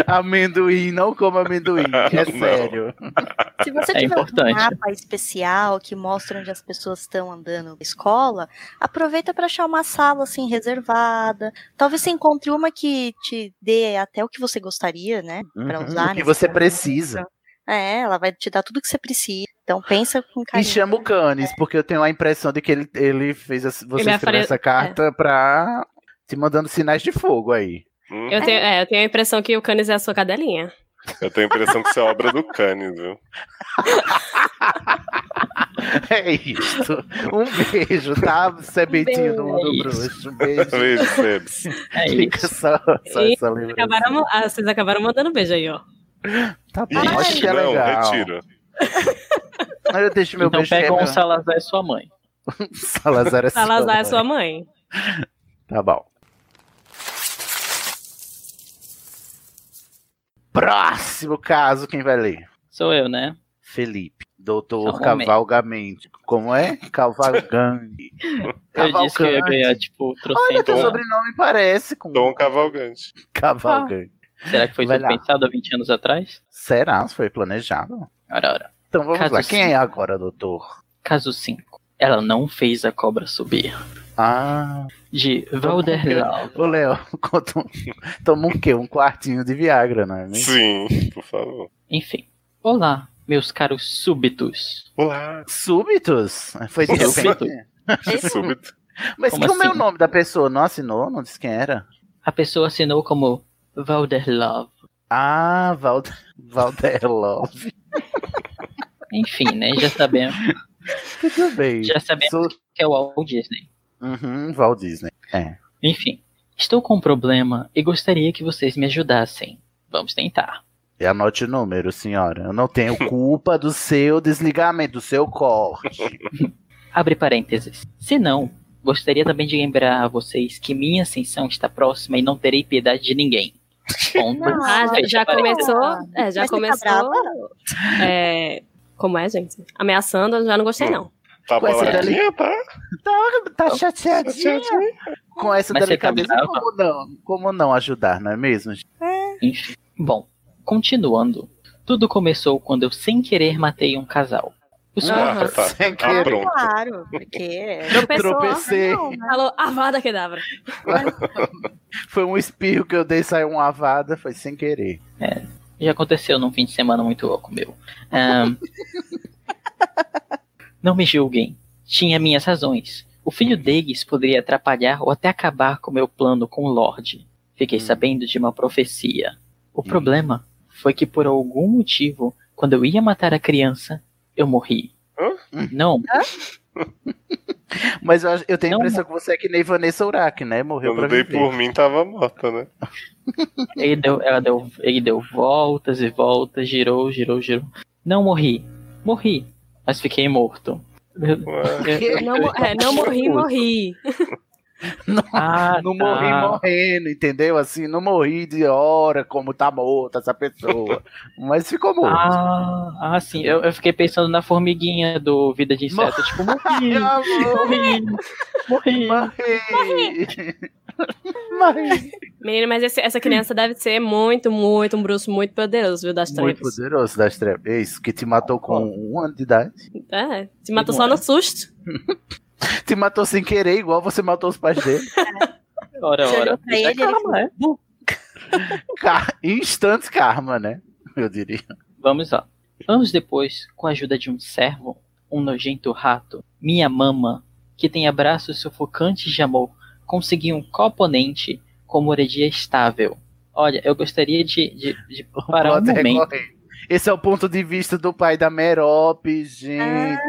Amendoim, não coma amendoim. É
Não.
sério.
Se você
É
tiver
importante.
um mapa especial que mostra onde as pessoas estão andando na escola, aproveita pra achar uma sala assim reservada. Talvez você encontre uma que te dê até o que você gostaria, né? Pra
Uhum,
usar.
o que
nesse
você
momento.
precisa.
É, ela vai te dar tudo que você precisa. Então pensa com
E
carinho.
chama o
É.
Canis, porque eu tenho a impressão de que ele, ele fez essa- você
Ele
escrever
é fare-
essa carta pra. te mandando sinais de fogo aí.
Hum,
Eu tenho, é, eu tenho a impressão que o Canis é a sua cadelinha.
Eu tenho a impressão que isso é obra do Cannes, viu?
É isso. Um beijo, tá? Sebentinho do mundo
Um Beijo.
bruxo. Um beijo.
Veja, Sebs.
É isso.
Fica assim, só, só
E
essa lembrança.
Acabaram, ah, vocês acabaram mandando beijo aí, ó.
Tá bom,
Ai,
acho que é
Não,
legal.
retiro.
Eu deixo meu
Então
beijo. que é
pega um
meu-
Salazar e sua mãe.
Salazar é sua
Salazar é
mãe.
sua mãe.
Tá bom. Próximo caso, quem vai ler?
Sou eu, né?
Felipe. Doutor
Cavalgamente.
Cavalgamente. Como é? Cavalgante.
Eu disse que eu ia
Cavalcante.
ganhar, tipo,
Olha, tá teu
trocentão.
sobrenome parece com
Dom um Cavalgante.
Cavalgante.
Será que foi
Vai
tudo
lá.
pensado há 20 anos atrás?
Será? Foi planejado?
Ora, ora.
Então vamos
Caso
lá.
sim.
Quem é agora, doutor?
Caso 5. Ela não fez a cobra subir.
Ah,
De Valderlau.
ô Léo, conta um- toma um quê? Um quartinho de Viagra, não é mesmo?
Sim, por favor.
Enfim. Olá, meus caros súbitos.
Olá.
Súbitos? Foi de
Súbito.
repente?
É
Súbito.
Mas
Como
como, é o
assim?
nome da pessoa? Não assinou? Não disse quem era?
A pessoa assinou como Valderlau.
Ah, Vald... Valderlov.
Enfim, né? Já sabemos,
Tudo bem.
já sabemos
Sou...
que é o Walt Disney.
Uhum, Walt Disney. É.
Enfim. Estou com um problema e gostaria que vocês me ajudassem. Vamos tentar.
E anote o número, senhora. Eu não tenho culpa do seu desligamento, do seu corte.
Abre parênteses. Se não, gostaria também de lembrar a vocês que minha ascensão está próxima e não terei piedade de ninguém. Ponto.
Não,
Ah, já-
Fecha
já
parênteses.
começou. É, já
Mas você tá
começou. é, como é, gente? Ameaçando, eu já não gostei, não.
Tá
Com essa
boladinha, tá?
tá chateadinha com essa
Mas você tá
delicadeza.
brava?
como, não, como não ajudar, não é mesmo? gente?
Enfim. Bom, continuando. Tudo começou quando eu sem querer matei um casal. Os
Aham.
Ah, tá.
Sem
Ah,
querer.
pronto.
Claro, porque. é
Tropeçou,
Tropecei.
falou, avada kedavra.
Foi um espirro que eu dei, saiu uma avada, foi sem querer.
Já aconteceu num fim de semana muito louco meu. Ahn, não me julguem. Tinha minhas razões. O filho deles poderia atrapalhar ou até acabar com meu plano com o Lorde. Fiquei sabendo de uma profecia. O problema foi que por algum motivo, quando eu ia matar a criança, eu morri.
Hã?
Não,
Mas eu, acho- eu tenho a
Não,
impressão que você é que nem Vanessa Urac, né? Morreu pra
Quando dei
viver.
por mim, tava morta, né?
ele deu, ela deu, ele deu voltas e voltas, girou, girou, girou. Não morri. Morri, mas fiquei morto.
Ué.
Não, mo- é, não morri, morri.
Ah,
Não
tá.
morri morrendo, entendeu? Assim, não morri de hora como tá morta essa pessoa. Mas ficou morto.
Ah, ah, sim. Eu, eu fiquei pensando na formiguinha do Vida de Inseto. Tipo, morri,
Meu amor,
morri, morri.
morri. Morri.
Menino, mas esse- essa criança deve ser muito, muito, um bruxo muito poderoso, viu, das
Muito
trevas.
poderoso das trevas. É Isso, que te matou com um ano de idade.
É, te matou
Não
só
é?
no susto.
Te matou sem querer, igual você matou os pais dele.
Ora,
Você olhou
ora.
pra ele, ele
Calma, é.
Car... Instante karma, né? Eu diria.
Vamos lá. Anos depois, com a ajuda de um servo, um nojento rato, minha mama, que tem abraços sufocantes de amor, consegui um componente como moradia estável. Olha, eu gostaria de, de, de
O
parar um
plot é
momento.
correto. Esse é o ponto de vista do pai da Merope, gente.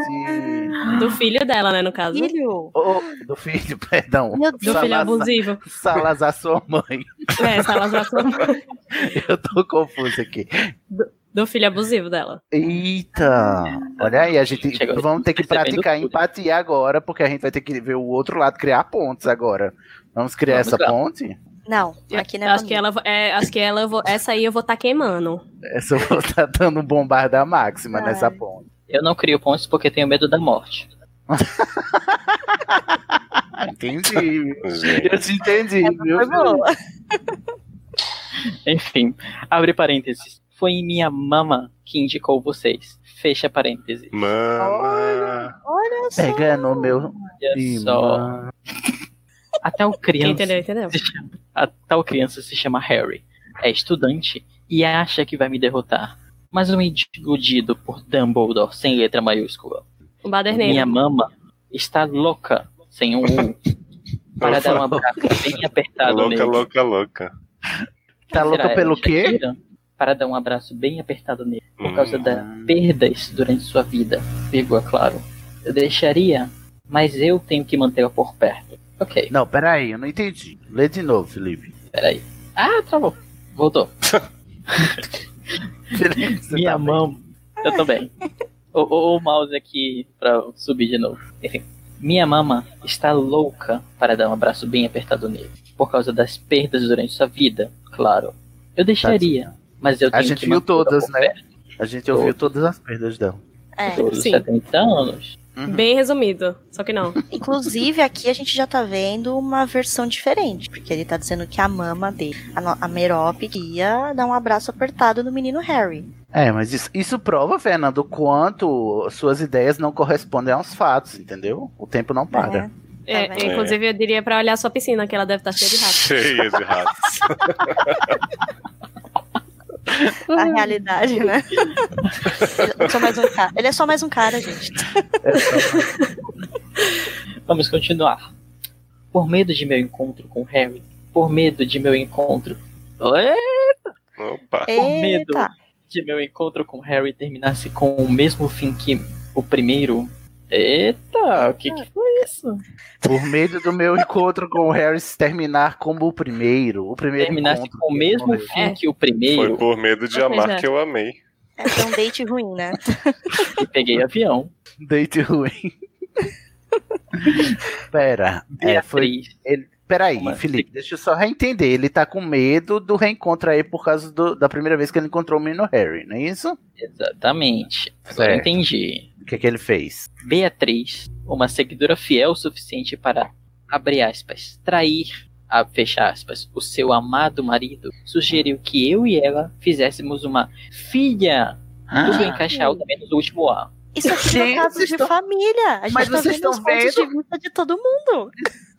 Do filho dela, né, no caso.
Filho.
Ô, do filho, perdão.
Meu
Do
Deus.
filho
Salazar.
abusivo.
Salazar, sua mãe.
É, essa ela já foi-
Eu tô confuso aqui.
Do filho abusivo dela.
Eita! Olha aí, a gente
Chegou.
vamos ter que
Percebendo
praticar
tudo.
empatia agora, porque a gente vai ter que ver o outro lado, criar pontes agora. Vamos criar
Vamos
essa
lá.
ponte?
Não, aqui não
Eu
é
acho que
comigo.
ela, é, acho que ela, eu vou- essa aí eu vou estar queimando.
Essa eu vou estar dando um bombarda máxima
Ai.
nessa ponte.
Eu não crio pontos porque tenho medo da morte.
Entendi.
Gente,
Eu te entendi, viu?
Foi boa.
Enfim, abre parênteses. Foi minha mama que indicou vocês. Fecha parênteses.
mama.
Olha só.
Pega no meu. Tá
Olha só. A tal
Quem
criança.
entendeu, entendeu.
se chama- a tal criança se chama Harry. É estudante e acha que vai me derrotar. Mas um iludido por Dumbledore sem letra maiúscula.
Um baderneiro.
Minha mama está louca, sem um U, para dar um abraço bem apertado
Louca,
nele.
louca, louca.
Tá louca
Será
pelo
ela,
quê?
Shakira? Para dar um abraço bem apertado nele, por
Hum.
causa da perdas durante sua vida, vírgula, claro. Eu deixaria, mas eu tenho que mantê-la por perto. Ok,
Não, peraí, eu não entendi. Lê de novo, Felipe.
peraí. Ah, travou. Voltou.
Felipe, você
Minha
tá bem?
mão. Eu também. O, o, o mouse aqui pra subir de novo. Enfim. Minha mama está louca para dar um abraço bem apertado nele. Por causa das perdas durante sua vida, claro. Eu deixaria, Mas eu
A
tenho
gente
que
viu
manter
todas,
por
né?
perto
A gente ouviu todas as perdas dela.
É.
Todos os
Sim.
70 anos.
Bem resumido, só que
Tá
não.
Inclusive, aqui a gente já tá vendo uma versão diferente, porque ele tá dizendo que a mama dele, a, no- a Merope, ia dar um abraço apertado no menino Harry.
É, mas isso, isso prova, Fernando, o quanto suas ideias não correspondem aos fatos, entendeu? O tempo
né?
não para.
É,
vendo?
Inclusive, eu diria pra olhar sua piscina, que ela deve estar cheia de rato.
Cheia de ratos.
A realidade, né? ele, é só mais um cara. ele é só mais um cara, gente.
Vamos continuar. Por medo de meu encontro com Harry. Por medo de meu encontro. Ué?
Opa.
Por medo
Eita.
de meu encontro com Harry terminasse com o mesmo fim que o primeiro. Eita, o que, que foi isso?
Por medo do meu encontro com o Harris terminar como o primeiro. O primeiro
Terminasse
encontro
com o
que
mesmo
morreu.
fim
É.
que o
Foi
primeiro
por medo de
Ou
amar
seja-
que eu amei.
É foi um date ruim, né?
e peguei avião.
Deite ruim. Pera. É, foi...
Beatriz.
Peraí,
Como é?
Felipe, deixa eu só reentender. Ele tá com medo do reencontro aí por causa do- da primeira vez que ele encontrou o menino Harry, não é isso?
Exatamente. Agora
Certo.
entendi.
O que, que ele fez?
Beatriz, uma seguidora fiel o suficiente para, abre aspas, trair, a, fecha aspas, o seu amado marido, sugeriu que eu e ela fizéssemos uma filha.
Ah.
Tudo em caixa alta, menos o último A.
Isso aqui
Gente,
é um caso
vocês
de
tão-
família. A gente
Mas
tá
vocês
vendo os
tão
pontos
vendo?
de vista de todo mundo.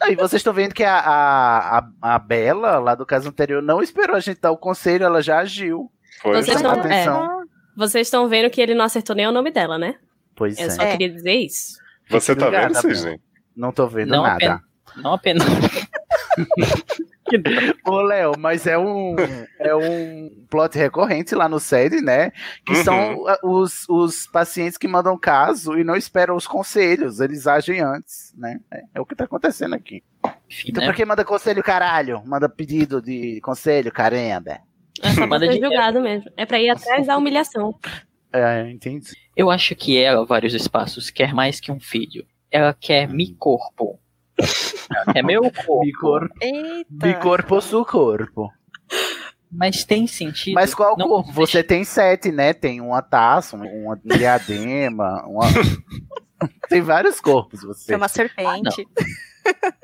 Aí vocês estão vendo que a, a, a, a Bela, lá do caso anterior, não esperou a gente dar o conselho, ela já agiu.
Pois
Vocês
é.
né?
não-
Presta
é.
atenção.
Vocês estão vendo que ele não acertou nem o nome dela, né?
Pois
Eu
é.
só
É.
queria dizer isso.
Você tá vendo,
Obrigada,
Sidney?
Não tô vendo
Não
nada.
apenas- Não apenas. Que doido.
Ô, Léo, mas é um, é um plot recorrente lá no série, né? Que são ah, os, os pacientes que mandam caso e não esperam os conselhos, eles agem antes, né? É, é o que tá acontecendo aqui.
Enfim,
Então,
né?
pra quem manda conselho, caralho? Manda pedido de conselho, caramba.
É só pra
Manda
ser
dinheiro.
julgado mesmo. É pra ir atrás da humilhação.
É, entendi.
Eu acho que ela, vários espaços, quer mais que um filho. Ela
Hum.
quer me corpo. Ela quer meu corpo.
De corpo,
Eita.
de corpo su corpo.
Mas tem sentido.
Mas qual é
Não-
corpo? Você tem sete, né? Tem uma taça, um- uma diadema, uma... tem vários corpos
Foi
você.
uma serpente.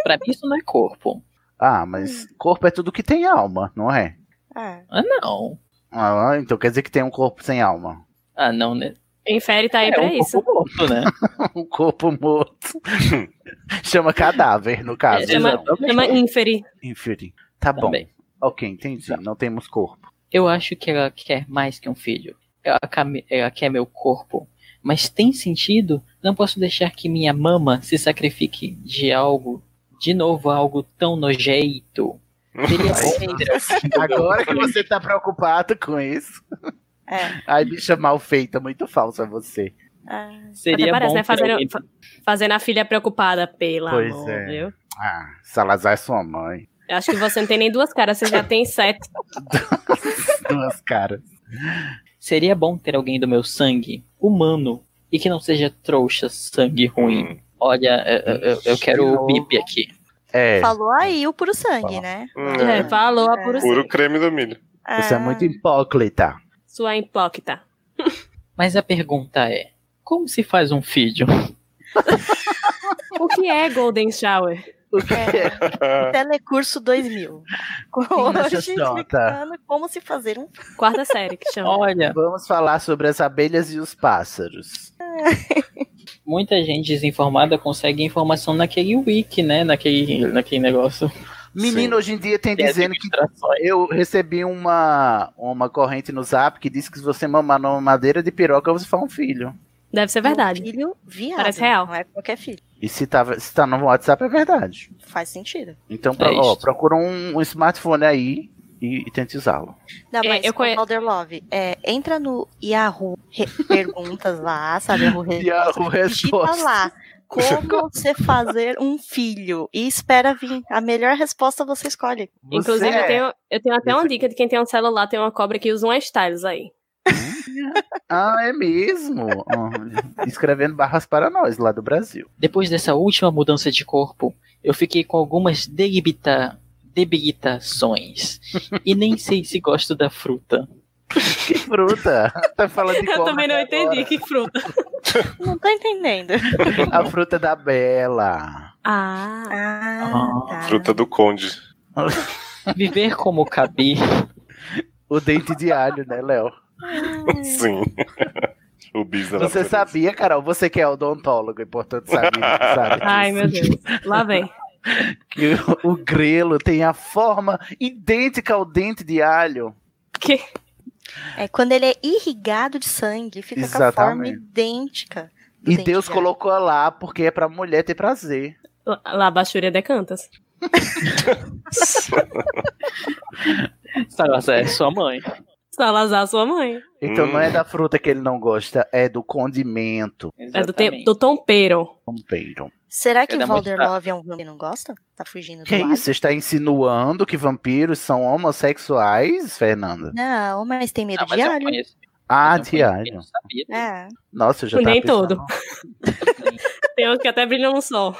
Pra mim isso não é corpo.
Ah, mas corpo é tudo que tem alma, não é?
Ah,
Ah, não.
Ah, então quer dizer que tem um corpo sem alma.
Ah, não, né?
Infere tá aí
é
pra
um
isso.
corpo morto, né?
Um corpo morto. chama cadáver, no caso.
É,
chama-
não.
exatamente.
Chama inferi.
Inferi. Tá bom.
Também. Tá.
Ok, entendi. Não temos corpo.
Eu acho que ela quer mais que um filho. Ela, cam- ela quer meu corpo. Mas tem sentido? Não posso deixar que minha mama se sacrifique de algo, de novo, algo tão nojeito. Seria bom ter assim,
Agora que você tá preocupado com isso.
é.
Ai, bicha mal feita, muito falsa você.
Ah,
Seria
Até parece,
bom
né?
ter
Fazendo,
alguém-
fa- fazendo a filha preocupada, pelo
Pois
amor,
é.
viu?
Ah, Salazar é sua mãe.
Eu Acho que você não tem nem duas caras, você já tem sete.
Duas caras.
Seria bom ter alguém do meu sangue, humano, e que não seja trouxa, sangue
Hum.
ruim. Olha, eu, eu- eu quero
De
o
novo.
bip aqui.
É,
Falou aí o puro sangue, né?
Hum,
É,
é.
falou a puro
Puro creme do milho.
você é muito hipócrita.
sua implóquita.
Mas a pergunta é: como se faz um filho?
O que é Golden Shower?
É, Telecurso 2000. Hoje
nessa chota.
explicando como se fazer um
Quarta série que chama.
Olha,
Vamos falar sobre as abelhas e os pássaros.
muita gente desinformada consegue informação naquele wiki, né? Naquele, naquele negócio.
Menino,
Sim.
hoje em dia tem
de
dizendo que
administrações.
Eu recebi uma, uma corrente no zap que diz que se você mamar numa madeira de piroca, você faz um filho.
Deve ser É verdade.
filho viado.
Parece real.
Não é qualquer filho.
E se tá, se tá no WhatsApp, é verdade.
Faz sentido.
Então, pro-
É
ó,
isso.
procura um, um smartphone aí e, e tente usá-lo.
Não,
É,
mas
eu
eu
conhe-
Love, é, entra no Yahoo re- Perguntas lá, sabe? Yahoo, re-
Yahoo
digita
Resposta.
lá. Como você fazer um filho? E espera vir. A melhor resposta você escolhe.
Você
Inclusive, um-
é-
eu, tenho, eu tenho até uma
Você-
dica de quem tem um celular, tem uma cobra que usa um Styles aí.
Ah, é mesmo? Ah, Escrevendo barras para nós, lá do Brasil.
Depois dessa última mudança de corpo, eu fiquei com algumas debilita- debilitações. e nem sei se gosto da fruta.
Que fruta? Tá falando de
Eu
qual
também não
até
entendi.
agora?
Que fruta.
Não tô entendendo.
A fruta da Bela.
Ah,
Ah, tá.
Fruta do Conde.
Viver como cabi.
O dente de alho, né, Léo?
Sim. o bis da
Você
natureza.
sabia, Carol? Você que é odontólogo, é importante saber, sabe?
Ah, ai, meu Deus. Lá vem.
Que o, o grelo tem a forma idêntica ao dente de alho.
Que...
É quando ele é irrigado de sangue, fica com a forma
Exatamente.
idêntica. do
E
dente
Deus
de alho.
colocou lá porque é pra mulher ter prazer.
Lá- Lá, Baixúria decantas.
Salazar é sua mãe.
Salazar, sua mãe.
Então
Hum.
não é da fruta que ele não gosta, é do condimento.
É do, te,
Exatamente.
do tompeiro.
Vampiro.
Será que
Quer dar
o Valder
muito-
Love é um vampiro que não gosta? Tá fugindo do
Que
lado?
isso? Você está insinuando que vampiros são homossexuais, Fernanda?
Não, mas tem medo
Ah, mas
é um
de
eu
alho.
conheço-
Ah,
eu
de
conheço, eu
alho.
não sabia.
É.
Nossa, eu já
Nem
tava
todo.
pensando.
Tem uns que até brilham no sol.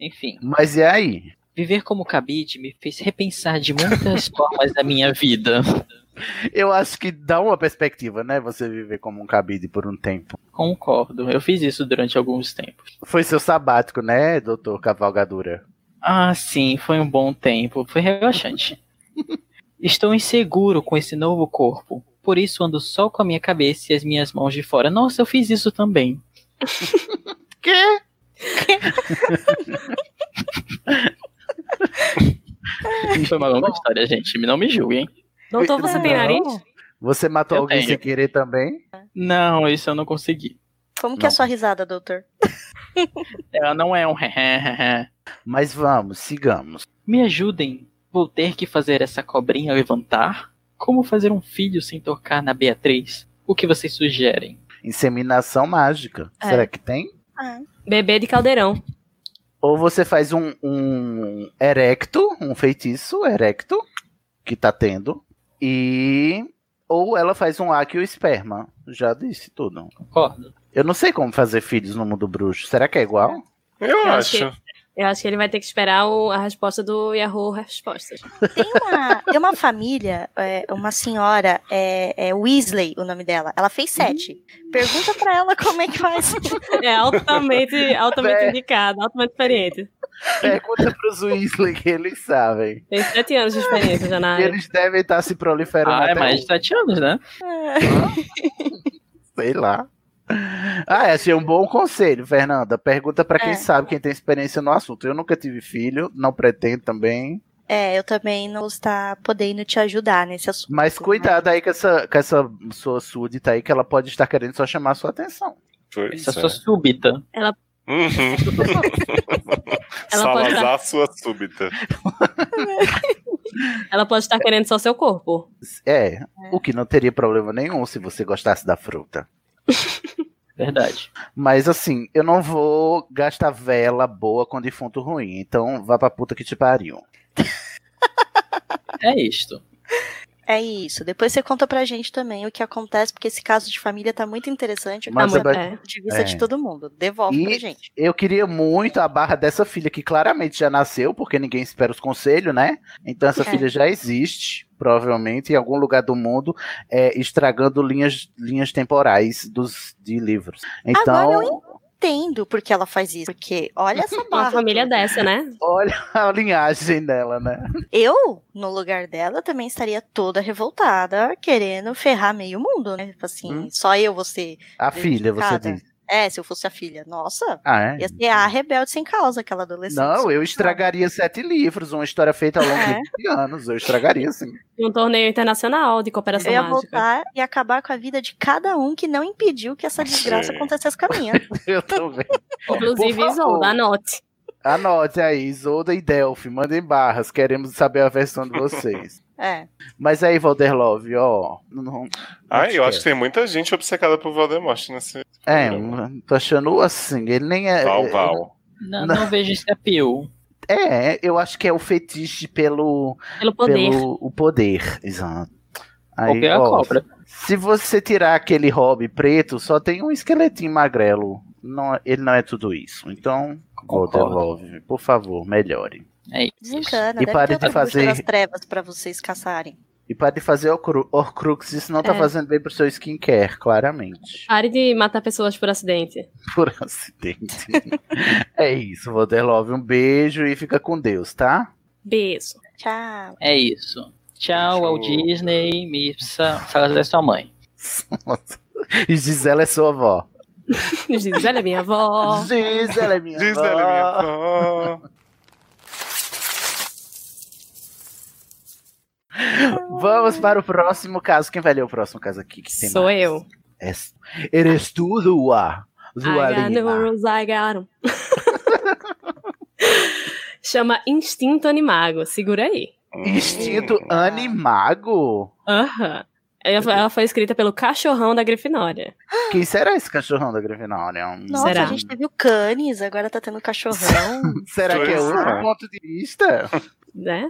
Enfim,
Mas e aí?
viver como cabide me fez repensar de muitas formas da minha vida.
Eu acho que dá uma perspectiva, né? Você viver como um cabide por um tempo.
Concordo, eu fiz isso durante alguns tempos.
Foi seu sabático, né, doutor Cavalgadura?
Ah, sim, foi um bom tempo, foi relaxante. Estou inseguro com esse novo corpo, por isso ando só com a minha cabeça e as minhas mãos de fora. Nossa, eu fiz isso também.
Quê?
Foi uma longa história, gente, não me julguem.
Doutor, você tem
Não.
nariz?
Você matou
Eu
alguém
tenho.
sem querer também?
Não, isso eu não consegui.
Como que é a
Não.
sua risada, doutor?
Ela não é um hehehehe.
Mas vamos, sigamos.
Me ajudem. Vou ter que fazer essa cobrinha levantar? Como fazer um filho sem tocar na Beatriz? O que vocês sugerem?
Inseminação mágica.
É.
Será que tem?
Ah,
Bebê de caldeirão.
Ou você faz um, um erecto, um feitiço erecto, que tá tendo, e. Ou ela faz um aquio esperma. Já disse tudo.
Concordo.
Eu não sei como fazer filhos no mundo bruxo. Será que é igual?
Eu
Eu acho
acho.
Eu acho que ele vai ter que esperar o- a resposta do Yahoo Respostas.
Tem uma, tem uma família, é, uma senhora, é, é Weasley o nome dela. Ela fez
Uhum.
sete. Pergunta pra ela como é que faz.
É altamente, altamente
É.
indicado, altamente experiente.
Pergunta pros Weasley que eles sabem.
Tem sete anos de experiência já na
E
área.
eles devem estar se proliferando
Ah, é
até
mais de sete anos, né?
Sei lá. Ah, achei um bom conselho, Fernanda. Pergunta pra quem
É.
sabe, quem tem experiência no assunto. Eu nunca tive filho, não pretendo também.
É, eu também não está podendo te ajudar nesse assunto.
Mas cuidado aí com essa, com essa sua súdita aí, que ela pode estar querendo só chamar a sua atenção.
Pois
Essa
é.
sua súbita.
Uhum.
Ela pode
Salazar, sua súbita.
Ela pode estar querendo só seu corpo.
É, o que não teria problema nenhum se você gostasse da fruta.
Verdade.
Mas assim, eu não vou gastar vela boa com defunto ruim. Então vá pra puta que te pariu.
É isto.
É isso. Depois você conta pra gente também o que acontece, porque esse caso de família tá muito interessante.
Mas você
tá
Amor,
muito
vai-
é.
do ponto de vista
é.
de todo mundo. Devolve
E-
pra gente.
Eu queria muito a barra dessa filha que claramente já nasceu, porque ninguém espera os conselhos, né? Então essa
É.
filha já existe, provavelmente, em algum lugar do mundo, é, estragando linhas, linhas temporais dos, de livros. Então,
Agora eu Entendo porque ela faz isso. Porque olha essa barra.
Uma família
toda.
dessa, né?
olha a linhagem dela, né?
Eu, no lugar dela, também estaria toda revoltada, querendo ferrar meio mundo, né? Tipo Assim,
Hum.
só eu você.
A filha, você
Dedicada.
diz.
É, se eu fosse a filha. Nossa,
Ah, é?
ia ser a rebelde sem causa, aquela adolescente.
Não, eu estragaria sete livros, uma história feita ao longo
É.
de 20 anos. Eu estragaria, sim.
Um torneio internacional de cooperação
Eu ia
mágica.
voltar e acabar com a vida de cada um que não impediu que essa desgraça
Sim.
acontecesse com a minha.
Eu também.
Inclusive,
Por favor.
Isolda, né? anote.
Anote aí, Isolda e Delphi, mandem barras, queremos saber a versão de vocês.
É.
Mas aí, Valderlove, ó. não- não-
Ah, eu
que
acho que tem muita gente obcecada por Voldemort nesse.
É, tô achando assim, ele nem é.
Val, Val.
Não,
Não.
não vejo esse apelo.
É, eu acho que é o fetiche pelo,
Pelo poder.
pelo o poder, exato.
Ou
Aí,
pela
ó,
cobra.
se você tirar aquele hobby preto, só tem um esqueletinho magrelo. Não, ele não é tudo isso. Então,
Concordo.
Valderlove, por favor, melhore.
É isso.
Desencana,
E
deve
pare
ter
de
outra bruxa
fazer-
das trevas pra vocês caçarem.
E para de fazer horcru- Horcrux, isso não tá
É.
fazendo bem pro seu skincare, claramente.
Pare de matar pessoas por acidente.
Por acidente. é isso, Vanderlove. Um beijo e fica com Deus, tá?
Beijo.
Tchau.
É isso. Tchau, Walt Disney, Mipsa, Salazar é sua mãe.
E Gisela é sua avó.
Gisele é minha avó.
Gisela é Ah. minha
Diz ele,
avó.
minha avó.
Vamos para o próximo caso. Quem vai ler o próximo caso aqui? Que tem
Sou
mais?
eu.
És- Eres tu, Lua. Lua
I got no
Lima.
rules, I got 'em. Chama Instinto Animago. Segura aí.
Hum.
Instinto animago?
Aham. Ela, ela foi escrita pelo cachorrão da Grifinória.
Quem será esse cachorrão da Grifinória? Um-
Nossa,
Será?
a gente teve o Canis, agora tá tendo o cachorrão.
Será que é
Pois
outro
é.
ponto de vista?
né?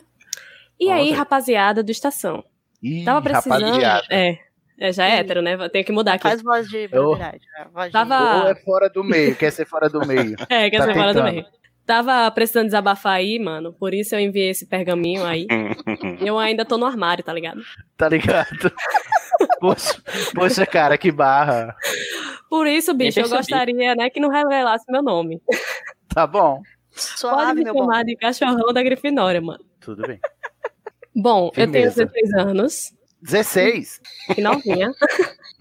E aí,
Olha.
rapaziada do Estação.
Ih,
Tava precisando.
rapaziada.
É, é, já é
Ih.
hétero, né? Tenho que mudar aqui.
Faz voz de verdade. né? Voz de-
Tava-
Ou é fora do meio, quer ser fora do meio.
É, que
Tá
essa fora do
tentando.
meio. Tava precisando desabafar aí, mano. Por isso eu enviei esse pergaminho aí. Eu ainda tô no armário, tá ligado?
Tá ligado? Poxa, poxa, cara, que barra.
Por isso, bicho,
Nem
eu
percebi.
gostaria, né, que não revelasse meu nome.
Tá bom.
Suave,
Pode me
meu bom.
chamar de cachorrão da Grifinória, mano.
Tudo bem.
Bom, eu
Firmeza.
tenho 16 anos,
16.
e novinha,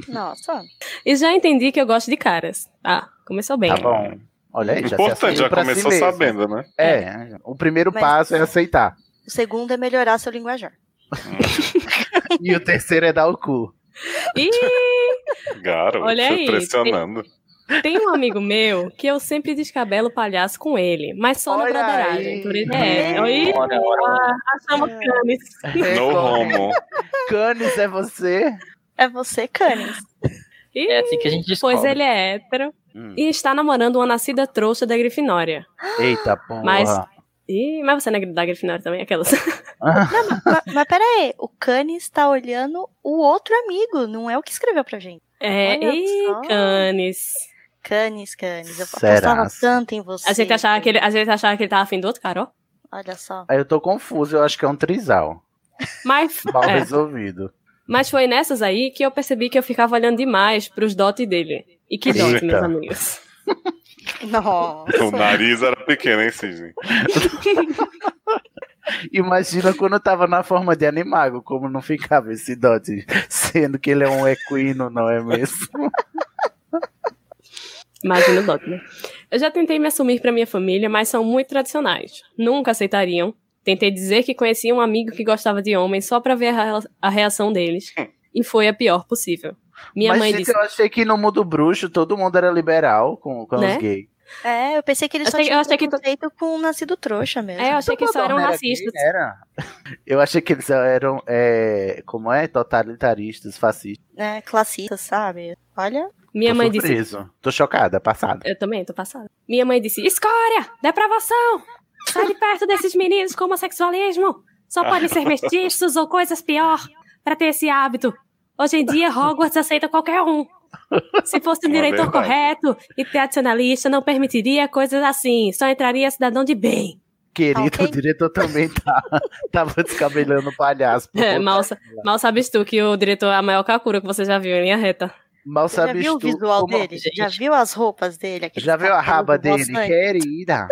Nossa.
e já entendi que eu gosto de caras. Ah, começou bem.
Tá bom. Olha aí, já se
Importante, já
assumiu pra si
começou
mesmo.
sabendo, né?
É, o primeiro
Mas-
passo é aceitar.
O segundo é melhorar seu linguajar.
E o terceiro é dar o cu.
E
Garoto,
Olha aí,
pressionando.
tem um amigo meu que eu sempre descabelo palhaço com ele, mas só na
Olha
broderagem.
aí.
Por ele é. Oi,
Ora, ora, ora.
achamos canis.
No homo.
Canis é você?
É você, Canis.
E
É assim que a gente descobre.
Pois ele é hétero
Hum.
e está namorando uma nascida trouxa da Grifinória.
Eita porra.
Mas- Ih, mas você não é da Grifinória também? Aquelas.
mas, mas pera aí, o Canis tá olhando o outro amigo, não é o que escreveu pra gente.
É,
Olha
e
só.
Canis.
Canis, Canis, eu
Será?
apostava tanto em você.
A gente, achava que ele, a gente achava que ele tava afim do outro, Carol.
Olha só.
Aí eu tô confuso, eu acho que é um trisal.
Mas,
Mal
é.
resolvido.
mas foi nessas aí que eu percebi que eu ficava olhando demais pros dotes dele. E que dote,
Eita.
meus amigos.
Nossa.
O nariz era pequeno, hein, Sidney?
Imagina quando tava na forma de animago, como não ficava esse dote, sendo que ele é um equino, não é mesmo?
Imagina o dote, né? Eu já tentei me assumir pra minha família, mas são muito tradicionais. Nunca aceitariam. Tentei dizer que conhecia um amigo que gostava de homem só pra ver a rela- a reação deles. E foi a pior possível. Minha
Hum. Mas é
mãe
gente,
disse.
eu achei que no mundo bruxo todo mundo era liberal com, com
Né?
os gays.
É, eu pensei que ele
Eu
só
achei- eu
tinha
achei que-
preconceito com um nascido trouxa mesmo.
É, eu achei
Então
que só eram
Era
racistas.
gay, era. Eu achei que eles eram, é, como é, totalitaristas, fascistas.
né, classista, sabe? Olha,
Minha
Tô
mãe disse.
surpreso. Tô chocada, passada.
Eu também, tô passada. Minha mãe disse: escória, depravação! Sai de perto desses meninos com homossexualismo! Só podem ser mestiços ou coisas pior pra ter esse hábito. Hoje em dia, Hogwarts aceita qualquer um. Se fosse um
Uma verdade.
diretor correto e tradicionalista, não permitiria coisas assim. Só entraria cidadão de bem.
Querido,
Ok.
o diretor também tá, tava descabelando o palhaço. por
É,
conta-
mal, sa- mal sabes tu que o diretor é a maior kakura que você já viu em linha reta.
mal
você já
sabes
viu o
tu
visual
como-
dele?
gente.
Já viu as roupas dele? aqueles
Já viu a
cabelos
raba dele, é
esvoaçantes?
querida?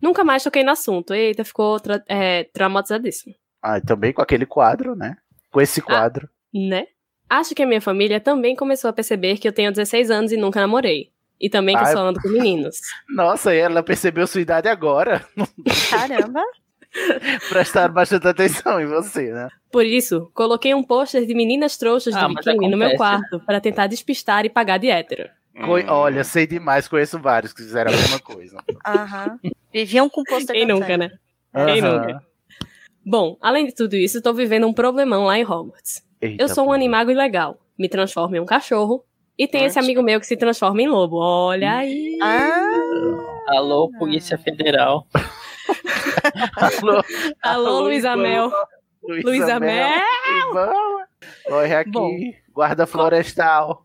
Nunca mais toquei no assunto. Eita, ficou tra é, traumatizadíssimo.
Ah, e também com aquele quadro, né? Com esse
Ah.
quadro.
né? Acho que a minha família também começou a perceber que eu tenho 16 anos e nunca namorei. E também que
Ah,
eu só ando com meninos.
Nossa, e ela percebeu sua idade agora.
Caramba,
Prestaram bastante atenção em você, né?
Por isso, coloquei um pôster de meninas trouxas
Ah,
de
mas
biquíni no meu
acontece.
quarto para tentar despistar e pagar de hétero.
Co-
Hum,
Hum.
Olha, sei demais, conheço vários que fizeram a mesma coisa.
aham. Viviam com pôster
Quem
dançante.
nunca, né? Quem
Aham.
nunca? Bom, além de tudo isso, estou vivendo um problemão lá em Hogwarts.
Eita,
Eu sou um
porra.
animago ilegal, me transformo em um cachorro e tem esse
Nossa.
amigo meu que se transforma em lobo. Olha aí!
Ah,
Alô, Polícia Federal.
Alô,
Alô,
alô,
Luísa
Ivan.
Mel! Luísa Mel!
Ivan, Corre aqui,
Bom.
guarda florestal.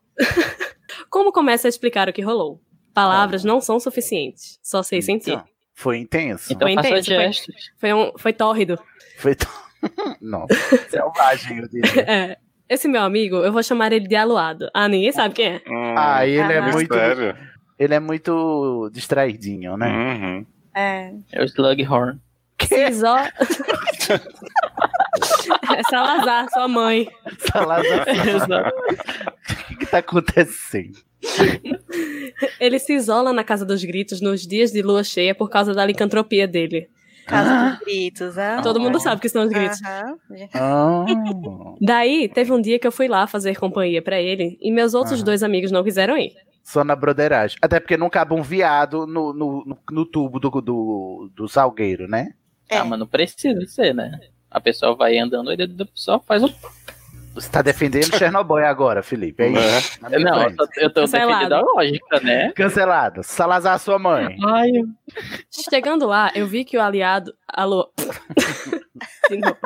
Como começa a explicar o que rolou? Palavras não são suficientes, só sei sentir.
Então, Foi intenso.
Então
Foi
faça
intenso, foi-
gestos.
Foi, um, foi tórrido.
Foi tão- Nossa, selvagem, eu diria.
É, esse meu amigo, eu vou chamar ele de Aluado. Ah, ninguém sabe quem é.
Ah, ele é
Caraca.
muito.
hum. Sério?
Ele é muito distraidinho,
Hum.
né?
Uhum.
É.
É o Slughorn.
Que? é Salazar, sua mãe.
Salazar.
Exato.
O que, que tá acontecendo?
Ele se isola na Casa dos Gritos nos dias de lua cheia por causa da licantropia dele.
Casa dos gritos, ah.
Todo mundo sabe que são os gritos.
Aham.
Ah,
Daí, teve um dia que eu fui lá fazer companhia pra ele e meus outros
Aham.
dois amigos não quiseram ir.
só na broderagem. Até porque não cabe um viado no, no, no- no tubo do, do, do salgueiro, né?
É.
Ah, mas não precisa ser, né? A pessoa vai andando, ele só faz um.
Você tá defendendo Chernobyl agora, Felipe. É isso. Na minha
Não, eu
frente.
tô, eu tô
Cancelado.
defendendo a lógica,
É.
né?
Cancelado. Salazar sua mãe.
Ai,
Chegando lá, eu vi que o aliado. Alô. De novo.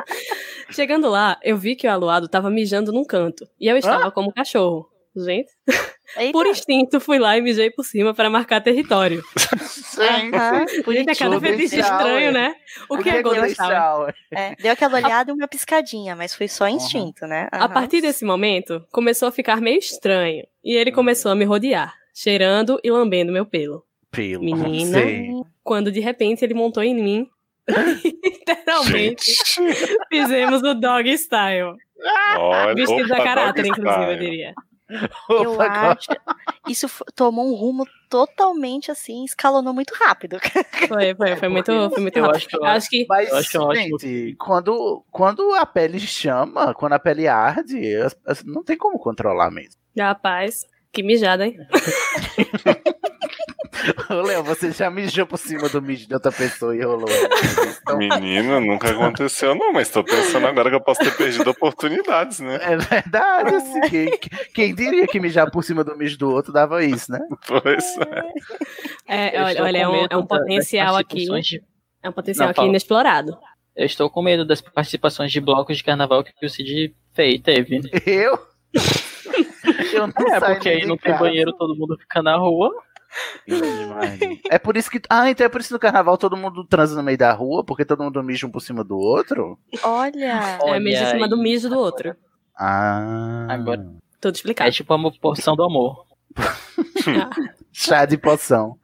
Chegando lá, eu vi que o aluado tava mijando num canto. E eu estava como cachorro. Gente,
Eita.
por instinto, fui lá e mijei por cima pra marcar território.
Sim.
Aham.
Podia ter né? cada
Golden
fetiche
Shower.
estranho, né? O que é Golden Shower?
É, deu aquela olhada e uma piscadinha, mas foi só instinto, né?
A
Aham.
partir desse momento, começou a ficar meio estranho. E ele começou a me rodear, cheirando e lambendo meu pelo.
Pelo.
Menina.
Sim.
Quando de repente ele montou em mim.
É.
Literalmente fizemos o dog style.
Olha,
Vestido a
opa,
caráter,
dog
inclusive, eu
style.
diria.
Eu
Opa, agora-
acho. Isso f- tomou um rumo totalmente assim, escalonou muito rápido.
Foi, foi, foi muito, foi muito
É, eu
rápido.
acho que eu
Acho que
Mas,
Eu acho um ótimo
gente, quando, quando a pele chama, quando a pele arde, as- as- não tem como controlar mesmo.
Rapaz, que mijada, hein?
Ô, Léo, você já mijou por cima do mijo de outra pessoa e rolou. Então,
Menina, nunca aconteceu, não, mas tô pensando agora que eu posso ter perdido oportunidades, né?
é verdade, assim, quem, quem diria que mijar por cima do mijo do outro dava isso, né?
Pois é.
É,
Eu
olha,
estou
olha, é
com
um,
medo
é um
da-
potencial
das
aqui.
participações de-
É um potencial
Não,
aqui
fala.
inexplorado.
eu estou com medo das participações de blocos de carnaval que o Cid fez, teve. né?
Eu? Eu não
É,
saio
porque
nem
aí
de
não tem
casa.
banheiro, todo mundo fica na rua.
É por isso que. Ah, então é por isso que no carnaval todo mundo transa no meio da rua, porque todo mundo mija um por cima do outro?
Olha.
é mesmo em cima
aí.
do mijo do outro.
Ah.
Agora.
Tudo
É
explicado.
tipo uma porção do amor.
Chá de poção.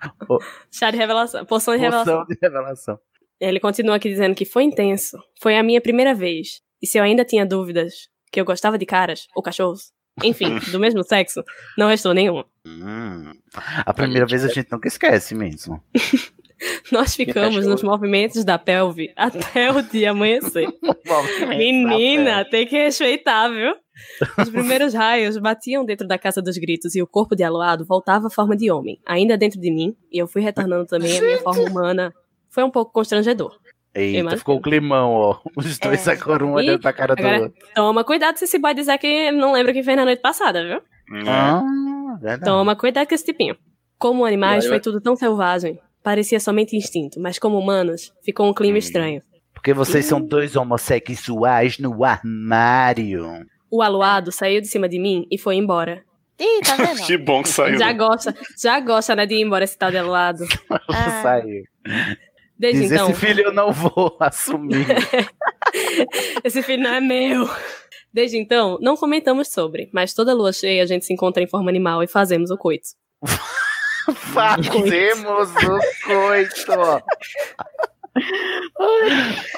Chá de revelação. Poção de revelação.
Poção de revelação.
Ele continua aqui dizendo que foi intenso. Foi a minha primeira vez. E se eu ainda tinha dúvidas que eu gostava de caras ou cachorros, enfim, do mesmo sexo, não restou nenhuma.
Hum. A primeira vez a gente nunca esquece mesmo.
Nós ficamos
cachorro.
nos movimentos da pelve até o dia amanhecer.
é.
Menina, tem que respeitar, viu? Os primeiros raios batiam dentro da casa dos gritos e o corpo de aloado voltava à forma de homem, ainda dentro de mim, e eu fui retornando também à minha forma humana. Foi um pouco constrangedor.
Eita,
Imagina.
ficou o climão, ó. Os dois
É.
agora um olhando pra cara do
agora-
outro.
Toma cuidado se esse boy dizer que não lembra o que fez na noite passada, viu?
Ah, verdade.
Toma cuidado com esse tipinho. Como animais,
Olha,
foi
eu-
tudo tão selvagem. Parecia somente instinto, mas como humanos, ficou um clima
Hum.
estranho.
Porque vocês são dois homossexuais no armário.
O aluado saiu de cima de mim e foi embora.
Ih, tá vendo?
É.
Tipo,
Que bom que saiu.
Já gosta, já gosta, né, de ir embora esse tal de aluado.
Ah.
Saiu.
Desde
Diz,
então,
esse filho eu não vou assumir.
esse filho não é meu. Desde então, não comentamos sobre, mas toda lua cheia a gente se encontra em forma animal e fazemos o coito.
Fazemos o coito.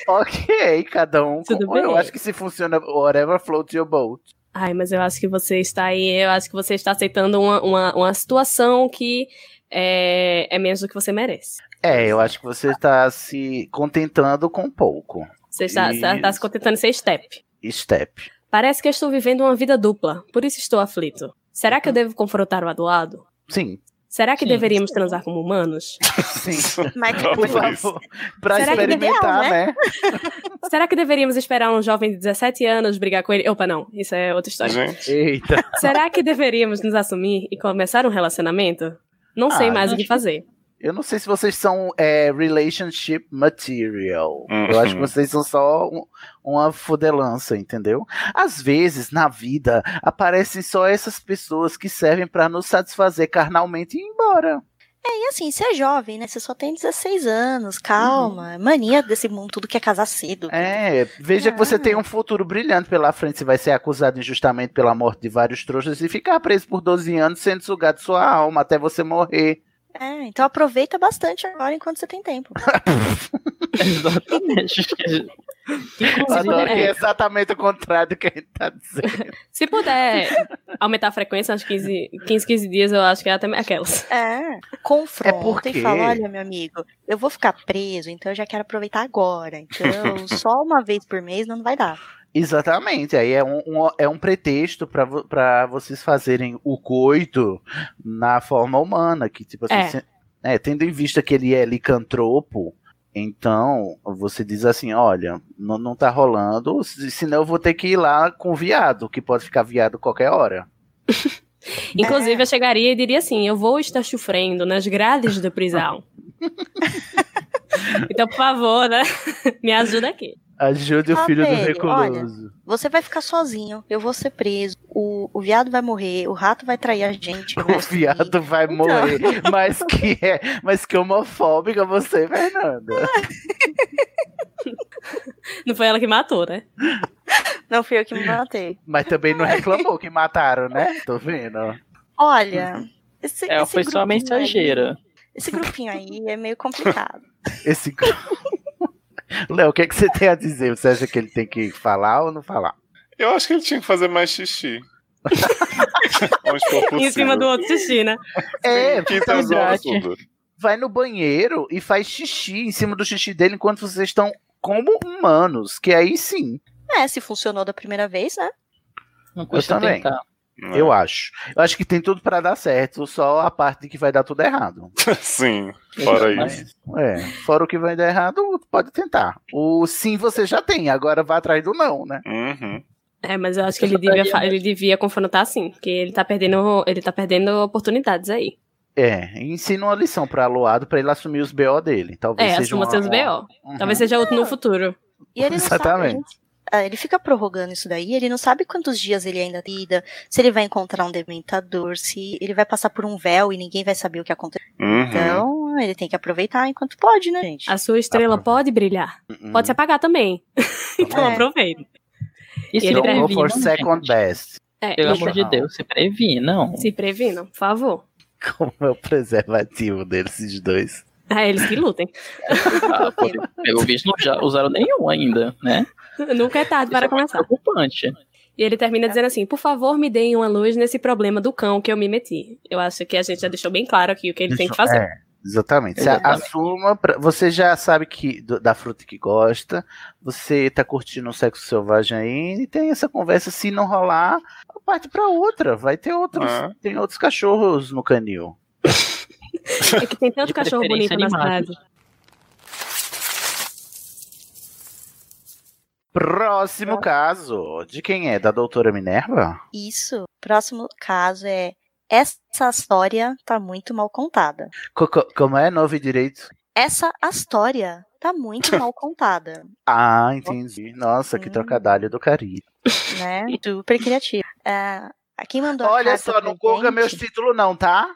ok, cada um.
Tudo
com-
bem.
Eu acho que se funciona whatever floats your boat.
Ai, mas eu acho que você está aí, eu acho que você está aceitando uma, uma, uma situação que é, é menos do que você merece.
É, eu acho que você está se contentando com pouco.
Você está, está- está se
Isso.
contentando em ser step.
Step.
Parece que eu estou vivendo uma vida dupla, por isso estou aflito. Será que eu devo confrontar o aduado?
Sim.
Será que
Sim.
deveríamos transar como humanos?
Sim.
Mas
Por
Talvez.
favor. Pra
Será que é
experimentar,
ideal,
né?
Será que deveríamos esperar um jovem de 17 anos brigar com ele? Opa, não, isso é outra história.
Gente,
Eita.
Será que deveríamos nos assumir e começar um relacionamento? Não sei
Ah,
mais o
acho
que fazer.
Eu não sei se vocês são é, relationship material. Eu acho que
Uhum.
vocês são só um- uma fudelança, entendeu? Às vezes, na vida, aparecem só essas pessoas que servem pra nos satisfazer carnalmente e ir embora.
É, e assim, você é jovem, né? Você só tem 16 anos, calma. é Mania desse mundo, tudo quer casar cedo.
Uhum. É, veja que você tem um futuro brilhante pela frente. Você vai ser acusado injustamente pela morte de vários trouxas e ficar preso por 12 anos sendo sugado sua alma até você morrer.
É, então aproveita bastante agora enquanto você tem tempo.
Exatamente.
Eu adoro que
é.
é exatamente o contrário do que a gente tá dizendo.
Se puder aumentar a frequência, uns 15, 15, 15 dias, eu acho que é até aquelas.
É, confronta
É porque-
e fala, olha, meu amigo, eu vou ficar preso, então eu já quero aproveitar agora. Então, só uma vez por mês não vai dar.
Exatamente, aí é um, um- é um pretexto pra vo- pra vocês fazerem o coito na forma humana, que tipo assim,
É.
se- é, tendo em vista que ele é licantropo, então você diz assim, olha, não, não tá rolando, se- senão eu vou ter que ir lá com o viado, que pode ficar viado qualquer hora.
Inclusive, eu chegaria e diria assim: eu vou estar sofrendo nas grades do prisão. então, por favor, né? Me ajuda aqui.
Ajude o
Ah,
filho do
velho,
recluso.
Você vai ficar sozinho, eu vou ser preso, o, o viado vai morrer, o rato vai trair a gente. assim, vai
O
sumir.
viado vai
Então.
morrer, mas que é, mas que homofóbica você, Fernanda.
Não foi ela que matou, né?
Não fui eu que me matei.
Mas também não reclamou que mataram, né? Tô vendo.
Olha.
Uhum.
Esse,
É,
é
Ela
esse
é foi só a
grupinho aí-
mensageira.
esse grupinho aí é meio complicado.
Esse. Léo, o que, é que você tem a dizer? Você acha que ele tem que falar ou não falar?
Eu acho que ele tinha que fazer mais xixi. Onde for possível.
Em cima do outro xixi, né?
É,
Que
tá
transou
verdade.
tudo.
vai no banheiro e faz xixi em cima do xixi dele enquanto vocês estão como humanos, que aí sim,
É, se funcionou da primeira vez, né?
Não custa
também.
tentar.
né?
eu acho. Eu acho que tem tudo pra dar certo, só a parte de que vai dar tudo errado.
Sim, fora
Mas-
isso.
É, fora o que vai dar errado, pode tentar. O sim você já tem, agora vá atrás do não, né?
Uhum.
É, mas eu acho que ele devia, fa- ele devia confrontar sim, porque ele tá perdendo, ele tá perdendo oportunidades aí.
É, ensina uma lição pra Aloado pra ele assumir os BO dele. Talvez
É,
seja
assuma
uma-
seus
uma-
BO.
Uhum.
Talvez seja outro no futuro.
E ele não sabe. a
Exatamente.
gente- ah, ele fica prorrogando isso daí, ele não sabe quantos dias ele ainda lida, se ele vai encontrar um dementador, se ele vai passar por um véu e ninguém vai saber o que aconteceu.
Uhum.
Então, ele tem que aproveitar enquanto pode, né,
Ah,
gente?
A sua
Tá
estrela
Aprove-
pode brilhar.
Uhum.
Pode se apagar também. então
É.
aproveita.
E se
Ele né?
Don't go
previna,
for second
gente.
best.
É,
Pelo
e
amor de Deus, se previnam.
se previnam, por favor.
Como é o preservativo desses dois?
Ah, eles que lutem.
Ah, pô, pelo visto não já usaram nenhum ainda, né?
Nunca é tarde para
Isso é muito
começar.
preocupante.
E ele termina dizendo assim: por favor, me deem uma luz nesse problema do cão que eu me meti. Eu acho que a gente já deixou bem claro aqui o que ele tem que
Deixa-
fazer.
é, exatamente. Você
Exatamente.
assuma. pra- você já sabe que do- da fruta que gosta. Você tá curtindo um sexo selvagem aí. E tem essa conversa. Se não rolar, parte pra outra. Vai ter outros.
Ah.
Tem outros cachorros no canil.
É que tem tanto
De
cachorro bonito
preferência
na
animado.
cidade.
Próximo
Ah.
caso. De quem é? Da doutora Minerva?
Isso. Próximo caso é. Essa história tá muito mal contada.
Co- co- como é? Novo e direito?
Essa história tá muito mal contada,
Ah, entendi. Nossa, que
Hum.
trocadalho do carinho.
né? Super criativa. Ah, quem mandou a
Olha
carta
só, é não
pra
corra
gente-
meus títulos, não, tá?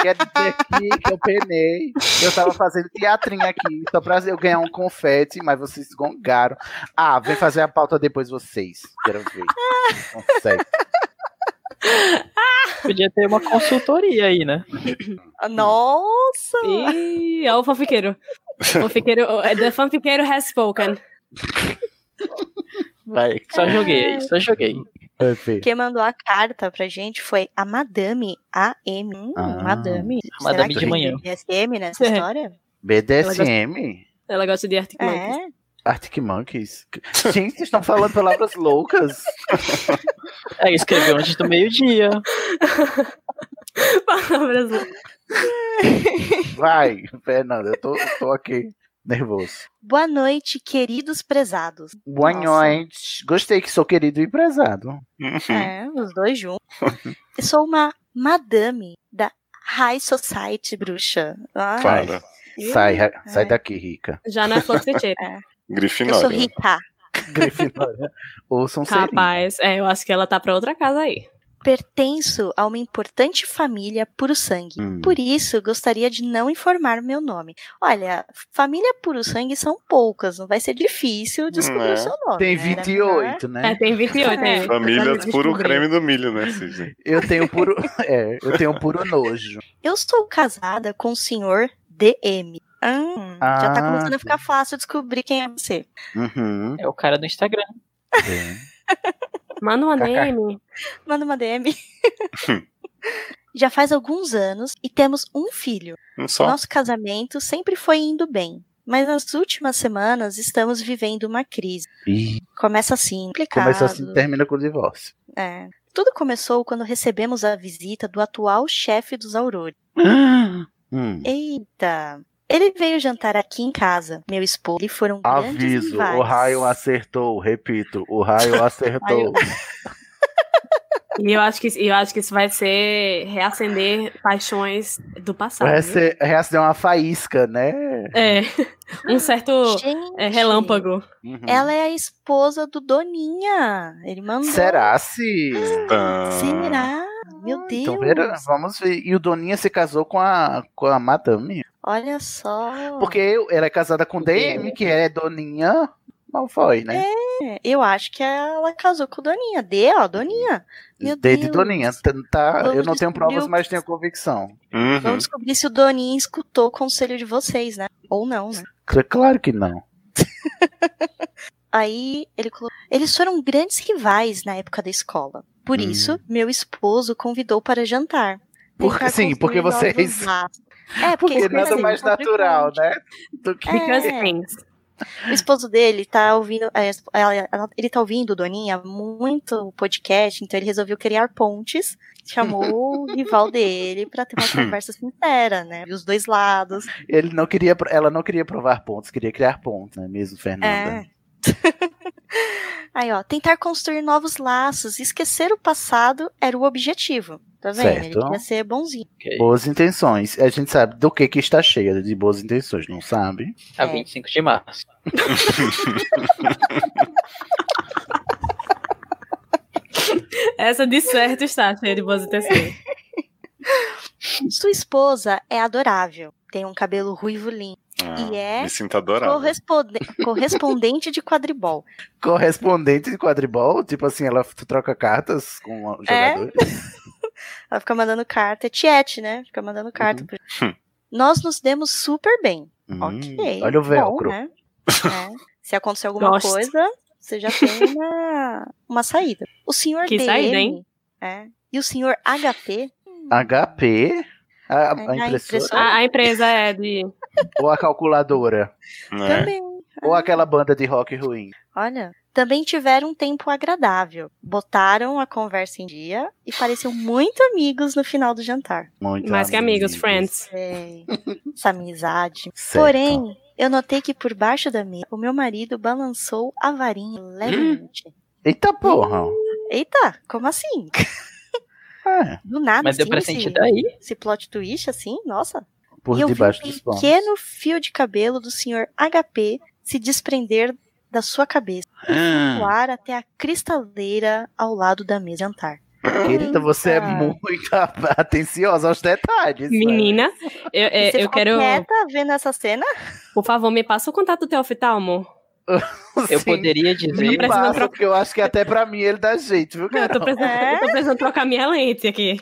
Quer dizer aqui que eu penei. Eu tava fazendo teatrinho aqui, só pra eu ganhar um confete, mas vocês gongaram. Ah, vem fazer a pauta depois vocês. Quero ver. Consegue.
Podia ter uma consultoria aí, né?
Nossa!
Ih, olha o fanfiqueiro. O fanfiqueiro, é, the fanfiqueiro has spoken.
Vai.
É.
Só joguei, só joguei.
Perfeito.
Quem mandou a carta pra gente foi a Madame AM. Hum,
Ah,
Madame. Será
Madame
que
de manhã.
tem SM nessa
É.
história?
BDSM?
Ela gosta de Arctic Monkeys.
É.
Arctic Monkeys? Gente, vocês estão falando palavras loucas?
É, escreveu antes do meio-dia.
Palavras loucas.
É.
Vai, Fernanda, eu tô, eu tô aqui nervoso.
Boa noite, queridos prezados.
Boa
Nossa.
noite. Gostei que sou querido e prezado.
Uhum.
É, os dois juntos. Eu sou uma Madame da High Society bruxa. Ah,
Claro.
Sai,
é.
ra- sai daqui, rica.
Já não é flor de feiticeiro.
eu sou
Grifinória.
rica.
Grifinória. Ouçam Serina.
Rapaz, é, eu acho que ela tá pra outra casa aí.
Pertenço a uma importante família puro sangue.
Hum.
Por isso, gostaria de não informar meu nome. Olha, família puro sangue são poucas, não vai ser difícil descobrir
É.
o seu nome.
Tem
né? Era
28,
É,
né?
tem 28, né?
Família
Vamos
puro
descobrir.
creme do milho, né, Cisne?
Eu tenho puro. É, eu tenho puro nojo.
Eu estou casada com o senhor DM. Hum, já tá
Ah,
começando a ficar fácil descobrir quem é você.
Uhum.
É o cara do Instagram.
bem.
Manda uma DM.
Manda uma DM. já faz alguns anos e temos um filho.
Um só.
Nosso casamento sempre foi indo bem. Mas nas últimas semanas estamos vivendo uma crise.
Ih,
Começa assim, complicado.
começa assim, termina com o divórcio.
É. Tudo começou quando recebemos a visita do atual chefe dos Aurores.
Hum.
Eita! Ele veio jantar aqui em casa. Meu esposo e foram grandes
Aviso,
rivais.
o raio assim, acertou, repito, o raio acertou.
E eu acho, que, eu acho que isso vai ser reacender paixões do passado.
Vai
viu?
ser- Reaça deu uma faísca, né?
É. Um certo
Gente,
é, relâmpago.
Uhum.
Ela é a esposa do Doninha. Ele mandou.
Será se?
Tá.
Será? Meu Deus.
Então, vera- vamos ver. E o Doninha se casou com a, com a madame?
Olha só.
Porque eu- ela é casada com o DM, que é Doninha Malfoy, né?
É, eu acho que ela casou com o Doninha. D, ó, Doninha. Meu
D de
Deus.
Doninha. Tá- tá- eu
Vamos
não tenho
descobrir
provas,
o-
mas tenho convicção.
Uhum.
Vamos descobrir se o Doninha escutou o conselho de vocês, né? Ou não, né?
Cl- Claro que não.
Aí ele colocou. Eles foram grandes rivais na época da escola. Por
Hum.
isso, meu esposo convidou para jantar.
Por-
Tentar
sim, porque
construir
vocês-
novos laços. É, porque,
Porque
eles
nada
conhecem,
mais
são
natural,
frequentes.
né? Do que...
Because
É.
things.
O esposo dele tá ouvindo. é, ela- ela- Ele tá ouvindo, Doninha, muito podcast, então ele resolveu criar pontes. Chamou o rival dele pra ter uma conversa sincera, né? E os dois lados.
Ele não queria, pro- ela não queria provar pontos, queria criar pontos, não é mesmo, Fernanda?
É. Aí, ó, tentar construir novos laços, esquecer o passado era o objetivo. Tá vendo? Ele
Certo.
queria ser bonzinho.
Ok.
Boas intenções. A gente sabe do que que está cheia de boas intenções, não sabe?
A
É.
25 de março.
Essa de certo está cheia de boas intenções.
Sua esposa é adorável. Tem um cabelo ruivo lindo. E é
Ah, Me sinto adorado.
corresponde- correspondente de quadribol.
Correspondente de quadribol, tipo assim, ela f- troca cartas com o
É.
jogador.
Ela fica mandando carta. É tiete, né? Fica mandando carta. pro- Nós nos demos super bem.
Hum,
ok.
Olha o
Bom,
velcro.
né? É. Se acontecer alguma
Gosto.
coisa, você já tem uma, uma saída. O senhor
Que
DM.
saída, hein?
é, e o senhor HP.
Ah, HP, a, a- a impressora,
a impressora.
A, a empresa é de.
ou a calculadora,
né?
Também.
ou aquela banda de rock ruim.
Olha, também tiveram um tempo agradável. Botaram a conversa em dia e pareciam muito amigos no final do jantar.
Muito
Mais que
é
amigos, friends.
Sei, Essa amizade.
Certo.
Porém, eu notei que por baixo da mesa, o meu marido balançou a varinha levemente.
Eita porra.
Eita, como assim?
É,
Do nada,
Mas deu
assim,
pra
esse,
sentir daí.
esse plot twist, assim, nossa.
por
E eu vi
debaixo
um
dos pontos.
pequeno fio de cabelo do senhor HP se desprender da sua cabeça e
Ah,
voar até a cristaleira ao lado da mesa de jantar.
Querida, você é
Eita.
muito a- atenciosa aos detalhes. né?
Menina, eu, é,
E você
eu
ficou
quero.
quieta vendo essa cena?
Por favor, me passa o contato do teu oftalmo.
Eu
Sim,
poderia
Me
dizer.
precisa
passa,
trocar.
porque eu acho que até pra mim ele dá jeito, viu,
Eu
cara?
tô precisando,
É?
eu tô precisando trocar minha lente aqui.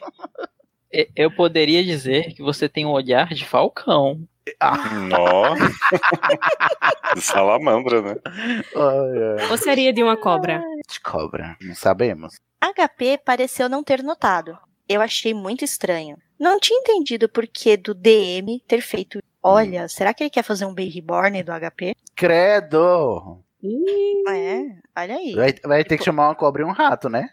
E- Eu poderia dizer que você tem um olhar de falcão.
Nó. De salamandra, né?
Ai, ai.
Ou seria de uma cobra?
De cobra, não sabemos.
HP pareceu não ter notado. Eu achei muito estranho. Não tinha entendido o porquê do DM ter feito.
Hum.
Olha, será que ele quer fazer um Baby Born do HP?
Credo!
Ih,
É, olha aí.
Vai, vai ter que chamar uma cobra e um rato, né?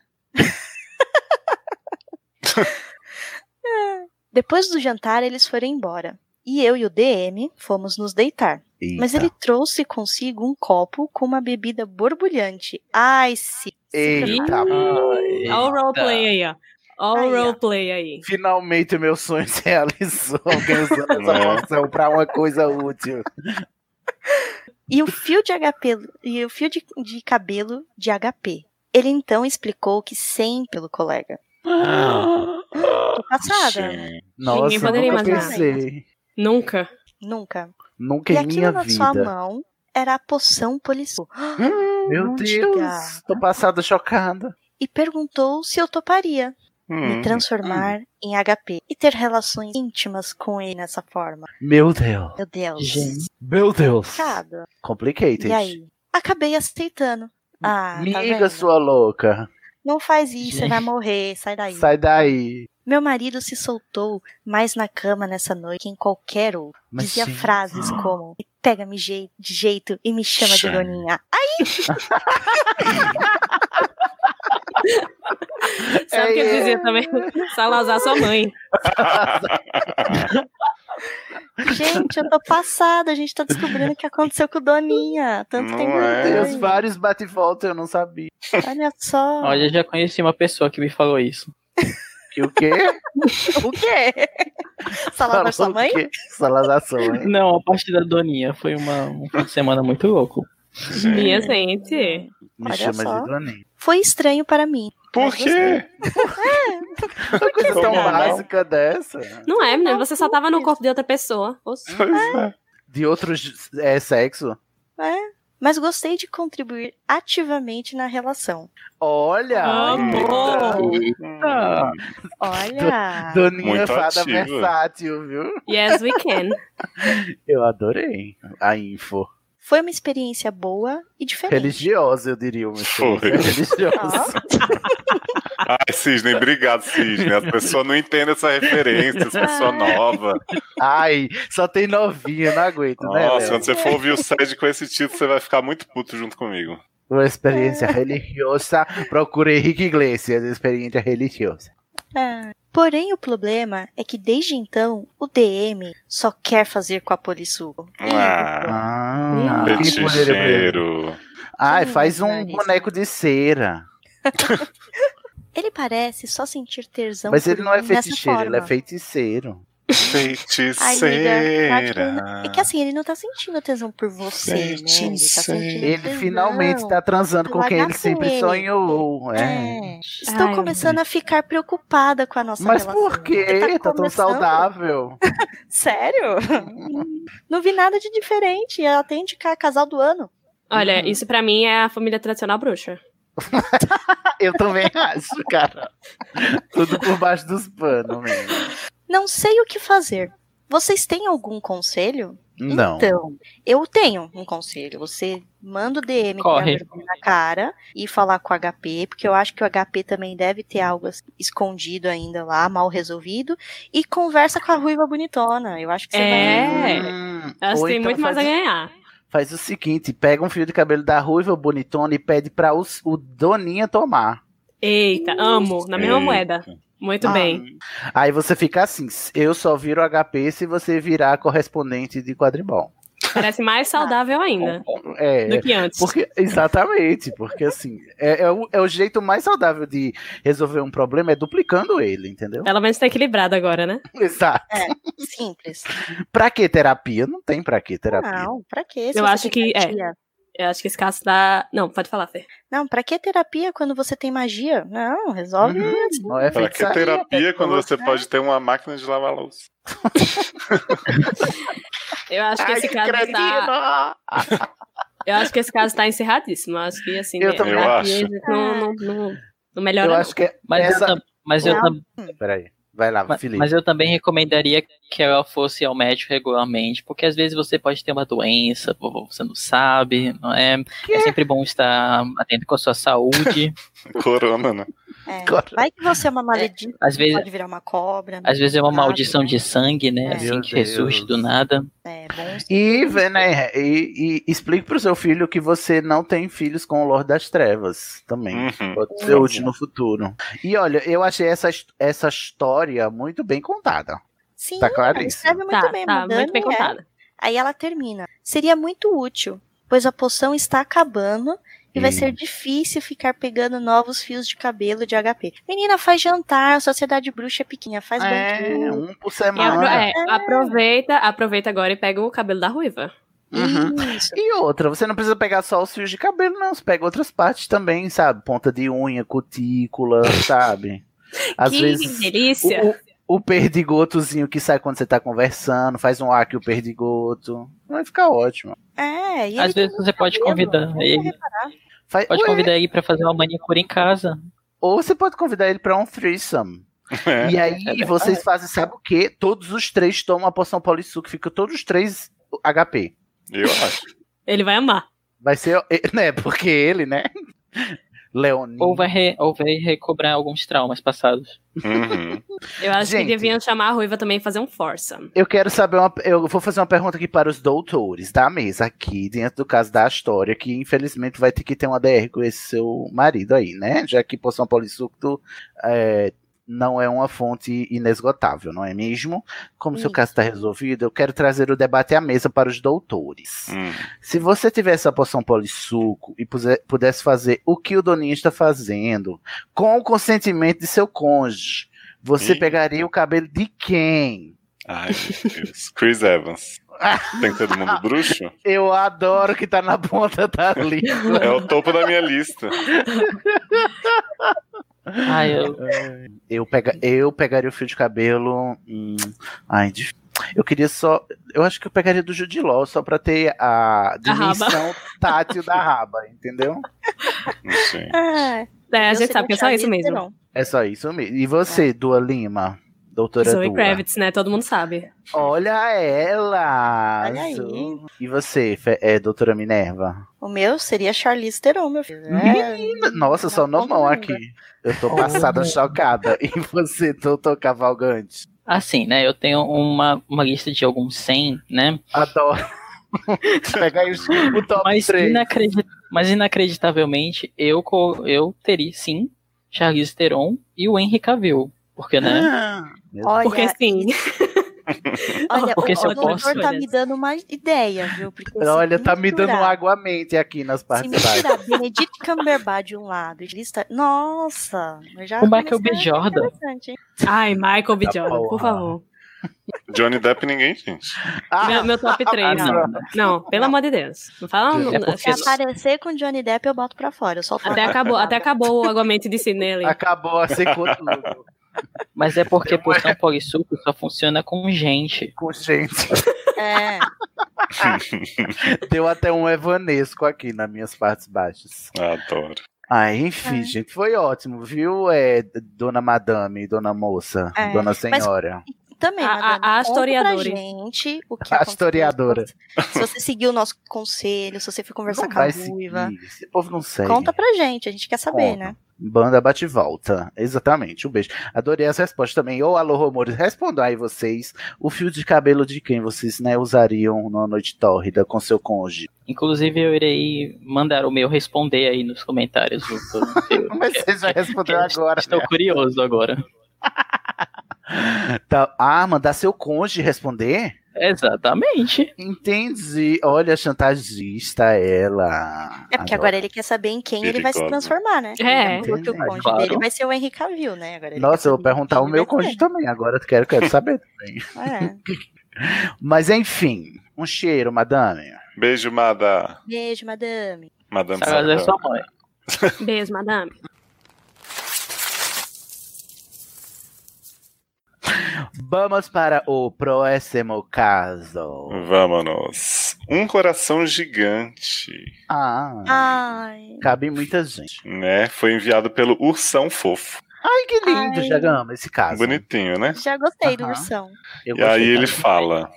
Depois do jantar, eles foram embora. E eu e o DM fomos nos deitar. Mas
Eita.
ele trouxe consigo um copo com uma bebida borbulhante. Ai, sim.
Eita,
Ai,
Olha o roleplay
eita.
aí, ó. Olha
Aí,
o
ó.
roleplay aí.
Finalmente o meu sonho se realizou. Alguém usando essa
é?
Né?
poção pra uma coisa útil.
E o fio de HP e o fio de, de cabelo de HP. Ele então explicou que sempre pelo colega.
Ah.
Tô passada.
Nossa, eu
poderia
nunca
imaginar.
pensei.
Nunca.
Nunca.
Nunca
e é
em é minha
aquilo na sua
vida.
mão era a poção polissu.
Meu Deus, tô passada chocada.
E perguntou se eu toparia
Hum.
Hum.
me transformar em HP e ter relações íntimas com ele nessa forma.
Meu Deus.
Meu Deus.
Gente.
Meu Deus.
Complicado.
Complicated.
E aí? Acabei aceitando. Ah, tá
Miga,
vendo?
sua louca.
Não faz isso, você
Gente.
vai morrer, sai daí.
Sai daí.
Meu marido se soltou mais na cama nessa noite que em qualquer outro.
Mas
Dizia
gente.
frases como: pega-me jei- de jeito e me chama de
Gente.
Doninha. Ai!
Sabe o que eu
É
dizia também? Salazar sua mãe.
Gente, eu tô passada, a gente tá descobrindo o que aconteceu com Doninha. Tanto tempo
é. Deus,
atrás.
vários bate e volta, eu não sabia.
Olha só.
Olha, eu já conheci uma pessoa que me falou isso.
E o quê?
O quê? Salada sua
Falou o
mãe?
quê? Salazar sua mãe.
Não, a parte da Doninha foi uma, um fim de semana muito louco.
Minha gente.
Me
Olha
chama
só.
de Doninha.
Foi estranho para mim.
Por
mas é. gostei.
quê?
Uma coisa tão
é,
Normal.
básica dessa.
Não é, menina? Você só tava no corpo de outra pessoa. Oxi.
Pois é.
Ah,
De outro é, sexo?
É, mas gostei de contribuir ativamente na relação.
Olha!
Amor!
Ah,
Olha!
Doninha é
Muito
fada
ativa.
versátil, viu?
Yes, we can.
Eu adorei a info.
Foi uma experiência boa e diferente.
Religiosa, eu diria. Uma experiência
Foi.
religiosa.
Ó,
Ai, Cisne, obrigado, Cisne. As pessoas não entendem essa referência, as
Ah.
pessoas novas.
Ai, só tem novinha, não aguento, né?
Nossa,
Léo?
quando você for ouvir o Sede com esse título, você vai ficar muito puto junto comigo.
Uma
É.
experiência religiosa. Procura Henrique Iglesias, experiência religiosa.
é. Porém, o problema é que desde então o DM só quer fazer com a Polissuco.
Ah,
Ah, que poder
peticheiro.
Ai,
Quem
faz um
faria é isso?
boneco de cera.
Ele parece só sentir tesão
Mas
por
ele não é
mim nessa
feiticeiro, ele é
Então forma.
feiticeiro.
Feiticeira.
É que assim, ele não tá sentindo tesão por você, né? Ele tá
Feiticeiro.
sentindo
Ele
tesão.
finalmente tá transando com
Largar
quem ele
com
sempre
ele.
sonhou. É.
É. Estou
Ai,
começando a ficar preocupada com a nossa
Mas
relação.
por que?
Ele
Tá tão
começando-
saudável. Hum.
Sério? não vi nada de diferente. Ela tem de ca- casal do ano.
Olha,
Uhum.
isso pra mim é a família tradicional bruxa.
Eu também acho, cara. Tudo por baixo dos panos mesmo.
Não sei o que fazer. Vocês têm algum conselho?
Não.
Então, eu tenho um conselho. Você manda o DM com a
Corre.
vergonha na cara e falar com o HP, porque eu acho que o HP também deve ter algo assim, escondido ainda lá, mal resolvido. E conversa com a Ruiva Bonitona. Eu acho que você vai.
É.
Hum,
Elas
ou
têm
então
muito mais a
faz-
ganhar.
Faz o seguinte, pega um fio de cabelo da ruiva bonitona e pede pra os- o Doninha tomar.
Eita, amo. Na mesma
Eita.
moeda. Muito
Ah.
bem.
Aí você fica assim, eu só viro HP se você virar correspondente de quadribol.
Parece mais saudável ainda
É,
do que antes.
porque, exatamente, porque assim, é, é o, é o jeito mais saudável de resolver um problema, é duplicando ele, entendeu?
Pelo menos tá equilibrado agora, né?
Exato.
Simples.
Pra que terapia? Não tem pra que terapia.
Não, pra quê?
Eu
você
acho
tem
que- é.
magia?
Eu acho que esse caso dá. Não, pode falar, Fer.
Não, pra que terapia quando você tem magia? Não, resolve. assim.
Não é
Pra que
feitiçaria,
terapia quando
pessoa.
você
né?
pode ter uma máquina de lavar louça?
Eu acho que
Ai,
esse caso tá.
Cretino!
Eu acho que esse caso tá encerradíssimo. Eu acho que assim.
Eu também
terapia,
acho.
gente, Não, não, não, não melhora.
Eu
não.
acho que é
mas,
essa...
eu, tam- mas, eu,
Não.
tam-
Peraí, vai lá,
ma-
Felipe.
mas eu também recomendaria que ela fosse ao médico regularmente, porque às vezes você pode ter uma doença, você não sabe, não é? É sempre bom estar atento com a sua saúde.
Corona, né?
É.
Agora-
Vai que você é uma maledita,
Às vezes,
pode virar uma cobra.
às vezes é uma
Exato.
maldição de sangue, né?
É.
Assim,
Meu
que ressurge
Deus.
do nada.
É, bom.
E, vê, né, e, e explique pro seu filho que você não tem filhos com o Lorde das Trevas também.
Hum.
Uhum.
Pode ser útil no futuro. E olha, eu achei essa, his- essa história muito bem contada.
Sim,
Tá
ela
claríssimo.
escreve muito
Tá,
bem,
tá, muito bem
Madame, é.
contada.
Aí ela termina. Seria muito útil, pois a poção está acabando e vai
Hum.
ser difícil ficar pegando novos fios de cabelo de HP. Menina, faz jantar, a sociedade bruxa é pequena, faz
É,
banquinho.
um por
E apro-
Ah,
semana.
é, aproveita, aproveita agora e pega o cabelo da ruiva.
Uhum.
Isso.
E outra, você não precisa pegar só os fios de cabelo, não. Você pega outras partes também, sabe? Ponta de unha, cutícula, sabe? Às
que
vezes,
delícia.
O, o perdigotozinho que sai quando você tá conversando, faz um ar que o perdigoto. Vai ficar ótimo.
É, e
Às
ele
vezes
tem
você pode
cabelo,
convidar
nunca
ele.
reparar.
Faz-
Pode
Ué.
convidar ele pra fazer uma manicure em casa.
Ou você pode convidar ele pra um threesome.
É.
E aí
É verdade.
vocês fazem, sabe o quê? Todos os três tomam a poção polissuco, fica todos os três HP.
Eu acho.
Ele vai amar.
Vai ser, eh, né? Porque ele, né? Leoninho.
Ou vai, re- ou vai recobrar alguns traumas passados.
Uhum,
Eu acho
Gente.
que deviam chamar a Ruiva também e fazer um força.
Eu quero saber uma. Eu vou fazer uma pergunta aqui para os doutores da mesa, aqui, dentro do caso da história, que infelizmente vai ter que ter uma DR com esse seu marido aí, né? Já que poção polissucto é, não é uma fonte inesgotável, não é mesmo? Como seu
Isso.
caso está resolvido, eu quero trazer o debate à mesa para os doutores.
Hum. uhum.
Se você tivesse a poção polissuco e puse- pudesse fazer o que o Doninho está fazendo, com o consentimento de seu cônjuge, você
Ih.
pegaria o cabelo de quem?
Ai, meu Deus. Chris Evans. Tem todo mundo bruxo?
Eu adoro que tá na ponta da língua.
É o topo da minha lista.
Ai, Ah, eu,
Eu, pega, eu pegaria o fio de cabelo. hum, ai, dif- eu queria só. Eu acho que eu pegaria do Judiló, só pra ter a dimensão tátil da raba, entendeu?
Sim.
É, eu
É, a gente
seria
sabe que é só isso
chavista,
mesmo.
não.
É só isso mesmo. E você, Dua Lima, doutora
Zoe
Dua?
Kravitz, né? Todo mundo sabe.
Olha ela!
Olha aí.
Zo- E você, Fe- é, doutora Minerva?
O meu seria Charlize Theron, meu filho. É,
Menina, Nossa, só não não aqui. Eu tô passada, chocada. E você, doutor Cavalgante?
assim, né? Eu tenho uma, uma lista de alguns 100, né?
Adoro. Ah, tá, Pegar aí os- o top
Mas,
3.
inacredi- mas inacreditavelmente, eu, co- eu teria sim Charlize Theron e o Henry Cavill. Porque, né?
Olha,
Porque assim, sim.
olha
Porque
o
se eu
doutor
posso-
tá me dando uma ideia, viu? Porque se
Olha, tá me dando
misturar-
água à mente aqui nas
Se
partes baixas.
misturar Benedict Cumberbatch de um lado e lista... Nossa! eu Já
O Michael B.
comecei a achar
Jordan.
interessante, hein?
Ai, Michael B.
Tá
Jordan, por
porra.
favor.
Johnny Depp, ninguém, gente.
Ah.
Meu, meu top 3. Não,
não.
não, pelo amor de Deus. Não fala. não-
É porque
acho que-
Se aparecer com Johnny Depp, eu boto pra fora. Eu só falo.
até acabou, até acabou o aguamento de Sidney ali.
Acabou, secou tudo.
Mas é porque poção polissuco só funciona com gente.
Com gente.
É.
Deu até um evanesco aqui nas minhas partes baixas.
Adoro.
Ah, enfim,
É.
gente, foi ótimo, viu, é, dona madame, dona moça,
É,
dona
mas-
senhora?
Também,
A- a-
madame,
a
conta
historiadora.
Pra gente, o que
A
aconteceu.
historiadora.
Se você seguiu o nosso conselho, se você foi conversar
Não
com a
vai
Ruiva.
seguir, esse povo não segue.
Conta pra gente, a gente quer saber,
Conta.
né?
Banda bate e volta. Exatamente, um beijo. Adorei as respostas também. Ou alô, rumores, respondam aí vocês. O fio de cabelo de quem vocês né, usariam numa noite tórrida com seu cônjuge?
Inclusive, eu irei mandar o meu responder aí nos comentários. do- do-
Mas vocês já responderam
porque
agora.
é. Estou curioso agora.
né? Tá- Ah, mandar seu cônjuge responder?
Exatamente.
Entendi. Olha, chantagista ela.
É porque
Adoro.
agora ele quer saber em quem ele vai se
Perigosa.
transformar, né?
É.
Ele falou que o
Entendi.
cônjuge
Claro.
dele vai ser o Henrique Cavill, né? Agora ele
Nossa,
quer
eu vou
saber
perguntar o
quem
meu
vai
cônjuge também. Agora eu quero, quero saber também.
ser. É.
Mas enfim, um cheiro, madame.
Beijo, Mada.
Beijo, madame.
Madame
Agora é
Satã.
sua mãe.
Beijo, madame.
Vamos para o próximo caso.
Hum.
Vamos. Um coração gigante,
Ah.
Ai.
Cabe muita gente.
né? Foi enviado pelo Ursão Fofo.
Ai, que lindo,
Ai.
Jagama, esse caso.
Bonitinho, né?
Já gostei do
Aham.
ursão.
Eu
E aí
gostei
ele
também.
fala: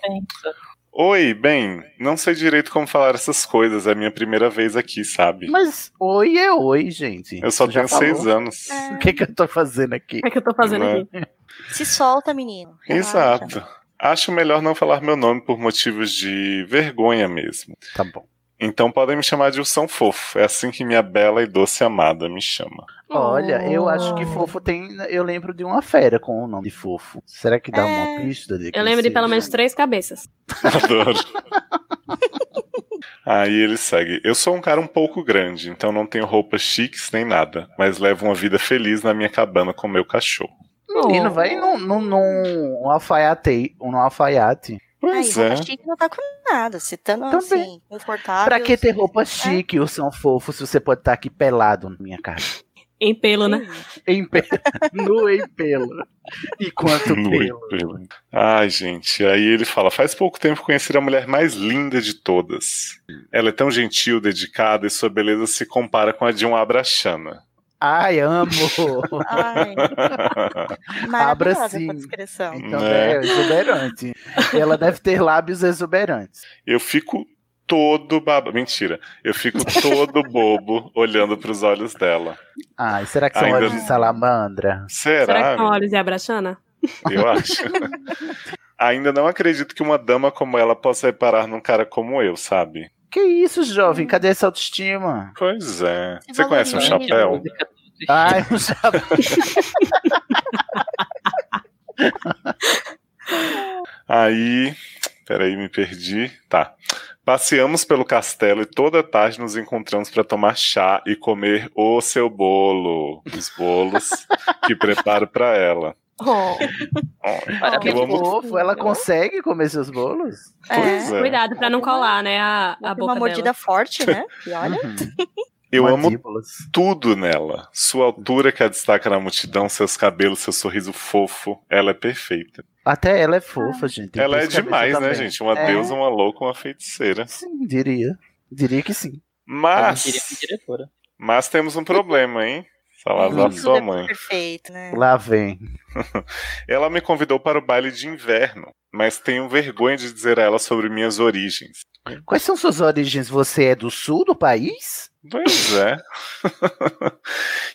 Oi, bem, não sei direito como falar essas coisas, é a minha primeira vez aqui, sabe?
Mas oi é oi, gente.
Eu só
Você já
tenho seis
falou.
anos.
É.
O que, que eu tô fazendo aqui?
O que é que eu tô fazendo
Não é?
Né?
aqui?
Se solta, menino. Relaxa.
Exato. Acho melhor não falar meu nome por motivos de vergonha mesmo.
Tá bom.
Então podem me chamar de Ursão Fofo. É assim que minha bela e doce amada me chama.
Olha, eu acho que
Oh.
fofo tem. Eu lembro de uma fera com o nome de fofo. Será que dá
É.
uma pista de que
Eu lembro de
seja?
pelo menos três cabeças.
Adoro. Aí ele segue. Eu sou um cara um pouco grande, então não tenho roupas chiques nem nada, mas levo uma vida feliz na minha cabana com meu cachorro.
Menino, vai num, num, num alfaiate. Num alfaiate.
Pois
Aí,
é.
roupa chique não tá com nada. Se tá no,
Também.
assim,
Ah,
confortável.
tá
assim,
É.
Pra que ter roupa chique, ursão fofo, se você pode estar aqui pelado na minha casa?
Em pelo, né?
Em pelo. No em pelo. E quanto
No
pelo.
pelo. Ai, gente. Aí ele fala: faz pouco tempo conheci a mulher mais linda de todas. Ela é tão gentil, dedicada e sua beleza se compara com a de um abraxana.
Ai, amo.
Ai.
Abra
Maravilhosa
sim.
essa descrição.
Então,
Né?
é exuberante. Ela deve ter lábios exuberantes.
Eu fico todo baba. Mentira. Eu fico todo bobo olhando pros olhos dela.
Ai, será que são
Ainda-
olhos de salamandra?
Será?
Será que são olhos de abraxana?
Eu acho. Ainda não acredito que uma dama como ela possa reparar num cara como eu, sabe?
Que isso, jovem? Cadê essa autoestima?
Pois é. Você conhece um chapéu?
Ai, um chapéu.
Aí. Peraí, me perdi. Tá. Passeamos pelo castelo e toda tarde nos encontramos para tomar chá e comer o seu bolo. Os bolos que preparo para ela.
Oh,
Ó,
Que
eu amo-
fofo. Ela consegue comer seus bolos?
Pois é.
Cuidado pra não colar, né? A, a boca
uma mordida
dela.
forte, né?
Hum.
E olha.
Eu amo
Uhum. Mandíbulas.
tudo nela. Sua altura que a destaca na multidão, seus cabelos, seu sorriso fofo. Ela é perfeita.
Até
Ah.
ela é fofa, gente. Tem
ela é
três cabeças
demais, né,
também.
gente? Uma
É,
deusa, uma louca, uma feiticeira.
Sim, diria. Diria que sim.
Diria que
Mas,
diretora.
mas temos um problema, hein? Salazar,
Tudo
sua
é
mãe.
perfeito, né?
Lá vem.
Ela me convidou para o baile de inverno, mas tenho vergonha de dizer a ela sobre minhas origens.
Quais são suas origens? Você é do sul do país?
Pois é.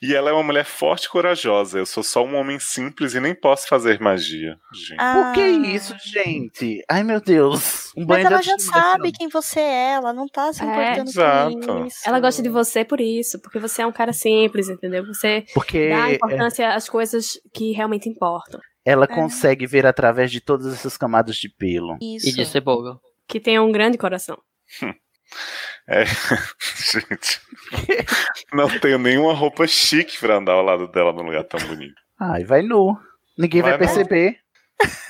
e ela é uma mulher forte e corajosa. Eu sou só um homem simples e nem posso fazer magia. Gente.
Ah,
Por que isso, gente? Ai, meu Deus. Um
Mas
banho
ela
de
já
autoestima,
sabe
assim,
quem você é, ela não tá se
É,
importando
exato.
com isso.
Ela gosta de você por isso, porque você é um cara simples, entendeu? Você
ó. Porque
dá
é,
importância às coisas que realmente importam.
ela consegue ver através de todas essas camadas de pelo.
Isso.
E de cebola.
Que tenha um grande coração.
É, gente. Não tenho nenhuma roupa chique pra andar ao lado dela num lugar tão bonito.
Ai, vai nu. Ninguém vai,
Vai nu.
perceber.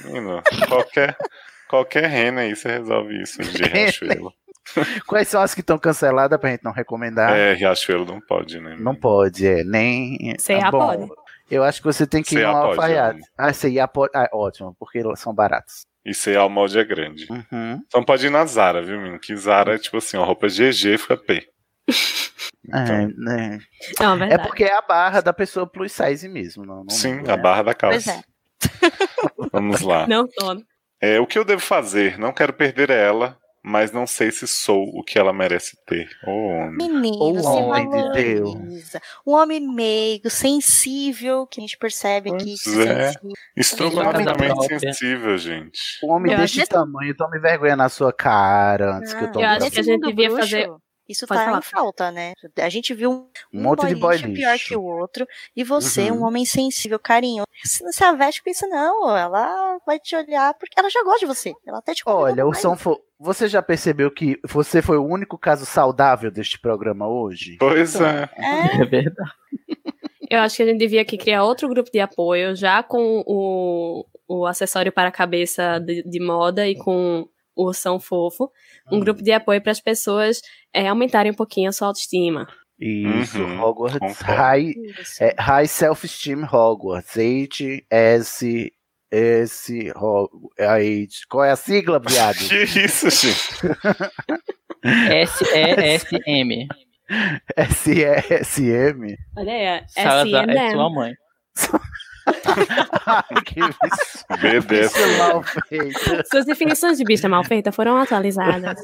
Menino, qualquer, qualquer rena aí você resolve isso de Riachuelo.
Quais são as que estão canceladas pra gente não recomendar?
É, Riachuelo não pode, né?
Não pode, é. Nem.
C&A
Bom,
pode.
Eu acho que você tem que ir
C&A
ao
pode,
alfaiate.
eu
Ah, C&A pode. Ah, ótimo, porque elas são baratos.
E ser ao molde é grande.
Uhum.
Então pode ir na Zara, viu, menino? Que Zara é tipo assim, ó, roupa GG fica P.
É,
Então,
né?
Não, é
é
verdade.
porque é a barra da pessoa plus size mesmo. Não, não
sim,
muda,
a
né?
barra da
Pois
calça.
é.
Vamos lá.
Não, tô.
É, o que eu devo fazer? Não quero perder ela, mas não sei se sou o que ela merece ter. Ô, homem.
Menino,
Ou
se
homem de
valoriza. Um homem meigo, sensível, que a gente percebe que
Pois
se
é.
sente-
Estrogonoficamente
Não.
sensível, gente.
Um homem
Eu
deste
acho- é
tamanho, tome vergonha na sua cara antes que eu
Ah,
tome
eu acho
pra
que
você.
a gente
mundo
devia
bruxo,
fazer-
Isso
Pode
tá
falar.
em falta, né? A gente viu um,
é
Um monte de boy lixo.
pior que o outro, e você,
Uhum.
um homem sensível, carinhoso. Você não se aveste com isso, não. Ela vai te olhar porque ela já gosta de você. Ela até te
Olha, um
convidou
o
mais.
São Fo- você já percebeu que você foi o único caso saudável deste programa hoje?
Pois é.
É,
É verdade.
Eu acho que a gente devia aqui criar outro grupo de apoio, já com o, o acessório para a cabeça de, de moda e com o ursão fofo. Um grupo de apoio para as pessoas é, aumentarem um pouquinho a sua autoestima.
Isso,
Uhum,
Hogwarts.
concordo.
High,
isso.
é, high Self-Esteem Hogwarts. H-S. S. Ho- H- Qual é a sigla, viado?
Que isso, gente?
S-E-S-M.
S-E-S-M.
Olha aí, assim, né?
Salazar é sua
S&M.
mãe.
Ai, que isso
BDSM.
mal feito.
Suas definições de bicha mal feita foram atualizadas.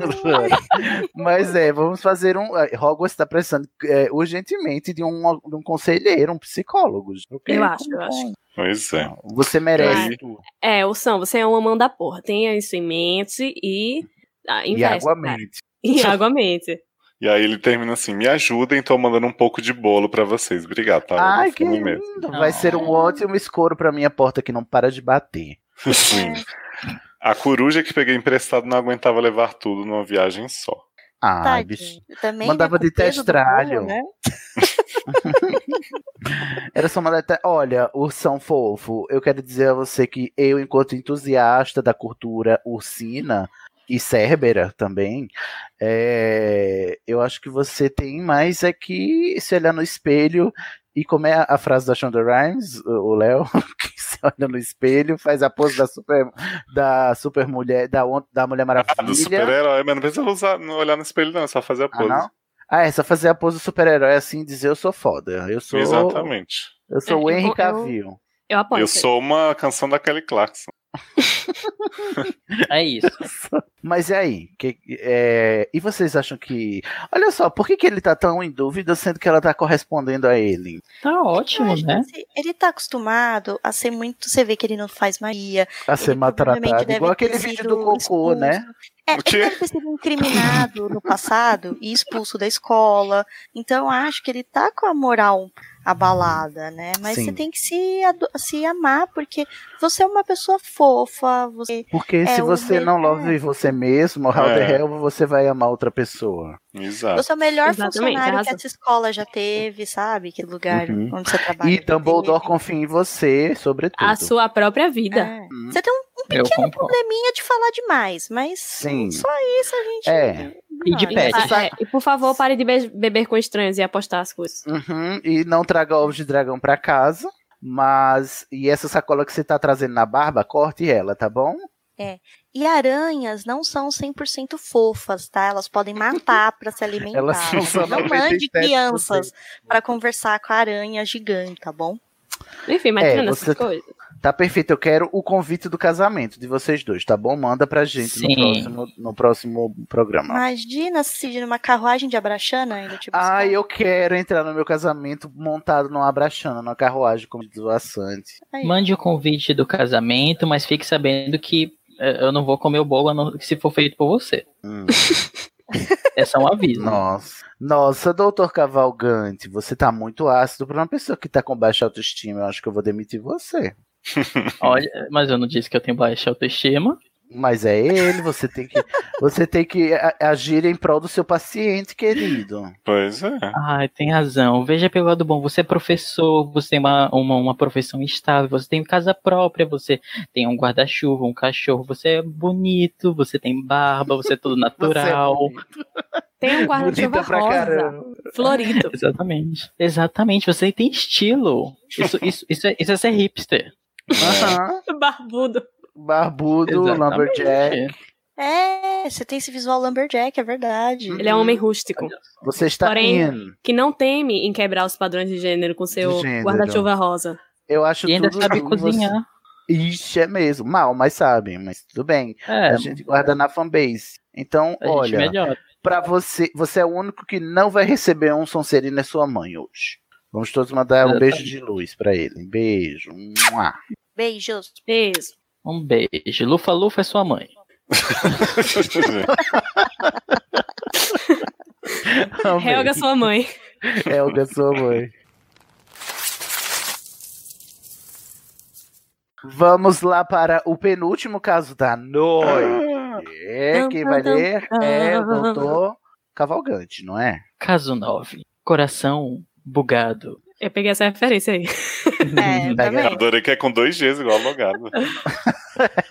Mas é, vamos fazer um. eh, Hogwarts está precisando eh, urgentemente de um, de um conselheiro, um psicólogo. ok?
Eu acho,
Como
eu acho.
Pois é.
Você merece
Aí-
tudo.
É, Ursão, você é uma mão da porra. Tenha isso em mente e ah,
E
investe.
água
cara.
mente.
E água mente.
E aí ele termina assim: me ajudem, tô mandando um pouco de bolo pra vocês. Obrigado, tá? Eu
Ai,
vou
que
comer
lindo.
mesmo.
Vai ser um ótimo escuro pra minha porta que não para de bater.
Sim. A coruja que peguei emprestado não aguentava levar tudo numa viagem só.
Ai,
Tadinho.
bicho.
Também, né,
Mandava
com o
de
peso do
testralho.
bolo, né?
Era só uma letra. Olha, ursão fofo, eu quero dizer a você que eu, enquanto entusiasta da cultura ursina e cérbera também, é, eu acho que você tem mais é que se olhar no espelho E como é a, a frase da Shonda Rhimes, o o Léo, que se olha no espelho, faz a pose da super, da super mulher, da, on- da Mulher Maravilha.
Ah, do super-herói, mas não precisa usar, não olhar no espelho, não, é só fazer a
Ah,
pose.
não? Ah, é só fazer a pose do super-herói assim e dizer eu sou foda. Eu sou.
Exatamente.
Eu sou o
É, eu-
Henry
eu-
Cavill.
Eu apoio.
Eu sou uma canção da Kelly Clarkson.
É isso.
Mas e aí? Que- é, e vocês acham que. Olha só, por que, que ele tá tão em dúvida, sendo que ela tá correspondendo a ele?
Tá
Então,
ótimo, né?
Ele- Ele tá acostumado a ser muito. Você vê que ele não faz Maria.
A ser
provavelmente
maltratada.
deve
Igual
ter
aquele vídeo do
sido
cocô,
expulso.
né?
É, ele deve ter sido incriminado no passado e expulso da escola. Então acho que ele tá com a moral abalada, né? Mas
Sim.
você tem que se, ado- se amar, porque você é uma pessoa fofa. Você
Porque
é
se
o
você
me-
não love você mesmo, how the
É.
hell você vai amar outra pessoa.
Exato.
Você é o melhor
Exatamente,
funcionário que
arrasou.
essa escola já teve, sabe? Que lugar
Uhum.
onde você trabalha.
E Dumbledore confia em você, sobretudo. Uhum.
A sua própria vida.
Você tem um, um
Eu concordo.
pequeno probleminha de falar demais, mas
Sim.
só isso a gente.
É.
E de pé.
Ah, é, e por favor, pare de be- beber com estranhos e apostar as coisas.
Uhum, e não traga ovos de dragão pra casa. Mas. E essa sacola que você tá trazendo na barba, corte ela, tá bom?
É. E aranhas não são 100% fofas, tá? Elas podem matar pra se alimentar.
Elas são só
não mande
97%.
crianças pra conversar com a aranha gigante, tá bom?
Enfim,
mas É, tirando essas você- coisas. Tá perfeito, eu quero o convite do casamento de vocês dois, tá bom? Manda pra gente no
Sim.
próximo, no próximo
Ah,
programa.
Imagina se numa carruagem de Abraxana ainda, tipo.
Ai, eu quero entrar no meu casamento montado numa abraxana, numa carruagem como desvoaçante.
Mande o convite do casamento, mas fique sabendo que eh, eu não vou comer o bolo a não- se for feito por você. É só um aviso.
Hum, Nossa. Nossa, doutor Cavalgante, você tá muito ácido pra uma pessoa que tá com baixa autoestima. Eu acho que eu vou demitir você.
Olha, mas eu não disse que eu tenho baixa autoestima.
Mas é ele, você tem que, você tem que a- agir em prol do seu paciente, querido.
Pois é.
Ai, tem razão. Veja pelo lado bom. Você é professor, você tem uma, uma, uma profissão estável, você tem casa própria, você tem um guarda-chuva, um cachorro, você é bonito, você tem barba, você é tudo natural.
é
Tem um guarda-chuva
Bonita pra
rosa.
caramba.
Florido.
Exatamente. Exatamente, você tem estilo. Isso, isso, isso, é, isso é ser hipster.
Aham.
Barbudo.
Barbudo,
Exatamente.
lumberjack.
É, você tem esse visual lumberjack, é verdade.
Hum.
Ele é um homem rústico.
Você está
Porém,
in.
que não teme em quebrar os padrões de gênero com
De
seu
gênero. então.
guarda-chuva rosa.
Eu acho
E ainda
tudo
sabe
que
cozinhar.
Você... Ixi, é mesmo. Mal, mas sabe. Mas tudo bem.
É.
A gente guarda na fanbase. Então,
A gente
olha.
melhora.
Pra você, você é o único que não vai receber um Sonserino é sua mãe hoje. Vamos todos mandar um beijo de luz pra ele. Beijo. Mua.
Beijos.
Beijo.
Um beijo. Lufa Lufa é sua mãe.
Amei.
Helga, sua mãe.
Helga, É sua mãe. Vamos lá para o penúltimo caso da noite. É, quem vai ler é o doutor Cavalgante, não é?
Caso 9. Coração bugado.
Eu peguei essa referência aí.
tá
Adorei que é com dois Gs igual logado.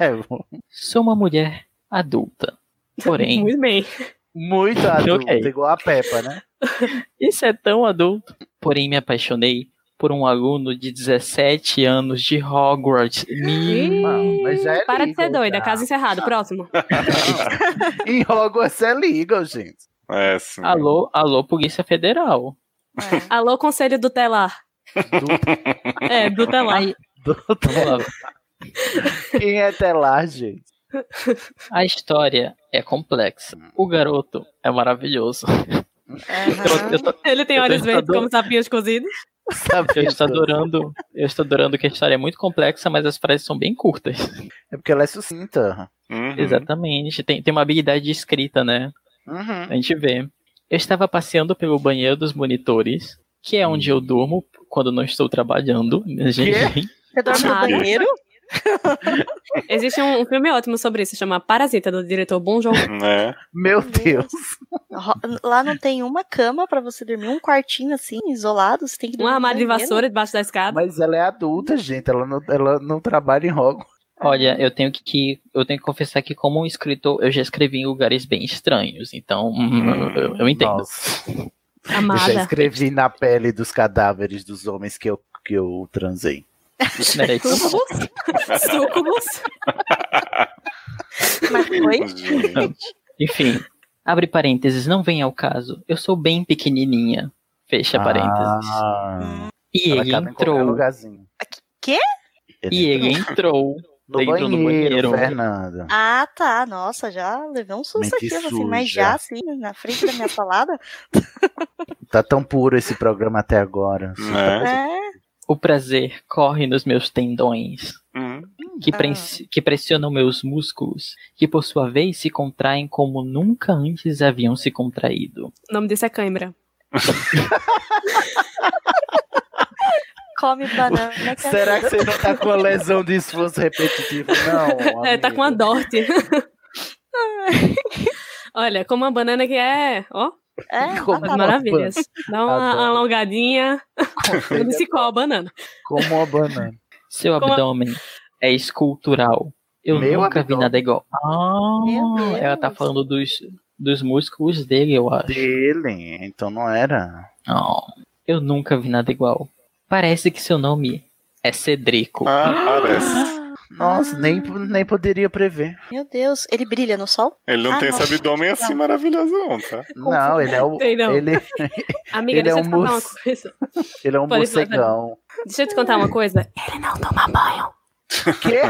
É,
Sou uma mulher adulta. Porém.
Muito bem.
Muito adulta,
Ok.
igual a Peppa, né?
Isso é tão adulto. Porém, me apaixonei por um aluno de 17 anos de Hogwarts. Me...
mas já é
Para de ser
legal,
doida.
tá?
Caso encerrado. Próximo.
Em Hogwarts é legal, gente.
É, sim.
Alô, alô, Polícia Federal.
Alô, conselho do telar. É, do telar.
Vamos lá.
Quem é telar, gente?
A história é complexa. O garoto é maravilhoso.
É,
Eu- eu tô-
Ele tem
eu tô
olhos verdes
estudando-
como sapinhos cozidos.
Ah.
Eu estou adorando, eu estou adorando que a história é muito complexa, mas as frases são bem curtas.
É porque ela é sucinta.
Uhum,
Exatamente. Tem, tem uma habilidade de escrita, né?
Uhum.
A gente vê. Eu estava passeando pelo banheiro dos monitores, que é
Hum.
onde eu durmo quando não estou trabalhando. minha gente.
Você dorme no
Amado.
banheiro?
Existe um, um filme ótimo sobre isso, chama Parasita, do diretor Bon Joon.
Né?
Meu Deus.
Ro- Lá não tem uma cama pra você dormir, um quartinho assim, isolado. Você tem que
Um
dormir no
armário de
banheiro.
vassoura debaixo da escada.
Mas ela é adulta, gente. Ela não, ela não trabalha em Hogwarts.
Olha, eu tenho que- que eu tenho que confessar que como
Hum,
escritor eu já escrevi em lugares bem estranhos, então hum, eu, eu entendo.
Eu já
Amada.
escrevi na pele dos cadáveres dos homens que eu, que eu transei.
Sucubus? Sucubus?
Mas
foi? Enfim, abre parênteses, não vem ao caso. Eu sou bem pequenininha. Fecha parênteses. E
Ah, Ela
ele
cabe em qualquer
entrou.
lugarzinho.
Quê?
E ele entrou
No
dentro do banheiro.
banheiro, Fernanda.
Ah, tá. Nossa, já levei um susto
Mente
aqui. eu falei Assim, mas
suja.
já, assim, na frente da minha salada?
Tá tão puro esse programa até agora. tá
É.
O prazer corre nos meus tendões,
Hum,
Ah.
que, prens- que pressionam meus músculos, que por sua vez se contraem como nunca antes haviam se contraído.
O nome disso é câimbra.
Come banana. que é
Será que
tudo.
você não tá com a lesão de esforço repetitivo? Não.
É, tá com a
amiga.
dorte. Olha, como uma banana que é, ó.
É,
Como
uma
maravilhas.
Ah, banana.
Dá uma
Adoro.
alongadinha. Não se cola a banana.
Como uma banana.
Seu
Como-
abdômen é escultural. Eu
Meu
nunca vi nada igual. Ah, ela tá falando dos, dos músculos dele, eu acho.
Dele, então não era.
Não, eu nunca vi nada igual. Parece que seu nome é Cedrico.
Ah, parece.
Ah.
Nossa, nem, nem poderia prever.
Meu Deus, ele brilha no sol?
Ele não
Ah,
tem
nossa.
esse abdômen assim
Não.
maravilhoso, não, tá?
Não, ele é o.
Tem não.
Ele,
Amiga,
Ele é
deixa eu
um
te contar
moço.
uma coisa.
ele é um
Pode falar.
morcegão.
Deixa eu te contar uma coisa. Ele não toma banho.
Quê?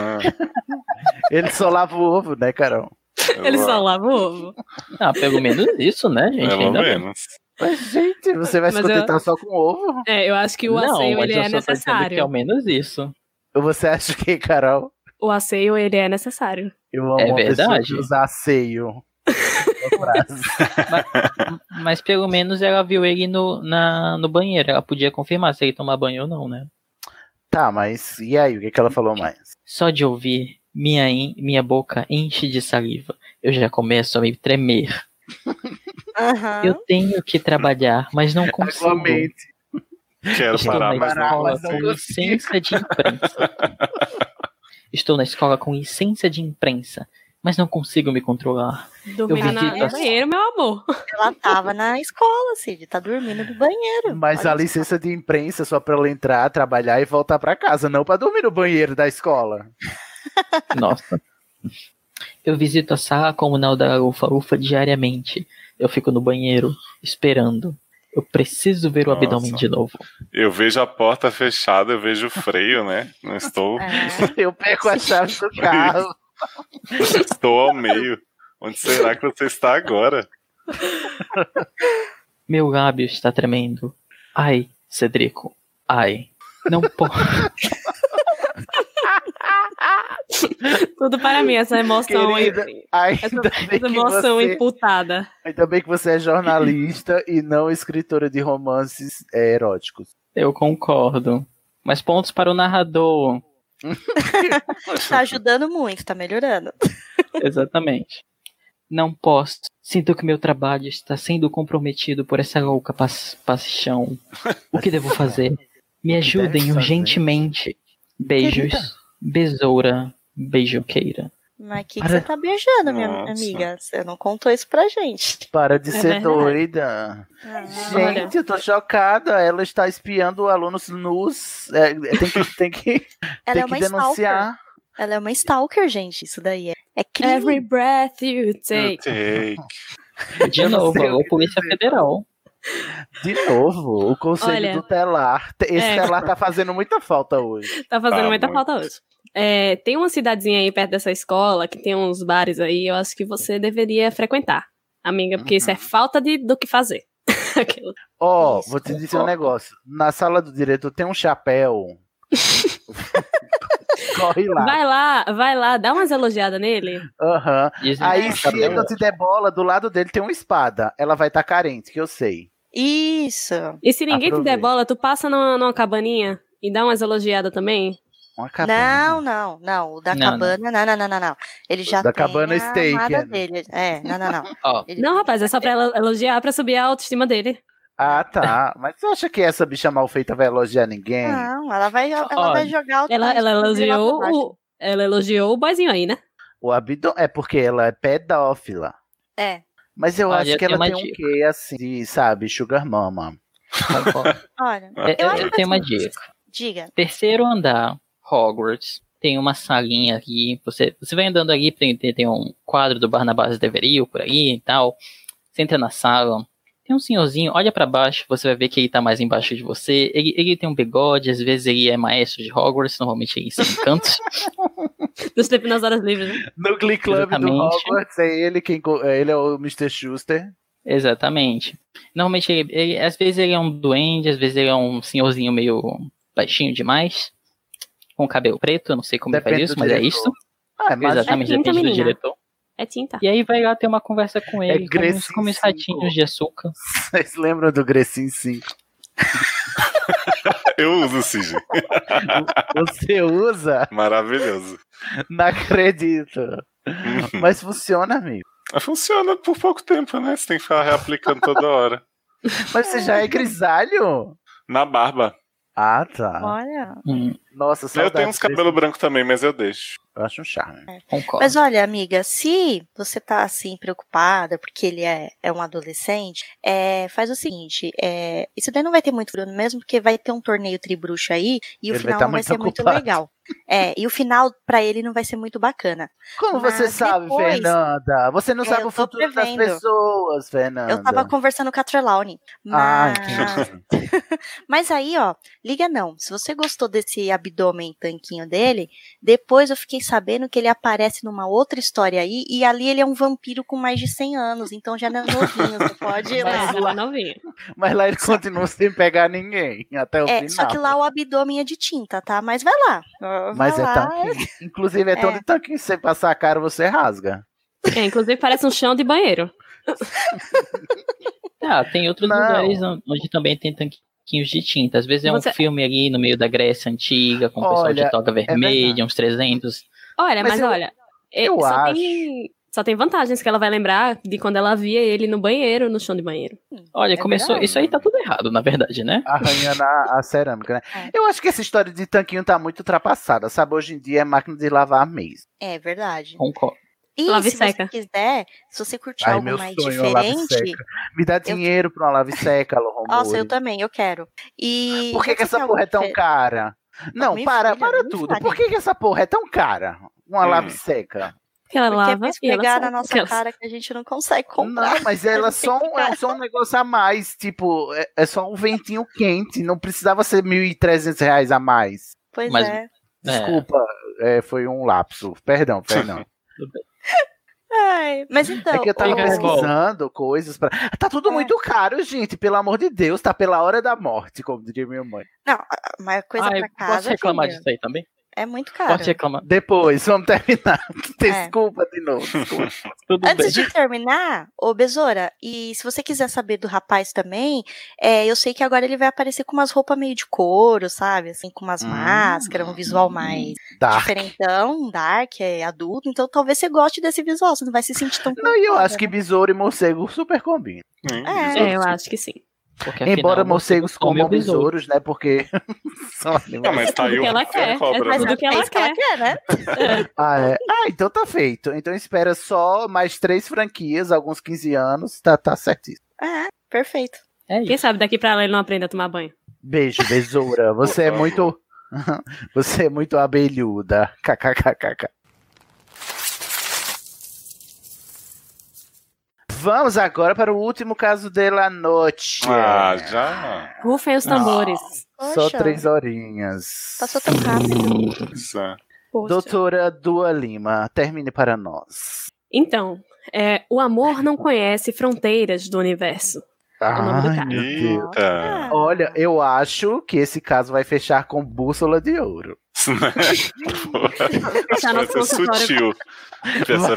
Ele só lava o ovo, né, Carol?
Ele só lava o ovo.
Ah, pelo menos isso, né, gente?
Pelo
Ainda bem.
é menos.
Mas, gente, você vai se
Mas eu-
contentar só com ovo?
É, eu acho que o
não,
asseio
mas
ele
eu
é
só tô dizendo que
necessário.
ao
um-
menos isso.
Você acha que, Carol?
O asseio ele é necessário.
Eu amo
É
uma pessoa que
verdade.
usa asseio. Uma frase.
Mas pelo menos ela viu ele no, na, no banheiro. Ela podia confirmar se ele tomar banho ou não, né?
tá, mas e aí? O que, que ela falou mais?
Só de ouvir, minha, en- minha boca enche de saliva. Eu já começo a me tremer.
Aham.
Eu tenho que trabalhar, mas não consigo.
Igualmente.
Quero
Estou
parar,
na
mas não
escola
mas não
com
consigo.
licença de imprensa. Estou na escola com licença de imprensa, mas não consigo me controlar.
Dormir na,
visito
no
as-
banheiro, meu amor.
Ela tava na escola, Cid, tá dormindo no banheiro.
Mas
Olha
a licença de imprensa é só pra ela entrar, trabalhar e voltar pra casa, não pra dormir no banheiro da escola.
Nossa. Eu visito a sala comunal da Ufa-Ufa diariamente. Eu fico no banheiro, esperando. Eu preciso ver o
Nossa.
abdômen de novo.
Eu vejo a porta fechada, eu vejo o freio, né? Não estou,
É.
Eu perco a chave do carro.
estou ao meio. Onde será que você está agora?
Meu lábio está tremendo. Ai, Cedrico. Ai. Não posso.
Tudo para mim, essa emoção aí.
Querida, ainda,
Essa,
bem
essa
que
emoção
você,
imputada.
ainda bem que você é jornalista e não escritora de romances é, eróticos.
Eu concordo. Mas pontos para o narrador.
Tá ajudando muito, tá melhorando.
Exatamente. Não posso. Sinto que meu trabalho está sendo comprometido por essa louca pas- paixão. O que devo fazer? Me ajudem
fazer?
urgentemente. Beijos. Besoura. Beijoqueira.
Mas o que, que
Para-
você tá beijando, minha
Nossa.
amiga? Você não contou isso pra gente.
Para de
É
ser
verdade.
doida.
Olha.
Gente, eu tô chocada. Ela está espiando alunos nus. É, tem que, tem que,
Ela
tem
é uma
que denunciar.
stalker. Ela é uma stalker, gente. Isso daí é, é crime.
Every breath you
Eu
take.
take.
De
Eu não
novo,
sei o
alô,
que
Polícia Federal.
De novo, o conselho
Olha.
do telar. Te- Esse
É.
telar tá fazendo muita falta hoje.
Tá fazendo
Tá
muita
muito.
falta hoje. É, tem uma cidadezinha aí perto dessa escola que tem uns bares aí, eu acho que você deveria frequentar, amiga, porque isso é falta de, do que fazer. Aquilo.
Ó,
Isso,
vou te dizer um
concordo.
negócio. Na sala do diretor tem um chapéu. Corre lá.
Vai lá, vai lá, dá umas elogiadas nele.
Aham.
Dizem que
Aí,
o
se
cabelo-
é
não te der bola, do lado dele tem uma espada. Ela vai estar carente, que eu sei.
Isso.
E se ninguém te der
Aproveita.
bola, tu passa numa, numa cabaninha e dá umas elogiadas também.
Uma cabana.
Não, não, não. O da
Não, não.
cabana, não, não, não, não, não. Ele já
da
tem
cabana
a
steak,
armada
é, né?
dele. É, não, não, não.
Ó,
Ele-
Não, rapaz, é só pra elo- elogiar, pra subir a autoestima dele.
Ah, tá. Mas você acha que essa bicha mal feita vai elogiar ninguém?
Não, ela vai, ela
Ó,
vai jogar o
Ela, ela
vai jogar
elogiou
pra baixo.
o. Ela elogiou o boyzinho aí, né?
O abdômen. É porque ela é pedófila.
É.
Mas eu
Olha,
acho que
tem
ela
uma
tem um
dica.
quê, assim, de, sabe, Sugar Mama.
tá
Olha,
É,
eu
é,
acho
eu
que
tenho uma
assim,
dica.
Diga.
Terceiro andar, Hogwarts. Tem uma salinha aqui. Você, você vai andando ali, tem, tem, tem um quadro do Barnabás Deveril por aí e tal. Você entra na sala. Tem um senhorzinho, olha pra baixo, você vai ver que ele tá mais embaixo de você. Ele, ele tem um bigode, às vezes ele é maestro de Hogwarts, normalmente ele se encanta.
Nos tempos nas horas livres, né?
No Glee Club do
Exatamente.
Hogwarts, é ele quem co- é, ele é o Mr. Schuster.
Exatamente. Normalmente ele, ele- às vezes ele é um duende, às vezes ele é um senhorzinho meio baixinho demais, com cabelo preto, eu não sei como ele faz
Depende
isso,
do
mas é
diretor.
isso.
Ah, é né? mais-
Exatamente,
É tinta,
depende do
menina.
diretor.
É tinta.
E aí vai lá ter uma conversa
É
com ele, come uns-
Grecin
come uns ratinhos de açúcar.
Vocês lembram do Grecin 5?
Eu uso Cid.
Você usa?
Maravilhoso.
Não acredito. Mas funciona, amigo.
Mas Funciona por pouco tempo, né? Você tem que ficar reaplicando toda hora.
Mas você já é grisalho?
Na barba.
Ah, tá.
Olha.
Hum,
Nossa,
Eu
saudades
tenho uns cabelos brancos também, mas eu deixo.
Eu acho um charme.
Concordo.
Mas olha, amiga, se você tá assim preocupada porque ele é, é um adolescente, é, faz o seguinte: é, isso daí não vai ter muito problema mesmo, porque vai ter um torneio tribruxo aí e o
Ele vai
final
tá
não vai
muito
ser muito
ocupado.
legal. É, e o final pra ele não vai ser muito bacana.
Como
Mas
você sabe,
depois-
Fernanda? Você não
É,
sabe
eu
o
tô
futuro das
prevendo.
pessoas, Fernanda.
Eu tava conversando com a Trelawney,
Ah,
mas
entendi.
Mas aí, ó, liga não. Se você gostou desse abdômen tanquinho dele, depois eu fiquei sabendo que ele aparece numa outra história aí, e ali ele é um vampiro com mais de 100 anos, então já não é novinho, você pode ir lá.
Mas ela é novinha.
Mas lá ele continua sem pegar ninguém até o
É,
final.
só que lá o abdômen é de tinta, tá? Mas vai lá. ó,
Mas
vai
é
lá.
tanquinho. Inclusive, é tão
É.
de tanquinho que você passar a cara, você rasga.
É, inclusive parece um chão de banheiro.
Ah, tem outros
Não.
lugares on- onde também tem tanquinhos de tinta. Às vezes é um
Você-
filme ali no meio da Grécia Antiga, com o pessoal
Olha, é
de toga
verdade.
vermelha, uns 300.
Olha,
Mas
mas,
eu-
olha. é,
eu
só Tem, só tem vantagens que ela vai lembrar de quando ela via ele no banheiro, no chão de banheiro.
Olha,
É
começou.
verdade.
Isso aí tá tudo errado, na verdade, né?
Arranhando a, a cerâmica, né?
É.
Eu acho que essa história de tanquinho tá muito ultrapassada, sabe? Hoje em dia é máquina de lavar mesmo.
É verdade.
Concordo.
E
Lave
se
seca.
você quiser, se você curtir
Ai,
algo
meu
mais
sonho é uma lave
diferente.
seca. Me dá dinheiro pra uma lave seca, Lô
Nossa, eu
Romori.
também, eu quero. E.
Por que,
se
que
você
essa
quer algo
porra é tão
difer-
cara? Não,
Minha
para,
filha,
para
me
tudo.
fale.
Por que, que essa porra é tão cara? Uma
Hum.
lave seca.
Porque ela
Porque é
lava
pra
e ela
esfregar
sai,
na nossa
porque ela-
cara que a gente não consegue comprar.
Não, mas ela só um,
Cara.
é só um negócio a mais. Tipo, é, é só um ventinho quente. Não precisava ser 1.300 reais a mais.
Pois
Mas-
é.
É.
Desculpa, é, foi um lapso. Perdão, perdão.
Ai, mas então.
é que eu tava
o-
Fica de boa.
pesquisando coisas pra. Tá tudo
É.
muito caro, gente. Pelo amor de Deus, tá pela hora da morte, como diria minha mãe.
Não, uma coisa
Ah, eu
pra casa.
posso reclamar
filha,
disso aí também?
É muito caro.
Posso reclamar?
Depois, vamos terminar.
É.
Desculpa de novo. desculpa.
Tudo bem.
Antes de terminar, ô Besoura, e se você quiser saber do rapaz também, é, eu sei que agora ele vai aparecer com umas roupas meio de couro, sabe? Assim, com umas
Hum.
máscaras, um visual mais
Tá.
diferentão, dark, é adulto. Então talvez você goste desse visual, você não vai se sentir tão.
Não, e eu
culpada,
acho que besouro e morcego super combinam.
Hum,
É.
É, eu acho que sim.
Porque,
Embora
afinal,
morcegos
come
comam
o besouro.
besouros, né? Porque. são
Não,
animais.
mas tá aí
tudo
o
que ela
Rafael
quer.
Cobra,
Mas
né?
do que
é
ela
isso que ela
quer.
quer, né?
Ah, é. Ah, então tá feito. Então espera só mais três franquias, alguns 15 anos, tá, tá certíssimo.
É, perfeito.
É
Quem
isso.
sabe daqui pra lá ele não aprende a tomar banho.
Beijo, besoura. Você é muito. Você é muito abelhuda. KKKKK. Vamos agora para o último caso da noite.
Ah, já.
Rufem
Ah.
os tambores.
Só
Poxa,
três horinhas.
Passou tão rápido.
Nossa.
Poxa.
Doutora Dua Lima, termine para nós.
Então, é, o amor não conhece fronteiras do universo. o nome do
Ai,
cara.
meu Deus.
Ah,
Eita.
Olha, eu acho que esse caso vai fechar com bússola de ouro.
Isso, né? Pô,
Ah.
Acho que
Tá no
vai ser
consultório.
é sutil essa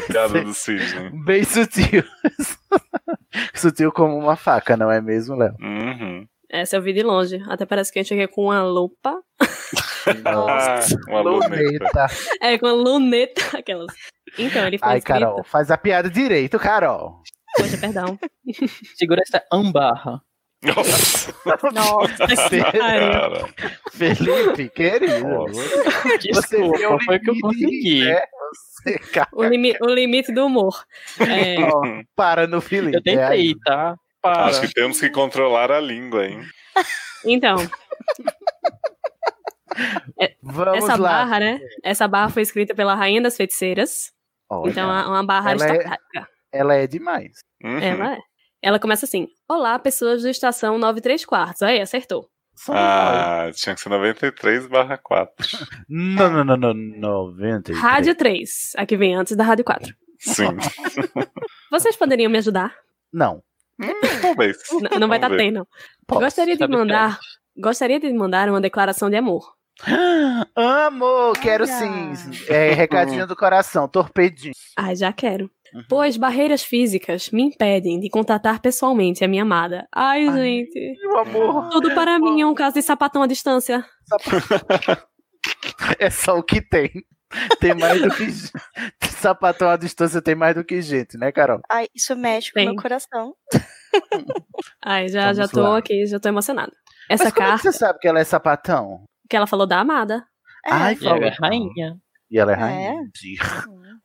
Vai
piada
ser.
do Sidney.
Bem sutil. sutil como uma faca, não é mesmo, Léo?
Uhum.
Essa eu vi de longe. Até parece que eu cheguei é com uma lupa.
Ah, uma luneta.
Luneta.
É, com uma luneta. Aquelas. Então, ele foi
Ai,
escrito-
Carol, faz a piada direito, Carol.
Poxa, perdão.
Segura essa ambarra.
Nossa,
Nossa,
Pariu.
cara.
Felipe, querido.
Nossa.
Desculpa,
viu
foi o que eu
limite,
consegui.
né? você, cara.
O, limi- o limite do humor. É,
Ó, para no Felipe. É
Eu tentei,
tá?
Acho que temos que controlar a língua, hein?
então,
Vamos
essa
lá.
barra, né? Essa barra foi escrita pela Rainha das Feiticeiras.
Olha.
Então, é uma barra
Ela é-
aristocrática.
Ela é demais.
Uhum.
Ela é. Ela começa assim: Olá, pessoas do Estação 93 Quartos. Aí, acertou.
um
Ah, tinha que ser 93 barra 4.
Não, não, não, não. 90.
Rádio 3, a que vem antes da Rádio 4.
Sim.
Vocês poderiam me ajudar?
Não.
Talvez.
N- não vai estar bem, não. Gostaria de
é?
mandar. Gostaria de mandar uma declaração de amor.
Amo, quero sim. É, recadinho do coração, torpedinho.
Ai, já quero.
Uhum.
Pois barreiras físicas me impedem de contatar pessoalmente a minha amada. Ai, gente.
Meu amor.
Tudo para mim é um caso de sapatão à distância.
É só o que tem. Tem mais do que. Sapatão à distância tem mais do que gente, né, Carol?
Ai, isso mexe com o meu coração.
Ai, já,
Vamos
já tô
lá.
aqui, já tô emocionada. Essa
Mas como é
carta
que você sabe que ela é sapatão?
que ela falou da amada.
Ai,
E ela
falou.
é rainha.
E ela é
É.
rainha.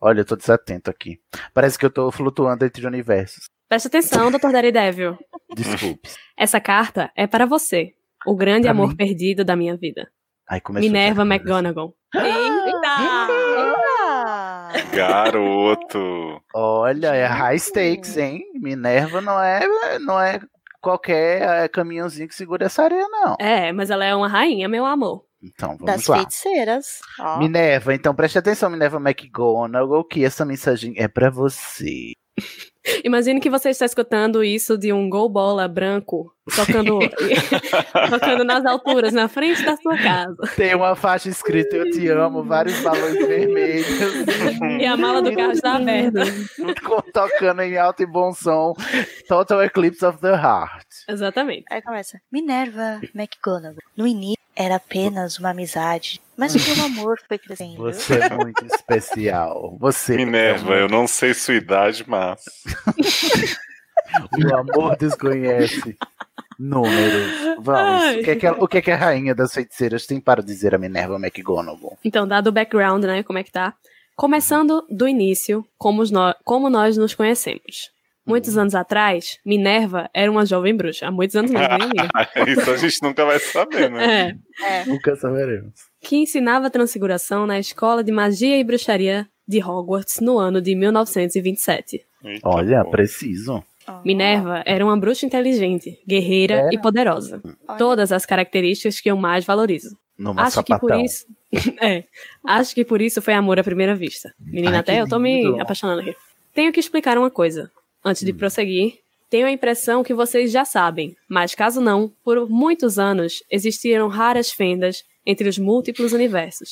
Olha, eu tô desatento aqui. Parece que eu tô flutuando entre universos.
Presta atenção, Dr. Daredevil.
Desculpe.
Essa carta é para você. O grande
Pra
amor
mim?
perdido da minha vida.
Ai, é começou.
Minerva McGonagall.
Eita!
Garoto.
Olha, é high stakes, hein? Minerva não é, não é qualquer é, caminhãozinho que segura essa areia, não.
É, mas ela é uma rainha, meu amor.
Então, vamos
Das
lá.
feiticeiras. Ó.
Minerva, então preste atenção, Minerva McGonagall, que essa mensagem é pra você.
Imagine que você está escutando isso de um gol bola branco tocando, tocando nas alturas, na frente da sua casa.
Tem uma faixa escrita Eu te amo, vários balões vermelhos. É.
E a mala do carro está aberta.
Tocando em alto e bom som. Total Eclipse of the Heart.
Exatamente.
Aí começa. Minerva McGonagall. No início era apenas uma amizade, mas o meu amor foi crescendo.
Você é muito especial. Você é um
Minerva, eu não sei sua idade, mas.
O amor desconhece números. Vamos.
Ai.
O, que é que ela- o que é que a rainha das feiticeiras tem para dizer a Minerva McGonagall?
Então, dado o background, né? Como é que tá? Começando do início, como, os nó- como nós nos conhecemos. Muitos anos atrás, Minerva era uma jovem bruxa. Há muitos anos não, nem amiga.
Isso a gente nunca vai saber, né?
É.
Nunca saberemos.
Que ensinava transfiguração na Escola de Magia e Bruxaria de Hogwarts no ano de 1927.
Tá
Olha, preciso.
Minerva era uma bruxa inteligente, guerreira
Era?
e poderosa. Todas as características que eu mais valorizo.
Numa
acho que por
sapatão.
isso. é. Acho que por isso foi amor à primeira vista. Menina,
Ai, que
até eu tô me
lindo. Hum.
apaixonando aqui. Tenho que explicar uma coisa. Antes de prosseguir, tenho a impressão que vocês já sabem, mas caso não, por muitos anos existiram raras fendas entre os múltiplos universos.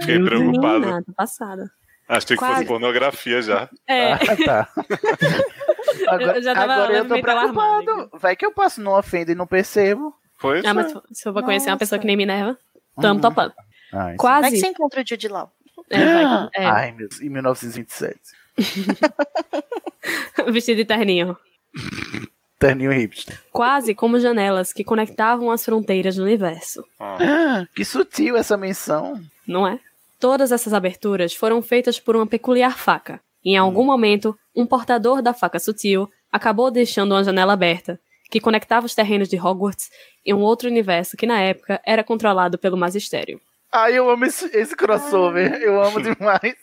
Fiquei preocupado.
Menina, tô passada.
Achei que
Quase.
fosse pornografia já.
É.
tá. Agora,
já tava
agora eu tô
levemente
preocupado. Vai que eu passo numa ofenda e não percebo.
Pois
Ah, mas se for- se eu vou conhecer uma
Nossa.
pessoa que nem Minerva, tamo
Uhum.
topando.
Ai,
Quase.
Vai é que você encontra o Jude Law.
É, vai que- é.
Ai, meu Deus. Em 1927.
Vestido de terninho.
Terninho hipster.
Quase como janelas que conectavam as fronteiras do universo.
Ah, que sutil essa menção.
não é? Todas essas aberturas foram feitas por uma peculiar faca. E em algum momento, um portador da faca sutil acabou deixando uma janela aberta, que conectava os terrenos de Hogwarts e um outro universo que na época era controlado pelo magistério.
Ai, eu amo esse, esse crossover. Eu amo demais.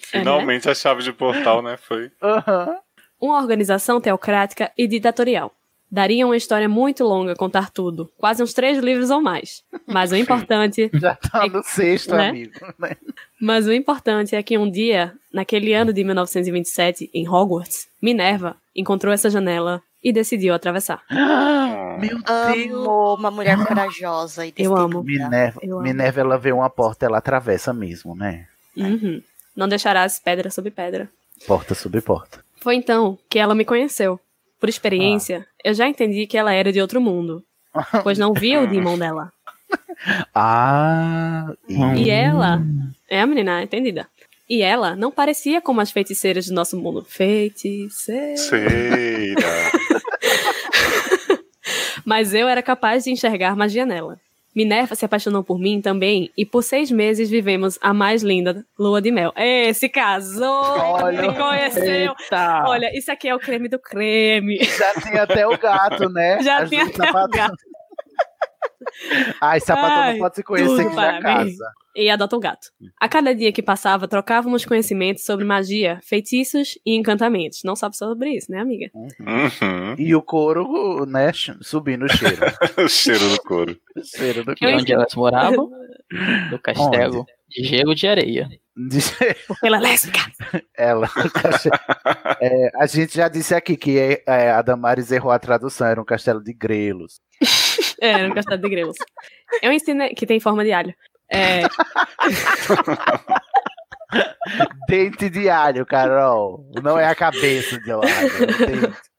Finalmente a chave de portal, né? Foi.
Aham.
Uma organização teocrática e ditatorial. Daria uma história muito longa contar tudo, quase uns três livros ou mais. Mas o importante
Já tá no sexto,
né?
amigo. né?
Mas o importante é que um dia, naquele ano de 1927, em Hogwarts, Minerva encontrou essa janela e decidiu atravessar.
Ah, Meu Deus.
Amo uma mulher corajosa e
Eu amo.
Minerva,
Eu amo.
Minerva, ela vê uma porta, ela atravessa mesmo, né?
Uhum. Não deixarás pedra sobre pedra.
Porta sobre porta.
Foi então que ela me conheceu. Por experiência, eu já entendi que ela era de outro mundo, pois não via o demon dela.
Ah,
E ela. É a menina, entendida. E ela não parecia como as feiticeiras do nosso mundo. Feiticeira.
Seira.
Mas eu era capaz de enxergar magia nela. Minerva se apaixonou por mim também e por seis meses vivemos a mais linda lua de mel. Ê, se casou,
Olha.
se conheceu.
Eita.
Olha, isso aqui é o creme do creme.
Já tem até o gato, né?
Já
As
tem
duas
até o
sapatas-
gato.
Ai, sapatão
Ai,
não pode se conhecer
tudo
que já
para mim.
casa.
E adota um gato. A cada dia que passava, trocávamos conhecimentos sobre magia, feitiços e encantamentos. Não sabe sobre isso, né, amiga?
E o couro, né, ch- subindo o cheiro.
Uhum. o cheiro do couro.
O cheiro do
E onde
couro.
elas moravam? No castelo de gelo de areia.
Porque ela é lésbica.
Ela. É, a gente já disse aqui que é, é, a Damares errou a tradução, era um castelo de grelos.
É, era um castelo de grelos. Eu ensinei. Que tem forma de alho. É,
Dente de alho, Carol. Não é a cabeça de alho. é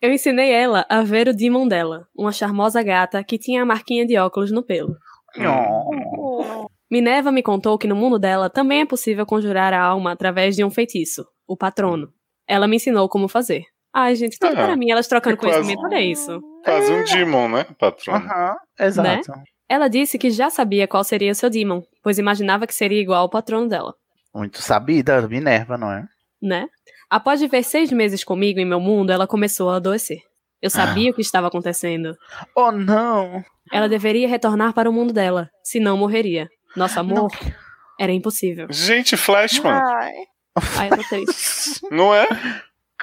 eu ensinei ela a ver o Demon dela, uma charmosa gata que tinha a marquinha de óculos no pelo.
Hum,
Minerva me contou que no mundo dela também é possível conjurar a alma através de um feitiço, o patrono. Ela me ensinou como fazer. Ai, gente, tudo
Ah,
para mim, elas trocando
é quase-
conhecimento, olha isso.
Quase um Demon, né, patrão?
Aham, exato.
Ela disse que já sabia qual seria o seu Demon, pois imaginava que seria igual ao patrono dela,
Muito sabida, Minerva, não é?
né? Após viver seis meses comigo em meu mundo, ela começou a adoecer.
Ah.
Eu sabia o que estava acontecendo.
Oh, não!
Ela deveria retornar para o mundo dela, senão morreria. Nosso amor era impossível.
Gente, Flashman.
Ah. Ai, eu tô triste.
Não é?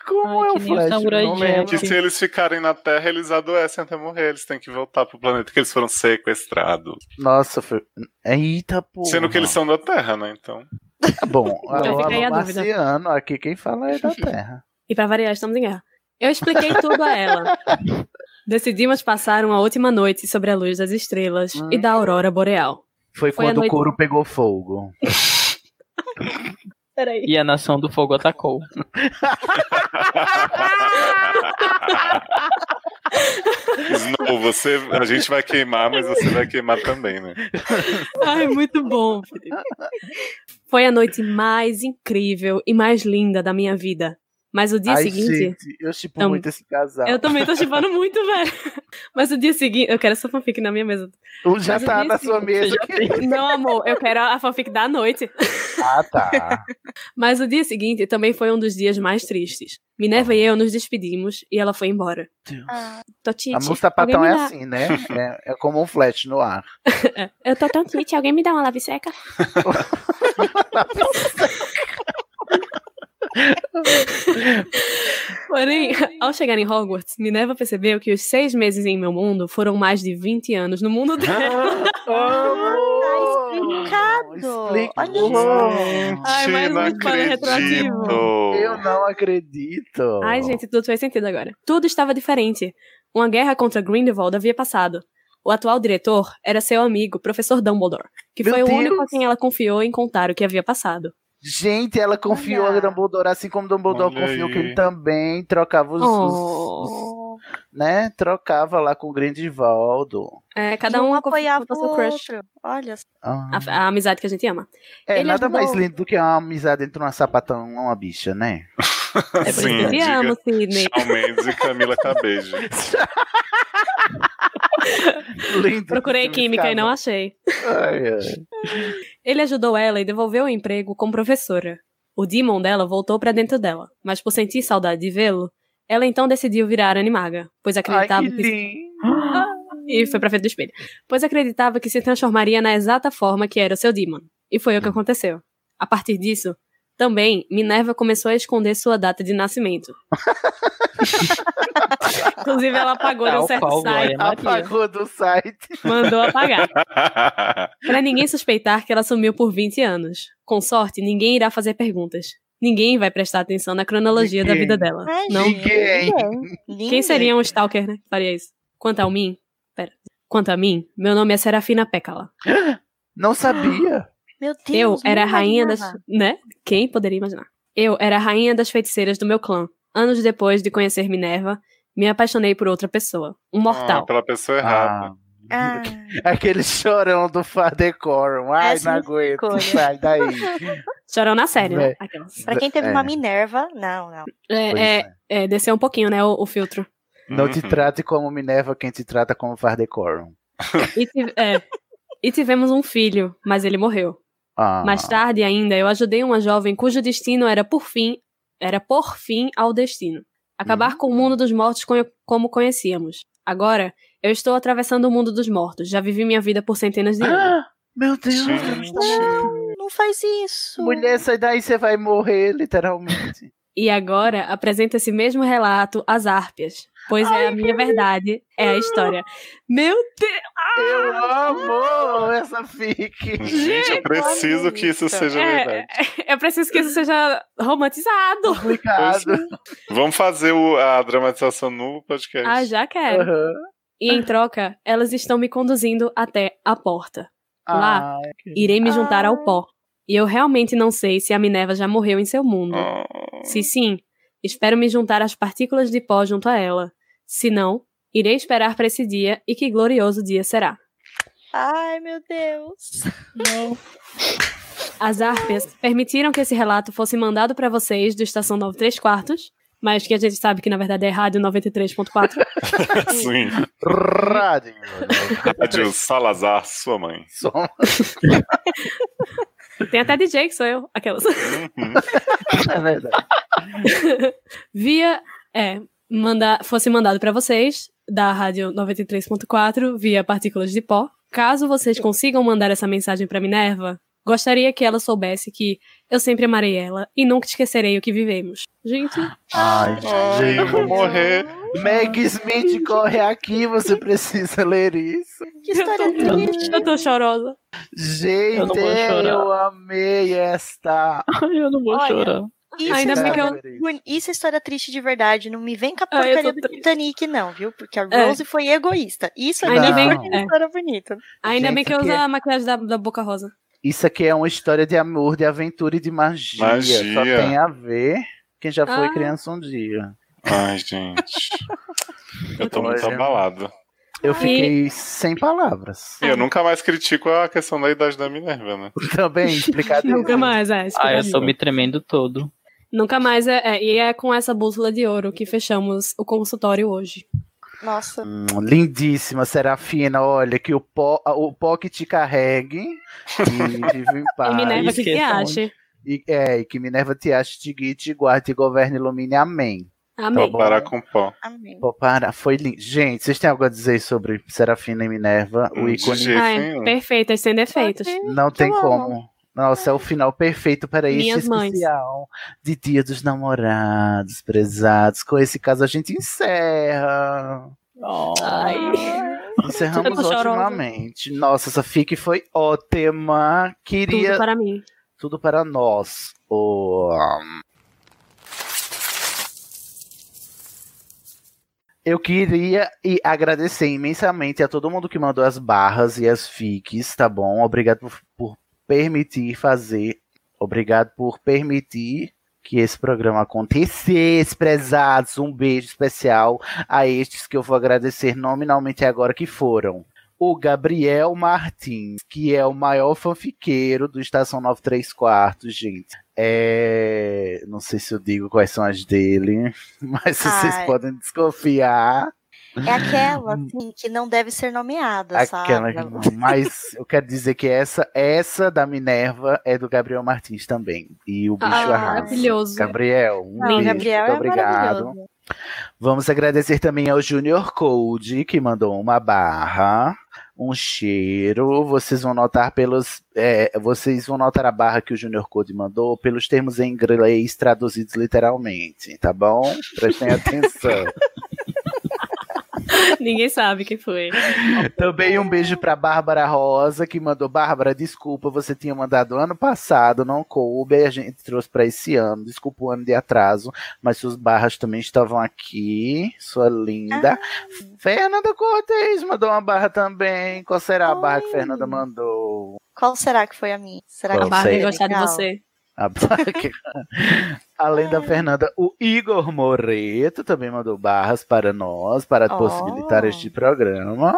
Como
é o Flash? Não
Que se eles ficarem na Terra, eles adoecem até morrer. Eles têm que voltar pro planeta que eles foram sequestrados.
Nossa, foi... Eita, porra.
Sendo que eles são da Terra, né? Então.
Tá Bom,
Então
alô,
fica aí
alô,
a dúvida.
Marciano, aqui quem fala é da Terra.
E para variar, estamos em guerra. Eu expliquei tudo a ela. Decidimos passar uma última noite sobre a luz das estrelas e da aurora boreal.
Foi,
Foi a
quando
noite-
o couro pegou fogo.
Peraí.
E a nação do fogo atacou.
Snow, você, a gente vai queimar, mas você vai queimar também, né?
Ai, muito bom, Felipe. Foi a noite mais incrível e mais linda da minha vida. Mas o dia
Ai,
seguinte.
gente, eu tipo
Tam-
muito esse casal.
Eu também tô chipando muito, velho. Mas o dia seguinte. Eu quero essa fanfic na minha mesa.
Tu já
Mas o
tá
dia
na sua mesa.
é Não, amor, eu quero a fanfic da noite.
Ah, tá.
Mas o dia seguinte também foi um dos dias mais tristes. Minerva e eu nos despedimos e ela foi embora. Tô tite.
A música patão é
alguém me dá-
assim, né? É, é como um flash no ar.
Eu tô tão tite, alguém me dá uma lave seca? Porém, ao chegar em Hogwarts, Minerva percebeu que os seis meses em meu mundo foram mais de 20 anos no mundo dela.
Tá explicado. Olha isso.
Ai, mais um spoiler retroativo.
Eu não acredito.
Ai, gente, tudo faz sentido agora. Tudo estava diferente. Uma guerra contra Grindelwald havia passado. O atual diretor era seu amigo, professor Dumbledore, que
Meu
foi o
Deus.
único a quem ela confiou em contar o que havia passado.
Gente, ela confiou em Dumbledore, assim como Dumbledore
Olha
confiou
aí.
que ele também trocava os,
Oh.
os- né? Trocava lá com o Grindelwaldo.
É, cada
um
um
apoiava
conta
o
seu crush.
outro. Olha só.
Ah.
A, a amizade que a gente ama.
É,
Ele
nada
ajudou-
mais lindo do que uma amizade entre uma sapatão e uma bicha, né?
É
Sim,
Eu te amo,
Assim, diga.
Sidney.
Shawn Mendes e Camila Cabejo.
lindo.
um
Procurei química e não achei.
Ai, ai.
Ele ajudou ela e devolveu o emprego como professora. O demon dela voltou pra dentro dela, mas por sentir saudade de vê-lo, ela então decidiu virar animaga, pois
Ai,
acreditava
que
que
lindo.
e foi pra frente do espelho. Pois acreditava que se transformaria na exata forma que era o seu demon. E foi o que
Hum.
aconteceu. A partir disso, também, Minerva começou a esconder sua data de nascimento. Inclusive, ela apagou de um
Tal
certo
qual
site,
Glória Maria.
Apagou do site.
mandou apagar. Pra ninguém suspeitar que ela sumiu por 20 anos. Com sorte, ninguém irá fazer perguntas. Ninguém vai prestar atenção na cronologia da
Ninguém.
vida dela.
Ai,
Não
Ninguém.
quem seria um stalker, né? que Faria isso. Quanto a mim. Pera. Quanto a mim, meu nome é Serafina Pécala.
Não sabia.
Meu Deus,
Eu era a
não
rainha das.
imaginava.
Né? Quem poderia imaginar? Eu era a rainha das feiticeiras do meu clã. Anos depois de conhecer Minerva, me apaixonei por outra pessoa. Um mortal.
Ah, pela pessoa errada.
Ah,
Aquele chorão do Fadecorum. Ai,
Péssima
não aguento.
escolha.
Sai daí.
Chorou na série, né?
então Vé.
Aquelas.
pra quem teve
É.
uma Minerva, não, não.
É,
Pois
é, é, desceu um pouquinho, né? O, o filtro.
Não te
Uhum.
trate como Minerva, quem te trata como Fardecorum.
E, tive- é. E tivemos um filho, mas ele morreu.
Ah.
Mais tarde ainda, eu ajudei uma jovem cujo destino era por fim, era por fim ao destino.
Hum.
Acabar com o mundo dos mortos conhe- como conhecíamos. Agora, eu estou atravessando o mundo dos mortos. Já vivi minha vida por centenas
Ah,
de anos.
Meu Deus!
Não, não faz isso.
Mulher, sai daí, você vai morrer, literalmente.
E agora apresenta esse mesmo relato às árpias. Pois é a minha verdade, é a história. Meu Deus!
Ah,
Eu amo essa fique.
Gente, eu preciso que isso seja
É,
verdade.
é- Eu preciso que isso seja romantizado.
Vamos fazer o- a dramatização no podcast.
Ah, já quero. E em troca, elas estão me conduzindo até a porta. Lá,
Ai,
irei me juntar ao pó. E eu realmente não sei se a Minerva já morreu em seu mundo. Se sim, espero me juntar às partículas de pó junto a ela. Se não, irei esperar para esse dia e que glorioso dia será.
Ai, meu Deus.
Não.
As árpias permitiram que esse relato fosse mandado para vocês do Estação 93 Quartos, mas que a gente sabe que na verdade é Rádio 93.4.
Sim.
Rádio. né?
Rádio Salazar, sua mãe.
Tem até DJ que sou eu, aquelas.
É verdade.
via é manda, fosse mandado para vocês da rádio 93.4 via partículas de pó. Caso vocês consigam mandar essa mensagem para Minerva, gostaria que ela soubesse que eu sempre amarei ela e nunca esquecerei o que vivemos. Gente,
Ai, gente.
eu vou morrer.
Meg Smith, corre aqui, você precisa ler isso.
Que história triste.
eu tô chorosa.
Gente,
Eu não vou
eu,
chorar.
amei esta.
Eu não vou
Olha,
chorar.
Isso,
Ainda
é
bem que
história,
eu-
boni- isso é história triste de verdade. Não me vem com a
Ah, eu tô
porcaria do Titanic, não, viu? Porque a
É.
Rose foi egoísta. Isso é
Ainda
uma
Não.
bem, é,
história bonita.
ainda
Gente,
bem que eu
que
uso
é-
a maquiagem da, da Boca Rosa.
Isso aqui é uma história de amor, de aventura e de magia.
Magia.
Só tem a ver quem já foi
Ah.
criança um dia.
Ai, gente. Eu tô muito
Olha.
abalado.
Eu fiquei sem palavras.
E eu nunca mais critico a questão da idade da Minerva, né?
Também explicado.
Nunca mais, é.
Ah, eu
explicadinho.
tô me tremendo todo.
Nunca mais, é, é, e é com essa bússola de ouro que fechamos o consultório hoje.
Nossa.
Hum, Lindíssima, Serafina. Olha, que o pó, o pó que te carregue e vive em paz.
e Minerva, o que, que
esqueçam
acha?
E, é, e que Minerva te ache, te guie, te guarde, te governe, ilumine. Amém.
Amém.
Vou parar com pó.
Amém.
Pô, para, foi lindo. Gente, vocês têm algo a dizer sobre Serafina e Minerva? O
Hum,
ícone
de jeito
Ai,
nenhum.
perfeitas, é, sem defeitos.
não tem
amo.
como. Nossa, é o final perfeito para este
Minhas mães.
especial de Dia dos Namorados, prezados. Com esse caso a gente encerra.
Ai.
Encerramos
Tudo chorosa.
otimamente. Nossa, essa fic foi ótima. Queria
Tudo para mim.
tudo para nós. O, um, Eu queria e agradecer imensamente a todo mundo que mandou as barras e as fiques, tá bom? Obrigado por, por permitir fazer. Obrigado por permitir que esse programa acontecesse, prezados. Um beijo especial a estes que eu vou agradecer nominalmente agora, que foram o Gabriel Martins, que é o maior fanfiqueiro do Estação 93 Quartos, gente. É, Não sei se eu digo quais são as dele, mas vocês
Ai.
podem desconfiar.
É aquela, assim, que não deve ser nomeada,
Hum. Aquela que
sabe?
não. Mas eu quero dizer que essa, essa da Minerva é do Gabriel Martins também. E o bicho
Ah,
arrasa.
maravilhoso.
Gabriel, um
Não,
beijo,
Gabriel
muito
é
obrigado.
maravilhoso.
Vamos agradecer também ao Junior Code, que mandou uma barra, um cheiro. Vocês vão notar pelos. é, vocês vão notar a barra que o Junior Code mandou pelos termos em inglês traduzidos literalmente, tá bom? Prestem atenção.
Ninguém sabe quem foi.
Também um beijo pra Bárbara Rosa, que mandou. Bárbara, desculpa, você tinha mandado ano passado, não coube, aí a gente trouxe pra esse ano. Desculpa o ano de atraso, mas suas barras também estavam aqui. Sua linda. Fernanda Cortez mandou uma barra também. Qual será a barra que Fernanda mandou?
Qual será que foi a minha? Será
Não
que
A Bárbara
sei.
ia gostar de
Legal.
você.
A barra que- Além
É.
da Fernanda, o Igor Moreto também mandou barras para nós, para
Oh.
possibilitar este programa.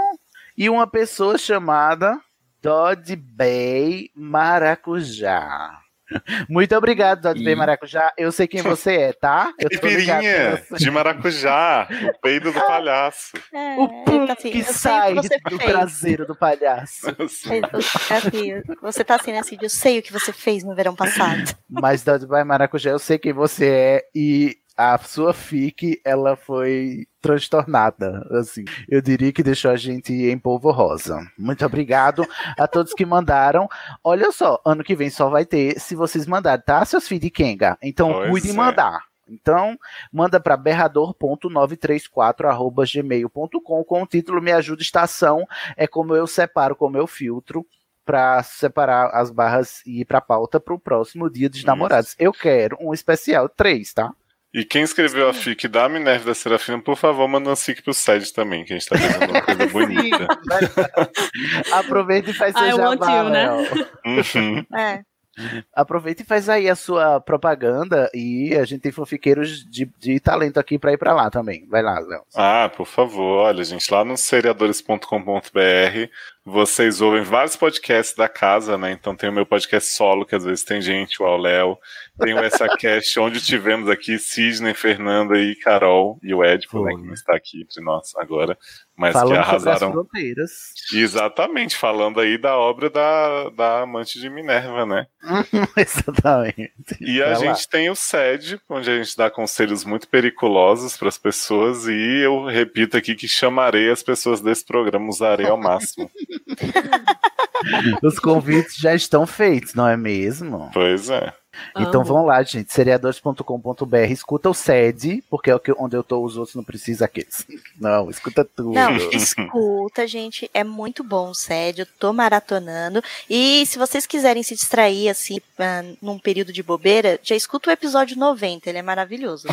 E uma pessoa chamada Dodd Bay Maracujá. Muito obrigado, Dr. B. Maracujá. Eu sei quem você é, tá? Eu tô ligado
Caipirinha
com você.
de maracujá, o peido do palhaço.
É,
O
ele
pum
tá assim,
que
eu sei o
sai
que você
do
fez.
traseiro do palhaço.
Ele- é assim, Você tá assim, né, Cid? Eu sei o que você fez no verão passado.
Mas Dodge by Maracujá, eu sei quem você é e a sua fic, ela foi transtornada, assim. Eu diria que deixou a gente em polvo rosa. Muito obrigado a todos que mandaram. Olha só, ano que vem só vai ter se vocês mandarem, tá, seus filhos de Kenga? Então,
Pois
cuide e
é.
mandar. Então, manda para berrador.934@gmail.com com o título Me ajuda estação, é como eu separo, como eu filtro para separar as barras e ir para pauta para o próximo dia dos namorados. Eu quero um especial 3, tá?
E quem escreveu a fic da Minerva e da Serafina, por favor, manda uma fic pro Sede também, que a gente tá fazendo uma coisa bonita.
Aproveita e faz seu
I want
jabá,
you, né?
Léo.
Uhum.
É.
Aproveita e faz aí a sua propaganda e a gente tem fanfiqueiros de, de talento aqui para ir para lá também. Vai lá, Léo.
Ah, por favor, olha, gente, lá no seriadores.com.br vocês ouvem vários podcasts da casa, né? Então tem o meu podcast solo, que às vezes tem gente, o Ao Léo, tem o Essa Cast, onde tivemos aqui Sidney, Fernanda e Carol e o Edipo, né? Que não está aqui entre nós agora, mas que
Falando sobre as
arrasaram.
fronteiras.
Exatamente, falando aí da obra da, da amante de Minerva, né?
Exatamente.
E a
Vai lá.
gente tem o SED, onde a gente dá conselhos muito periculosos para as pessoas, e eu repito aqui que chamarei as pessoas desse programa, usarei ao máximo.
Os convites já estão feitos, não é mesmo?
pois é.
Então
Amo.
vão lá, gente, seriadores.com.br, escuta o sede, porque é o que, onde eu tô, os outros não precisam aqueles. Não, escuta tudo.
Não, escuta, gente. É muito bom, sério. Eu tô maratonando. E se vocês quiserem se distrair, assim, ah, num período de bobeira, já escuta o episódio 90. Ele é maravilhoso.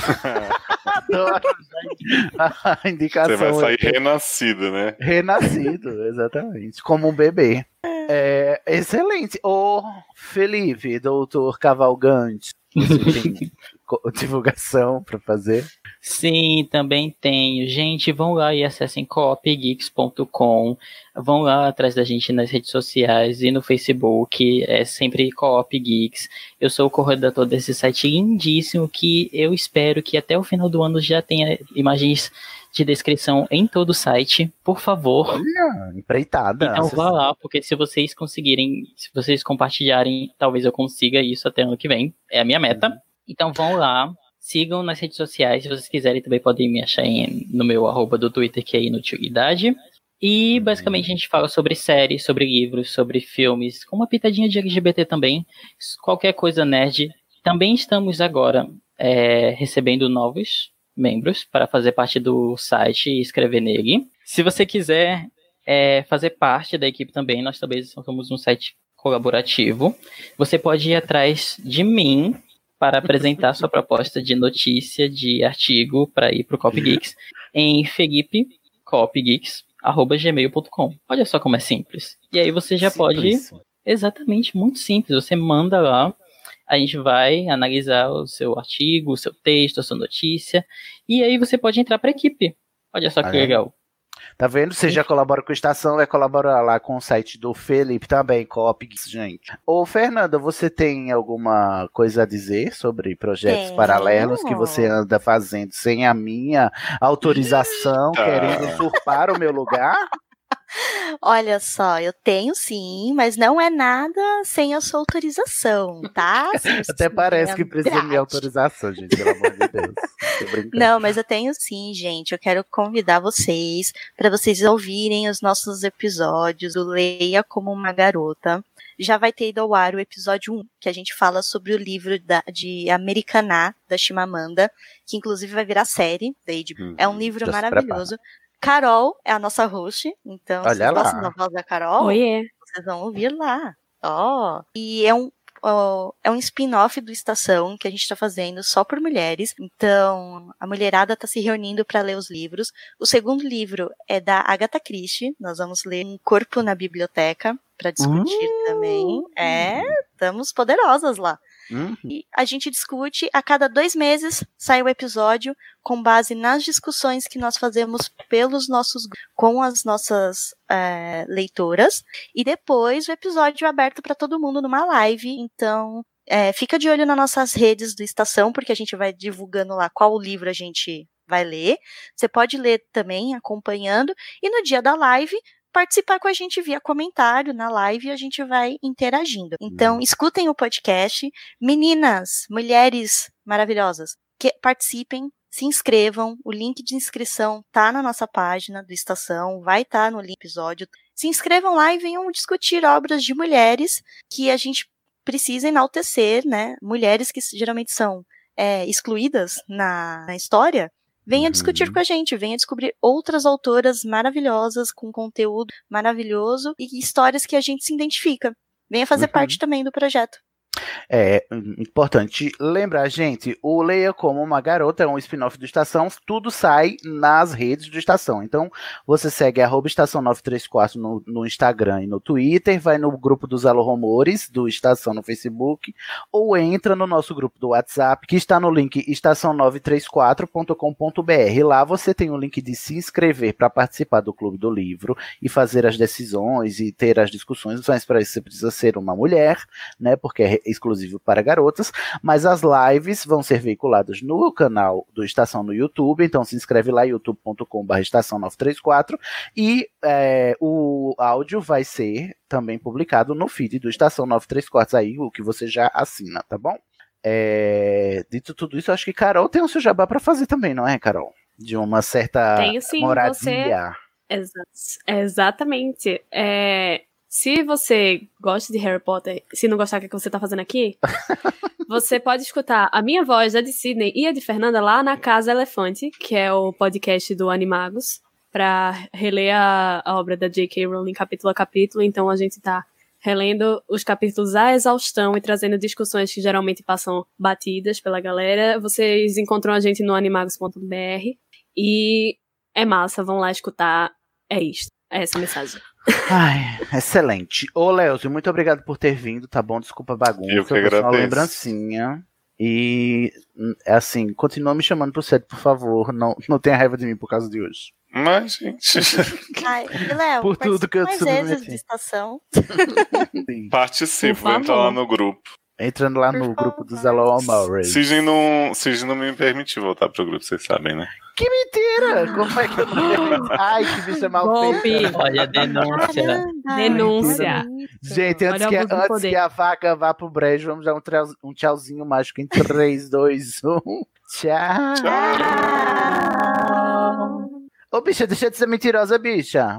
Adoro, gente. A indicação.
Você vai
é-
sair renascido, né?
Renascido, exatamente. Como um bebê. É, excelente. Ô, Felipe, doutor Cavalgante, você tem co- divulgação pra fazer?
Sim, também tenho. Gente, vão lá e acessem coopgeeks.com. Vão lá atrás da gente nas redes sociais e no Facebook. É sempre Coop Geeks. Eu sou o corredator desse site lindíssimo que eu espero que até o final do ano já tenha imagens de descrição em todo o site. Por favor.
Olha, empreitada.
Então vá lá, porque se vocês conseguirem, se vocês compartilharem, talvez eu consiga isso até ano que vem. É a minha meta. Então vão lá, sigam nas redes sociais, se vocês quiserem também podem me achar em- no meu arroba do Twitter, que é inutilidade. E basicamente a gente fala sobre séries, sobre livros, sobre filmes, com uma pitadinha de LGBT também, s- qualquer coisa nerd. Também estamos agora é, recebendo novos membros para fazer parte do site e escrever nele. Se você quiser é, fazer parte da equipe também. Nós também somos um site colaborativo. Você pode ir atrás de mim para apresentar sua proposta de notícia, de artigo para ir para o Cop Geeks em felipecopgeeks.gmail.com. Olha só como é simples. E aí você já pode. Exatamente, muito simples. Você manda lá, a gente vai analisar o seu artigo, o seu texto, a sua notícia. E aí você pode entrar para a equipe. Olha só que
Ah, é?
legal.
Tá vendo? Você já colabora com a estação, vai colaborar lá com o site do Felipe também, Coop, gente. Ô, Fernanda, você tem alguma coisa a dizer sobre projetos
Tenho.
paralelos que você anda fazendo sem a minha autorização,
Eita.
querendo usurpar o meu lugar?
Olha só, eu tenho sim, mas não é nada sem a sua autorização, tá?
Até parece que precisa da minha
autorizar.
autorização, gente, pelo amor de Deus. Tô brincando.
Não, mas eu tenho sim, gente. Eu quero convidar vocês para vocês ouvirem os nossos episódios do Leia como uma Garota. Já vai ter ido ao ar o episódio 1, que a gente fala sobre o livro da- de Americaná, da Chimamanda, que inclusive vai virar série. da HBO.
Hum,
é um livro
já se
maravilhoso. Carol é a nossa host, então
Olha
vocês
lá.
gostam da voz da Carol?
Oiê.
Vocês vão ouvir lá. Ó. E é um. ó, é um spin-off do Estação que a gente está fazendo só por mulheres. Então, a mulherada está se reunindo para ler os livros. O segundo livro é da Agatha Christie. Nós vamos ler Um Corpo na Biblioteca para discutir também. É, estamos poderosas lá.
Hum?
E a gente discute a cada dois meses sai o episódio com base nas discussões que nós fazemos pelos nossos gru- com as nossas é eh, leitoras e depois o episódio aberto para todo mundo numa live. Então É, fica de olho nas nossas redes do Estação, porque a gente vai divulgando lá qual livro a gente vai ler. Você pode ler também, acompanhando. E no dia da live, participar com a gente via comentário na live e a gente vai interagindo. Então, escutem o podcast. Meninas, mulheres maravilhosas, que participem, se inscrevam. O link de inscrição tá na nossa página do Estação, vai estar no link do episódio. Se inscrevam lá e venham discutir obras de mulheres que a gente precisa enaltecer, né? Mulheres que geralmente são é, excluídas na, na história. Venha
Uhum.
discutir com a gente, venha descobrir outras autoras maravilhosas, com conteúdo maravilhoso e histórias que a gente se identifica. Venha fazer
Uhum.
parte também do projeto.
É hum, importante lembrar, gente, o Leia Como Uma Garota é um spin-off do Estação, tudo sai nas redes do Estação. Então, você segue arroba Estação 934 no, no Instagram e no Twitter, vai no grupo dos Alô Rumores do Estação no Facebook, ou entra no nosso grupo do WhatsApp, que está no link estação934.com.br. Lá você tem o link de se inscrever para participar do Clube do Livro e fazer as decisões e ter as discussões, mas para isso você precisa ser uma mulher, né? Porque é exclusivo para garotas, mas as lives vão ser veiculadas no canal do Estação no YouTube, então se inscreve lá, youtube.com.br estação 934, e é, o áudio vai ser também publicado no feed do Estação 934, aí o que você já assina, tá bom? É, dito tudo isso, acho que Carol tem o seu jabá para fazer também, não é, Carol? De uma certa
Tenho sim,
Ah, moradia.
você- Exa- exatamente. É, se você gosta de Harry Potter, se não gostar do que você tá fazendo aqui, você pode escutar a minha voz, a de Sidney e a de Fernanda lá na Casa Elefante, que é o podcast do Animagos, pra reler a, a obra da J.K. Rowling capítulo a capítulo. Então a gente tá relendo os capítulos à exaustão e trazendo discussões que geralmente passam batidas pela galera. Vocês encontram a gente no animagos.br e é massa, vão lá escutar. É isto. É essa a mensagem.
Ai, excelente. Ô, Leozio, muito obrigado por ter vindo, tá bom? Desculpa a bagunça.
Eu que
foi só uma
agradeço.
lembrancinha. E, hum, é assim, continua me chamando pro set, por favor. Não, não tenha raiva de mim por causa de hoje.
Mas, gente.
Ai, e Léo,
Por tudo que eu
participa
te
mais vezes
submeti.
de estação.
Participo,
Por
vou entrar lá
favor.
no grupo.
Entrando lá no grupo dos Hello Amores.
Sigem não, Sigem não me permitiu voltar pro grupo, vocês sabem, né?
Que mentira! Como é que eu não Ai, que bicho é mal feito.
Olha, denúncia.
Denúncia.
Gente, antes,
Olha
que,
o abuso do
antes
poder.
que a vaca vá pro brejo, vamos dar um, trau- um tchauzinho mágico em 3, 2, 1. Tchau!
Ah!
Ô, bicha, deixa de ser mentirosa, bicha.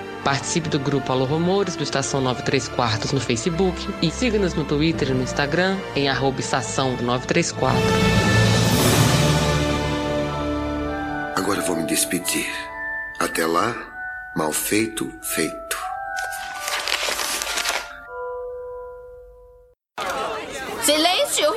Participe do grupo Alô Rumores do Estação 93 Quartos no Facebook e siga-nos no Twitter e no Instagram em arroba estação 934.
Agora vou me despedir. Até lá, mal feito, feito.
Silêncio!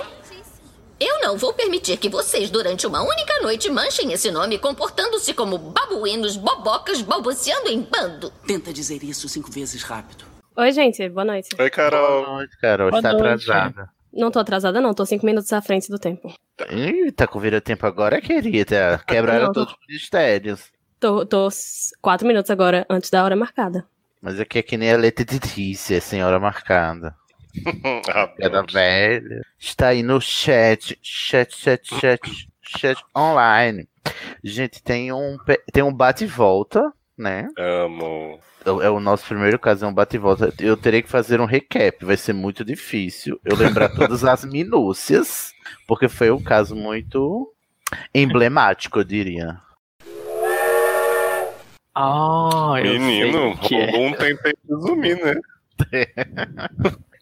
Eu não vou permitir que vocês, durante uma única noite, manchem esse nome comportando-se como babuínos, bobocas, balbuciando em bando.
Tenta dizer isso cinco vezes rápido.
Oi, gente. Boa noite.
Oi, Carol.
Boa noite, Carol.
Boa
Está
noite.
atrasada.
Não tô atrasada, não. Tô cinco minutos à frente do tempo.
Eita, tá com o tempo agora, querida. Quebraram
Não, tô-
todos os mistérios.
Tô, tô s- quatro minutos agora antes da hora marcada.
Mas aqui é que nem a letra de Tícia, senhora marcada.
Ah,
Cada velha. Está aí no chat. Chat, chat, chat. Chat online. Gente, tem um, pe- tem um bate e volta, né?
Amo.
É o- é o nosso primeiro caso, é um bate e volta. Eu terei que fazer um recap, vai ser muito difícil eu lembrar todas as minúcias, porque foi um caso muito emblemático, eu diria.
Ah, eu sei
Menino,
o que é.
rolou um tempo aí pra resumir, né?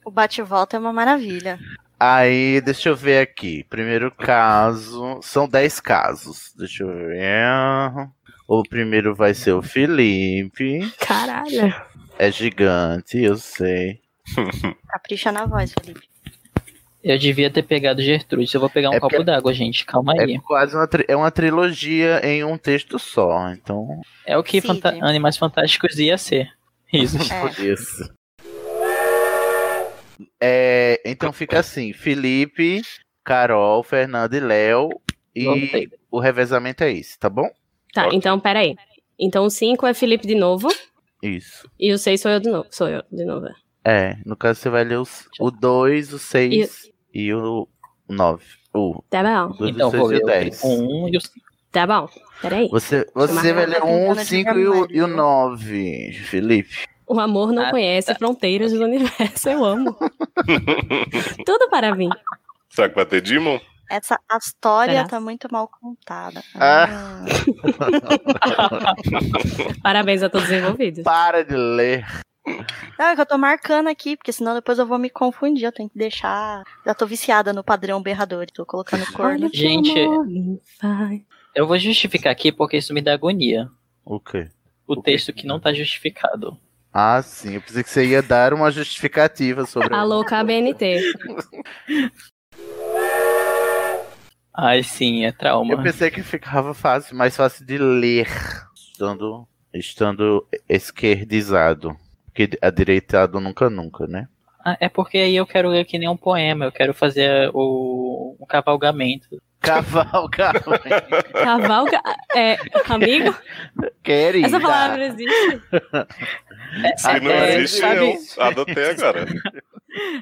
O bate-volta é uma maravilha.
Aí, deixa eu ver aqui. Primeiro caso. São 10 casos. Deixa eu ver. O primeiro vai ser o Felipe.
Caralho.
É gigante, eu sei.
Capricha na voz, Felipe.
Eu devia ter pegado Gertrude. Eu vou pegar um
É
copo
porque-
d'água, gente. Calma
É
aí.
quase uma, tri- é uma trilogia em um texto só, então.
É o que fanta- Animais Fantásticos ia ser. Isso.
Isso. É, então fica assim: Felipe, Carol, Fernando e Léo. E
Voltei.
o revezamento é esse, tá bom?
Tá, então peraí. Então o 5 é Felipe de novo.
Isso.
E o 6 sou eu de novo. Sou eu de novo. é.
É, no caso você vai ler os, o 2, o 6 e o 9. O,
Tá bom.
o 2,
Então,
o 6 e o 10.
Um e o
Tá bom. Peraí.
Você, você
Marcelo
vai ler
tá
o 1, o
tentando
5
tirar
e o-
Maria.
e o 9, Felipe.
O amor não conhece fronteiras do universo. Eu amo. Tudo para mim.
Será que vai ter Demon?
Essa a história
Será?
tá muito mal contada.
Ah.
Parabéns a todos os envolvidos.
Para de ler.
Não, é que eu tô marcando aqui, porque senão depois eu vou me confundir. Eu tenho que deixar. Já tô viciada no padrão berrador. Tô colocando corno.
Gente, eu vou justificar aqui porque isso me dá agonia.
O quê?
O texto que não tá justificado.
Ah, sim. Eu pensei que você ia dar uma justificativa sobre.
Alô, KBNT.
Ai, sim, é trauma.
Eu pensei que ficava fácil, mais fácil de ler estando, estando esquerdizado. Porque adereitado nunca, nunca, né?
Ah, é porque aí eu quero ler que nem um poema, eu quero fazer o um cavalgamento.
Cavalgamento.
Cavalga. É, amigo?
Querida.
Essa palavra não existe.
Se não
é,
existe,
sabe-
eu adotei agora.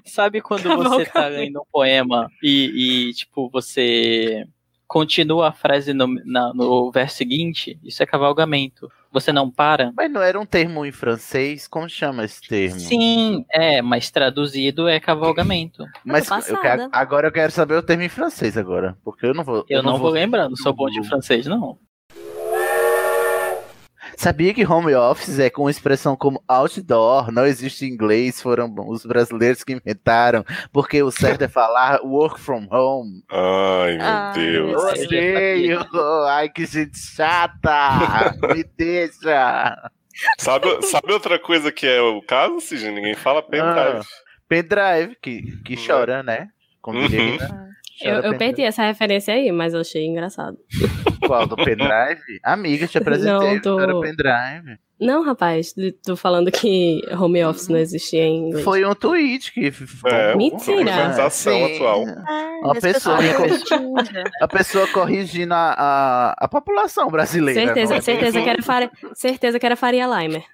Sabe quando você tá lendo um poema e, e, tipo, você continua a frase no, na- no verso seguinte? Isso é cavalgamento. Você não para?
Mas não era um termo em francês? Como chama esse termo?
Sim, é, mas traduzido é cavalgamento.
Mas eu quero- agora eu quero saber o termo em francês agora. Porque eu não vou.
Eu não vou lembrar, não sou bom de francês, não.
Sabia que home office é com expressão como outdoor, não existe em inglês, foram os brasileiros que inventaram, porque o certo é falar work from home.
Ai, meu
Ai,
Deus.
Odeio! Ai, que gente chata! Me deixa!
Sabe, sabe outra coisa que é o caso, Cid? Ninguém fala pendrive.
Pendrive, que, que chora, né? Como diria
Uhum.
Rina.
Eu,
Chora
eu perdi essa referência aí, mas eu achei engraçado.
Qual? Do pendrive? Amiga, te apresentei.
Não, tô-
Chora pendrive.
Não, rapaz, de- tô falando que home office não existia em inglês.
Foi um tweet que.
É,
Mentira.
uma sensação
Sim.
atual.
Uma
as
pessoa,
pessoas-
a pessoa corrigindo a, a, a população brasileira.
Certeza,
não é?
certeza, que era faria, certeza que era Faria Limer.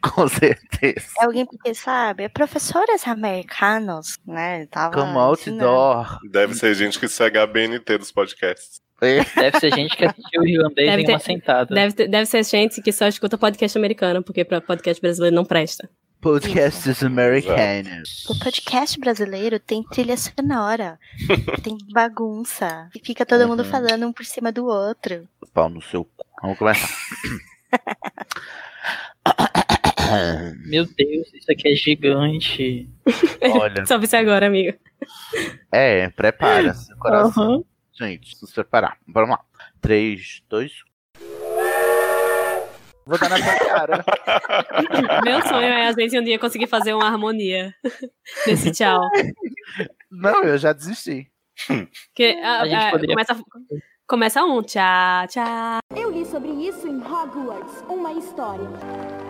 Com certeza.
É alguém porque, sabe, professores americanos, né? Tava
Como
ensinando.
Deve ser gente que segue a BNT dos podcasts.
Deve ser gente que assistiu o irlandês
Deve
em
ter-
uma sentada.
Deve, ter- deve ser gente que só escuta podcast americano, porque pra podcast brasileiro não presta.
Podcasts americanos.
O podcast brasileiro tem trilha sonora, tem bagunça. E fica todo mundo
Uhum.
falando um por cima do outro.
Pau no seu cu. Vamos começar.
Meu Deus, isso aqui é gigante.
Olha.
Só você agora, amigo.
É, prepara seu
Uhum.
coração.
Aham.
Gente, se preparar. Vamos lá. 3, 2, Vou dar na sua cara.
Meu sonho é a gente um dia conseguir fazer uma harmonia desse tchau.
Não, eu já desisti.
Que, ah,
A gente
ah,
poderia-
começa, começa um tchá, tchá.
Eu li sobre isso em Hogwarts, uma história.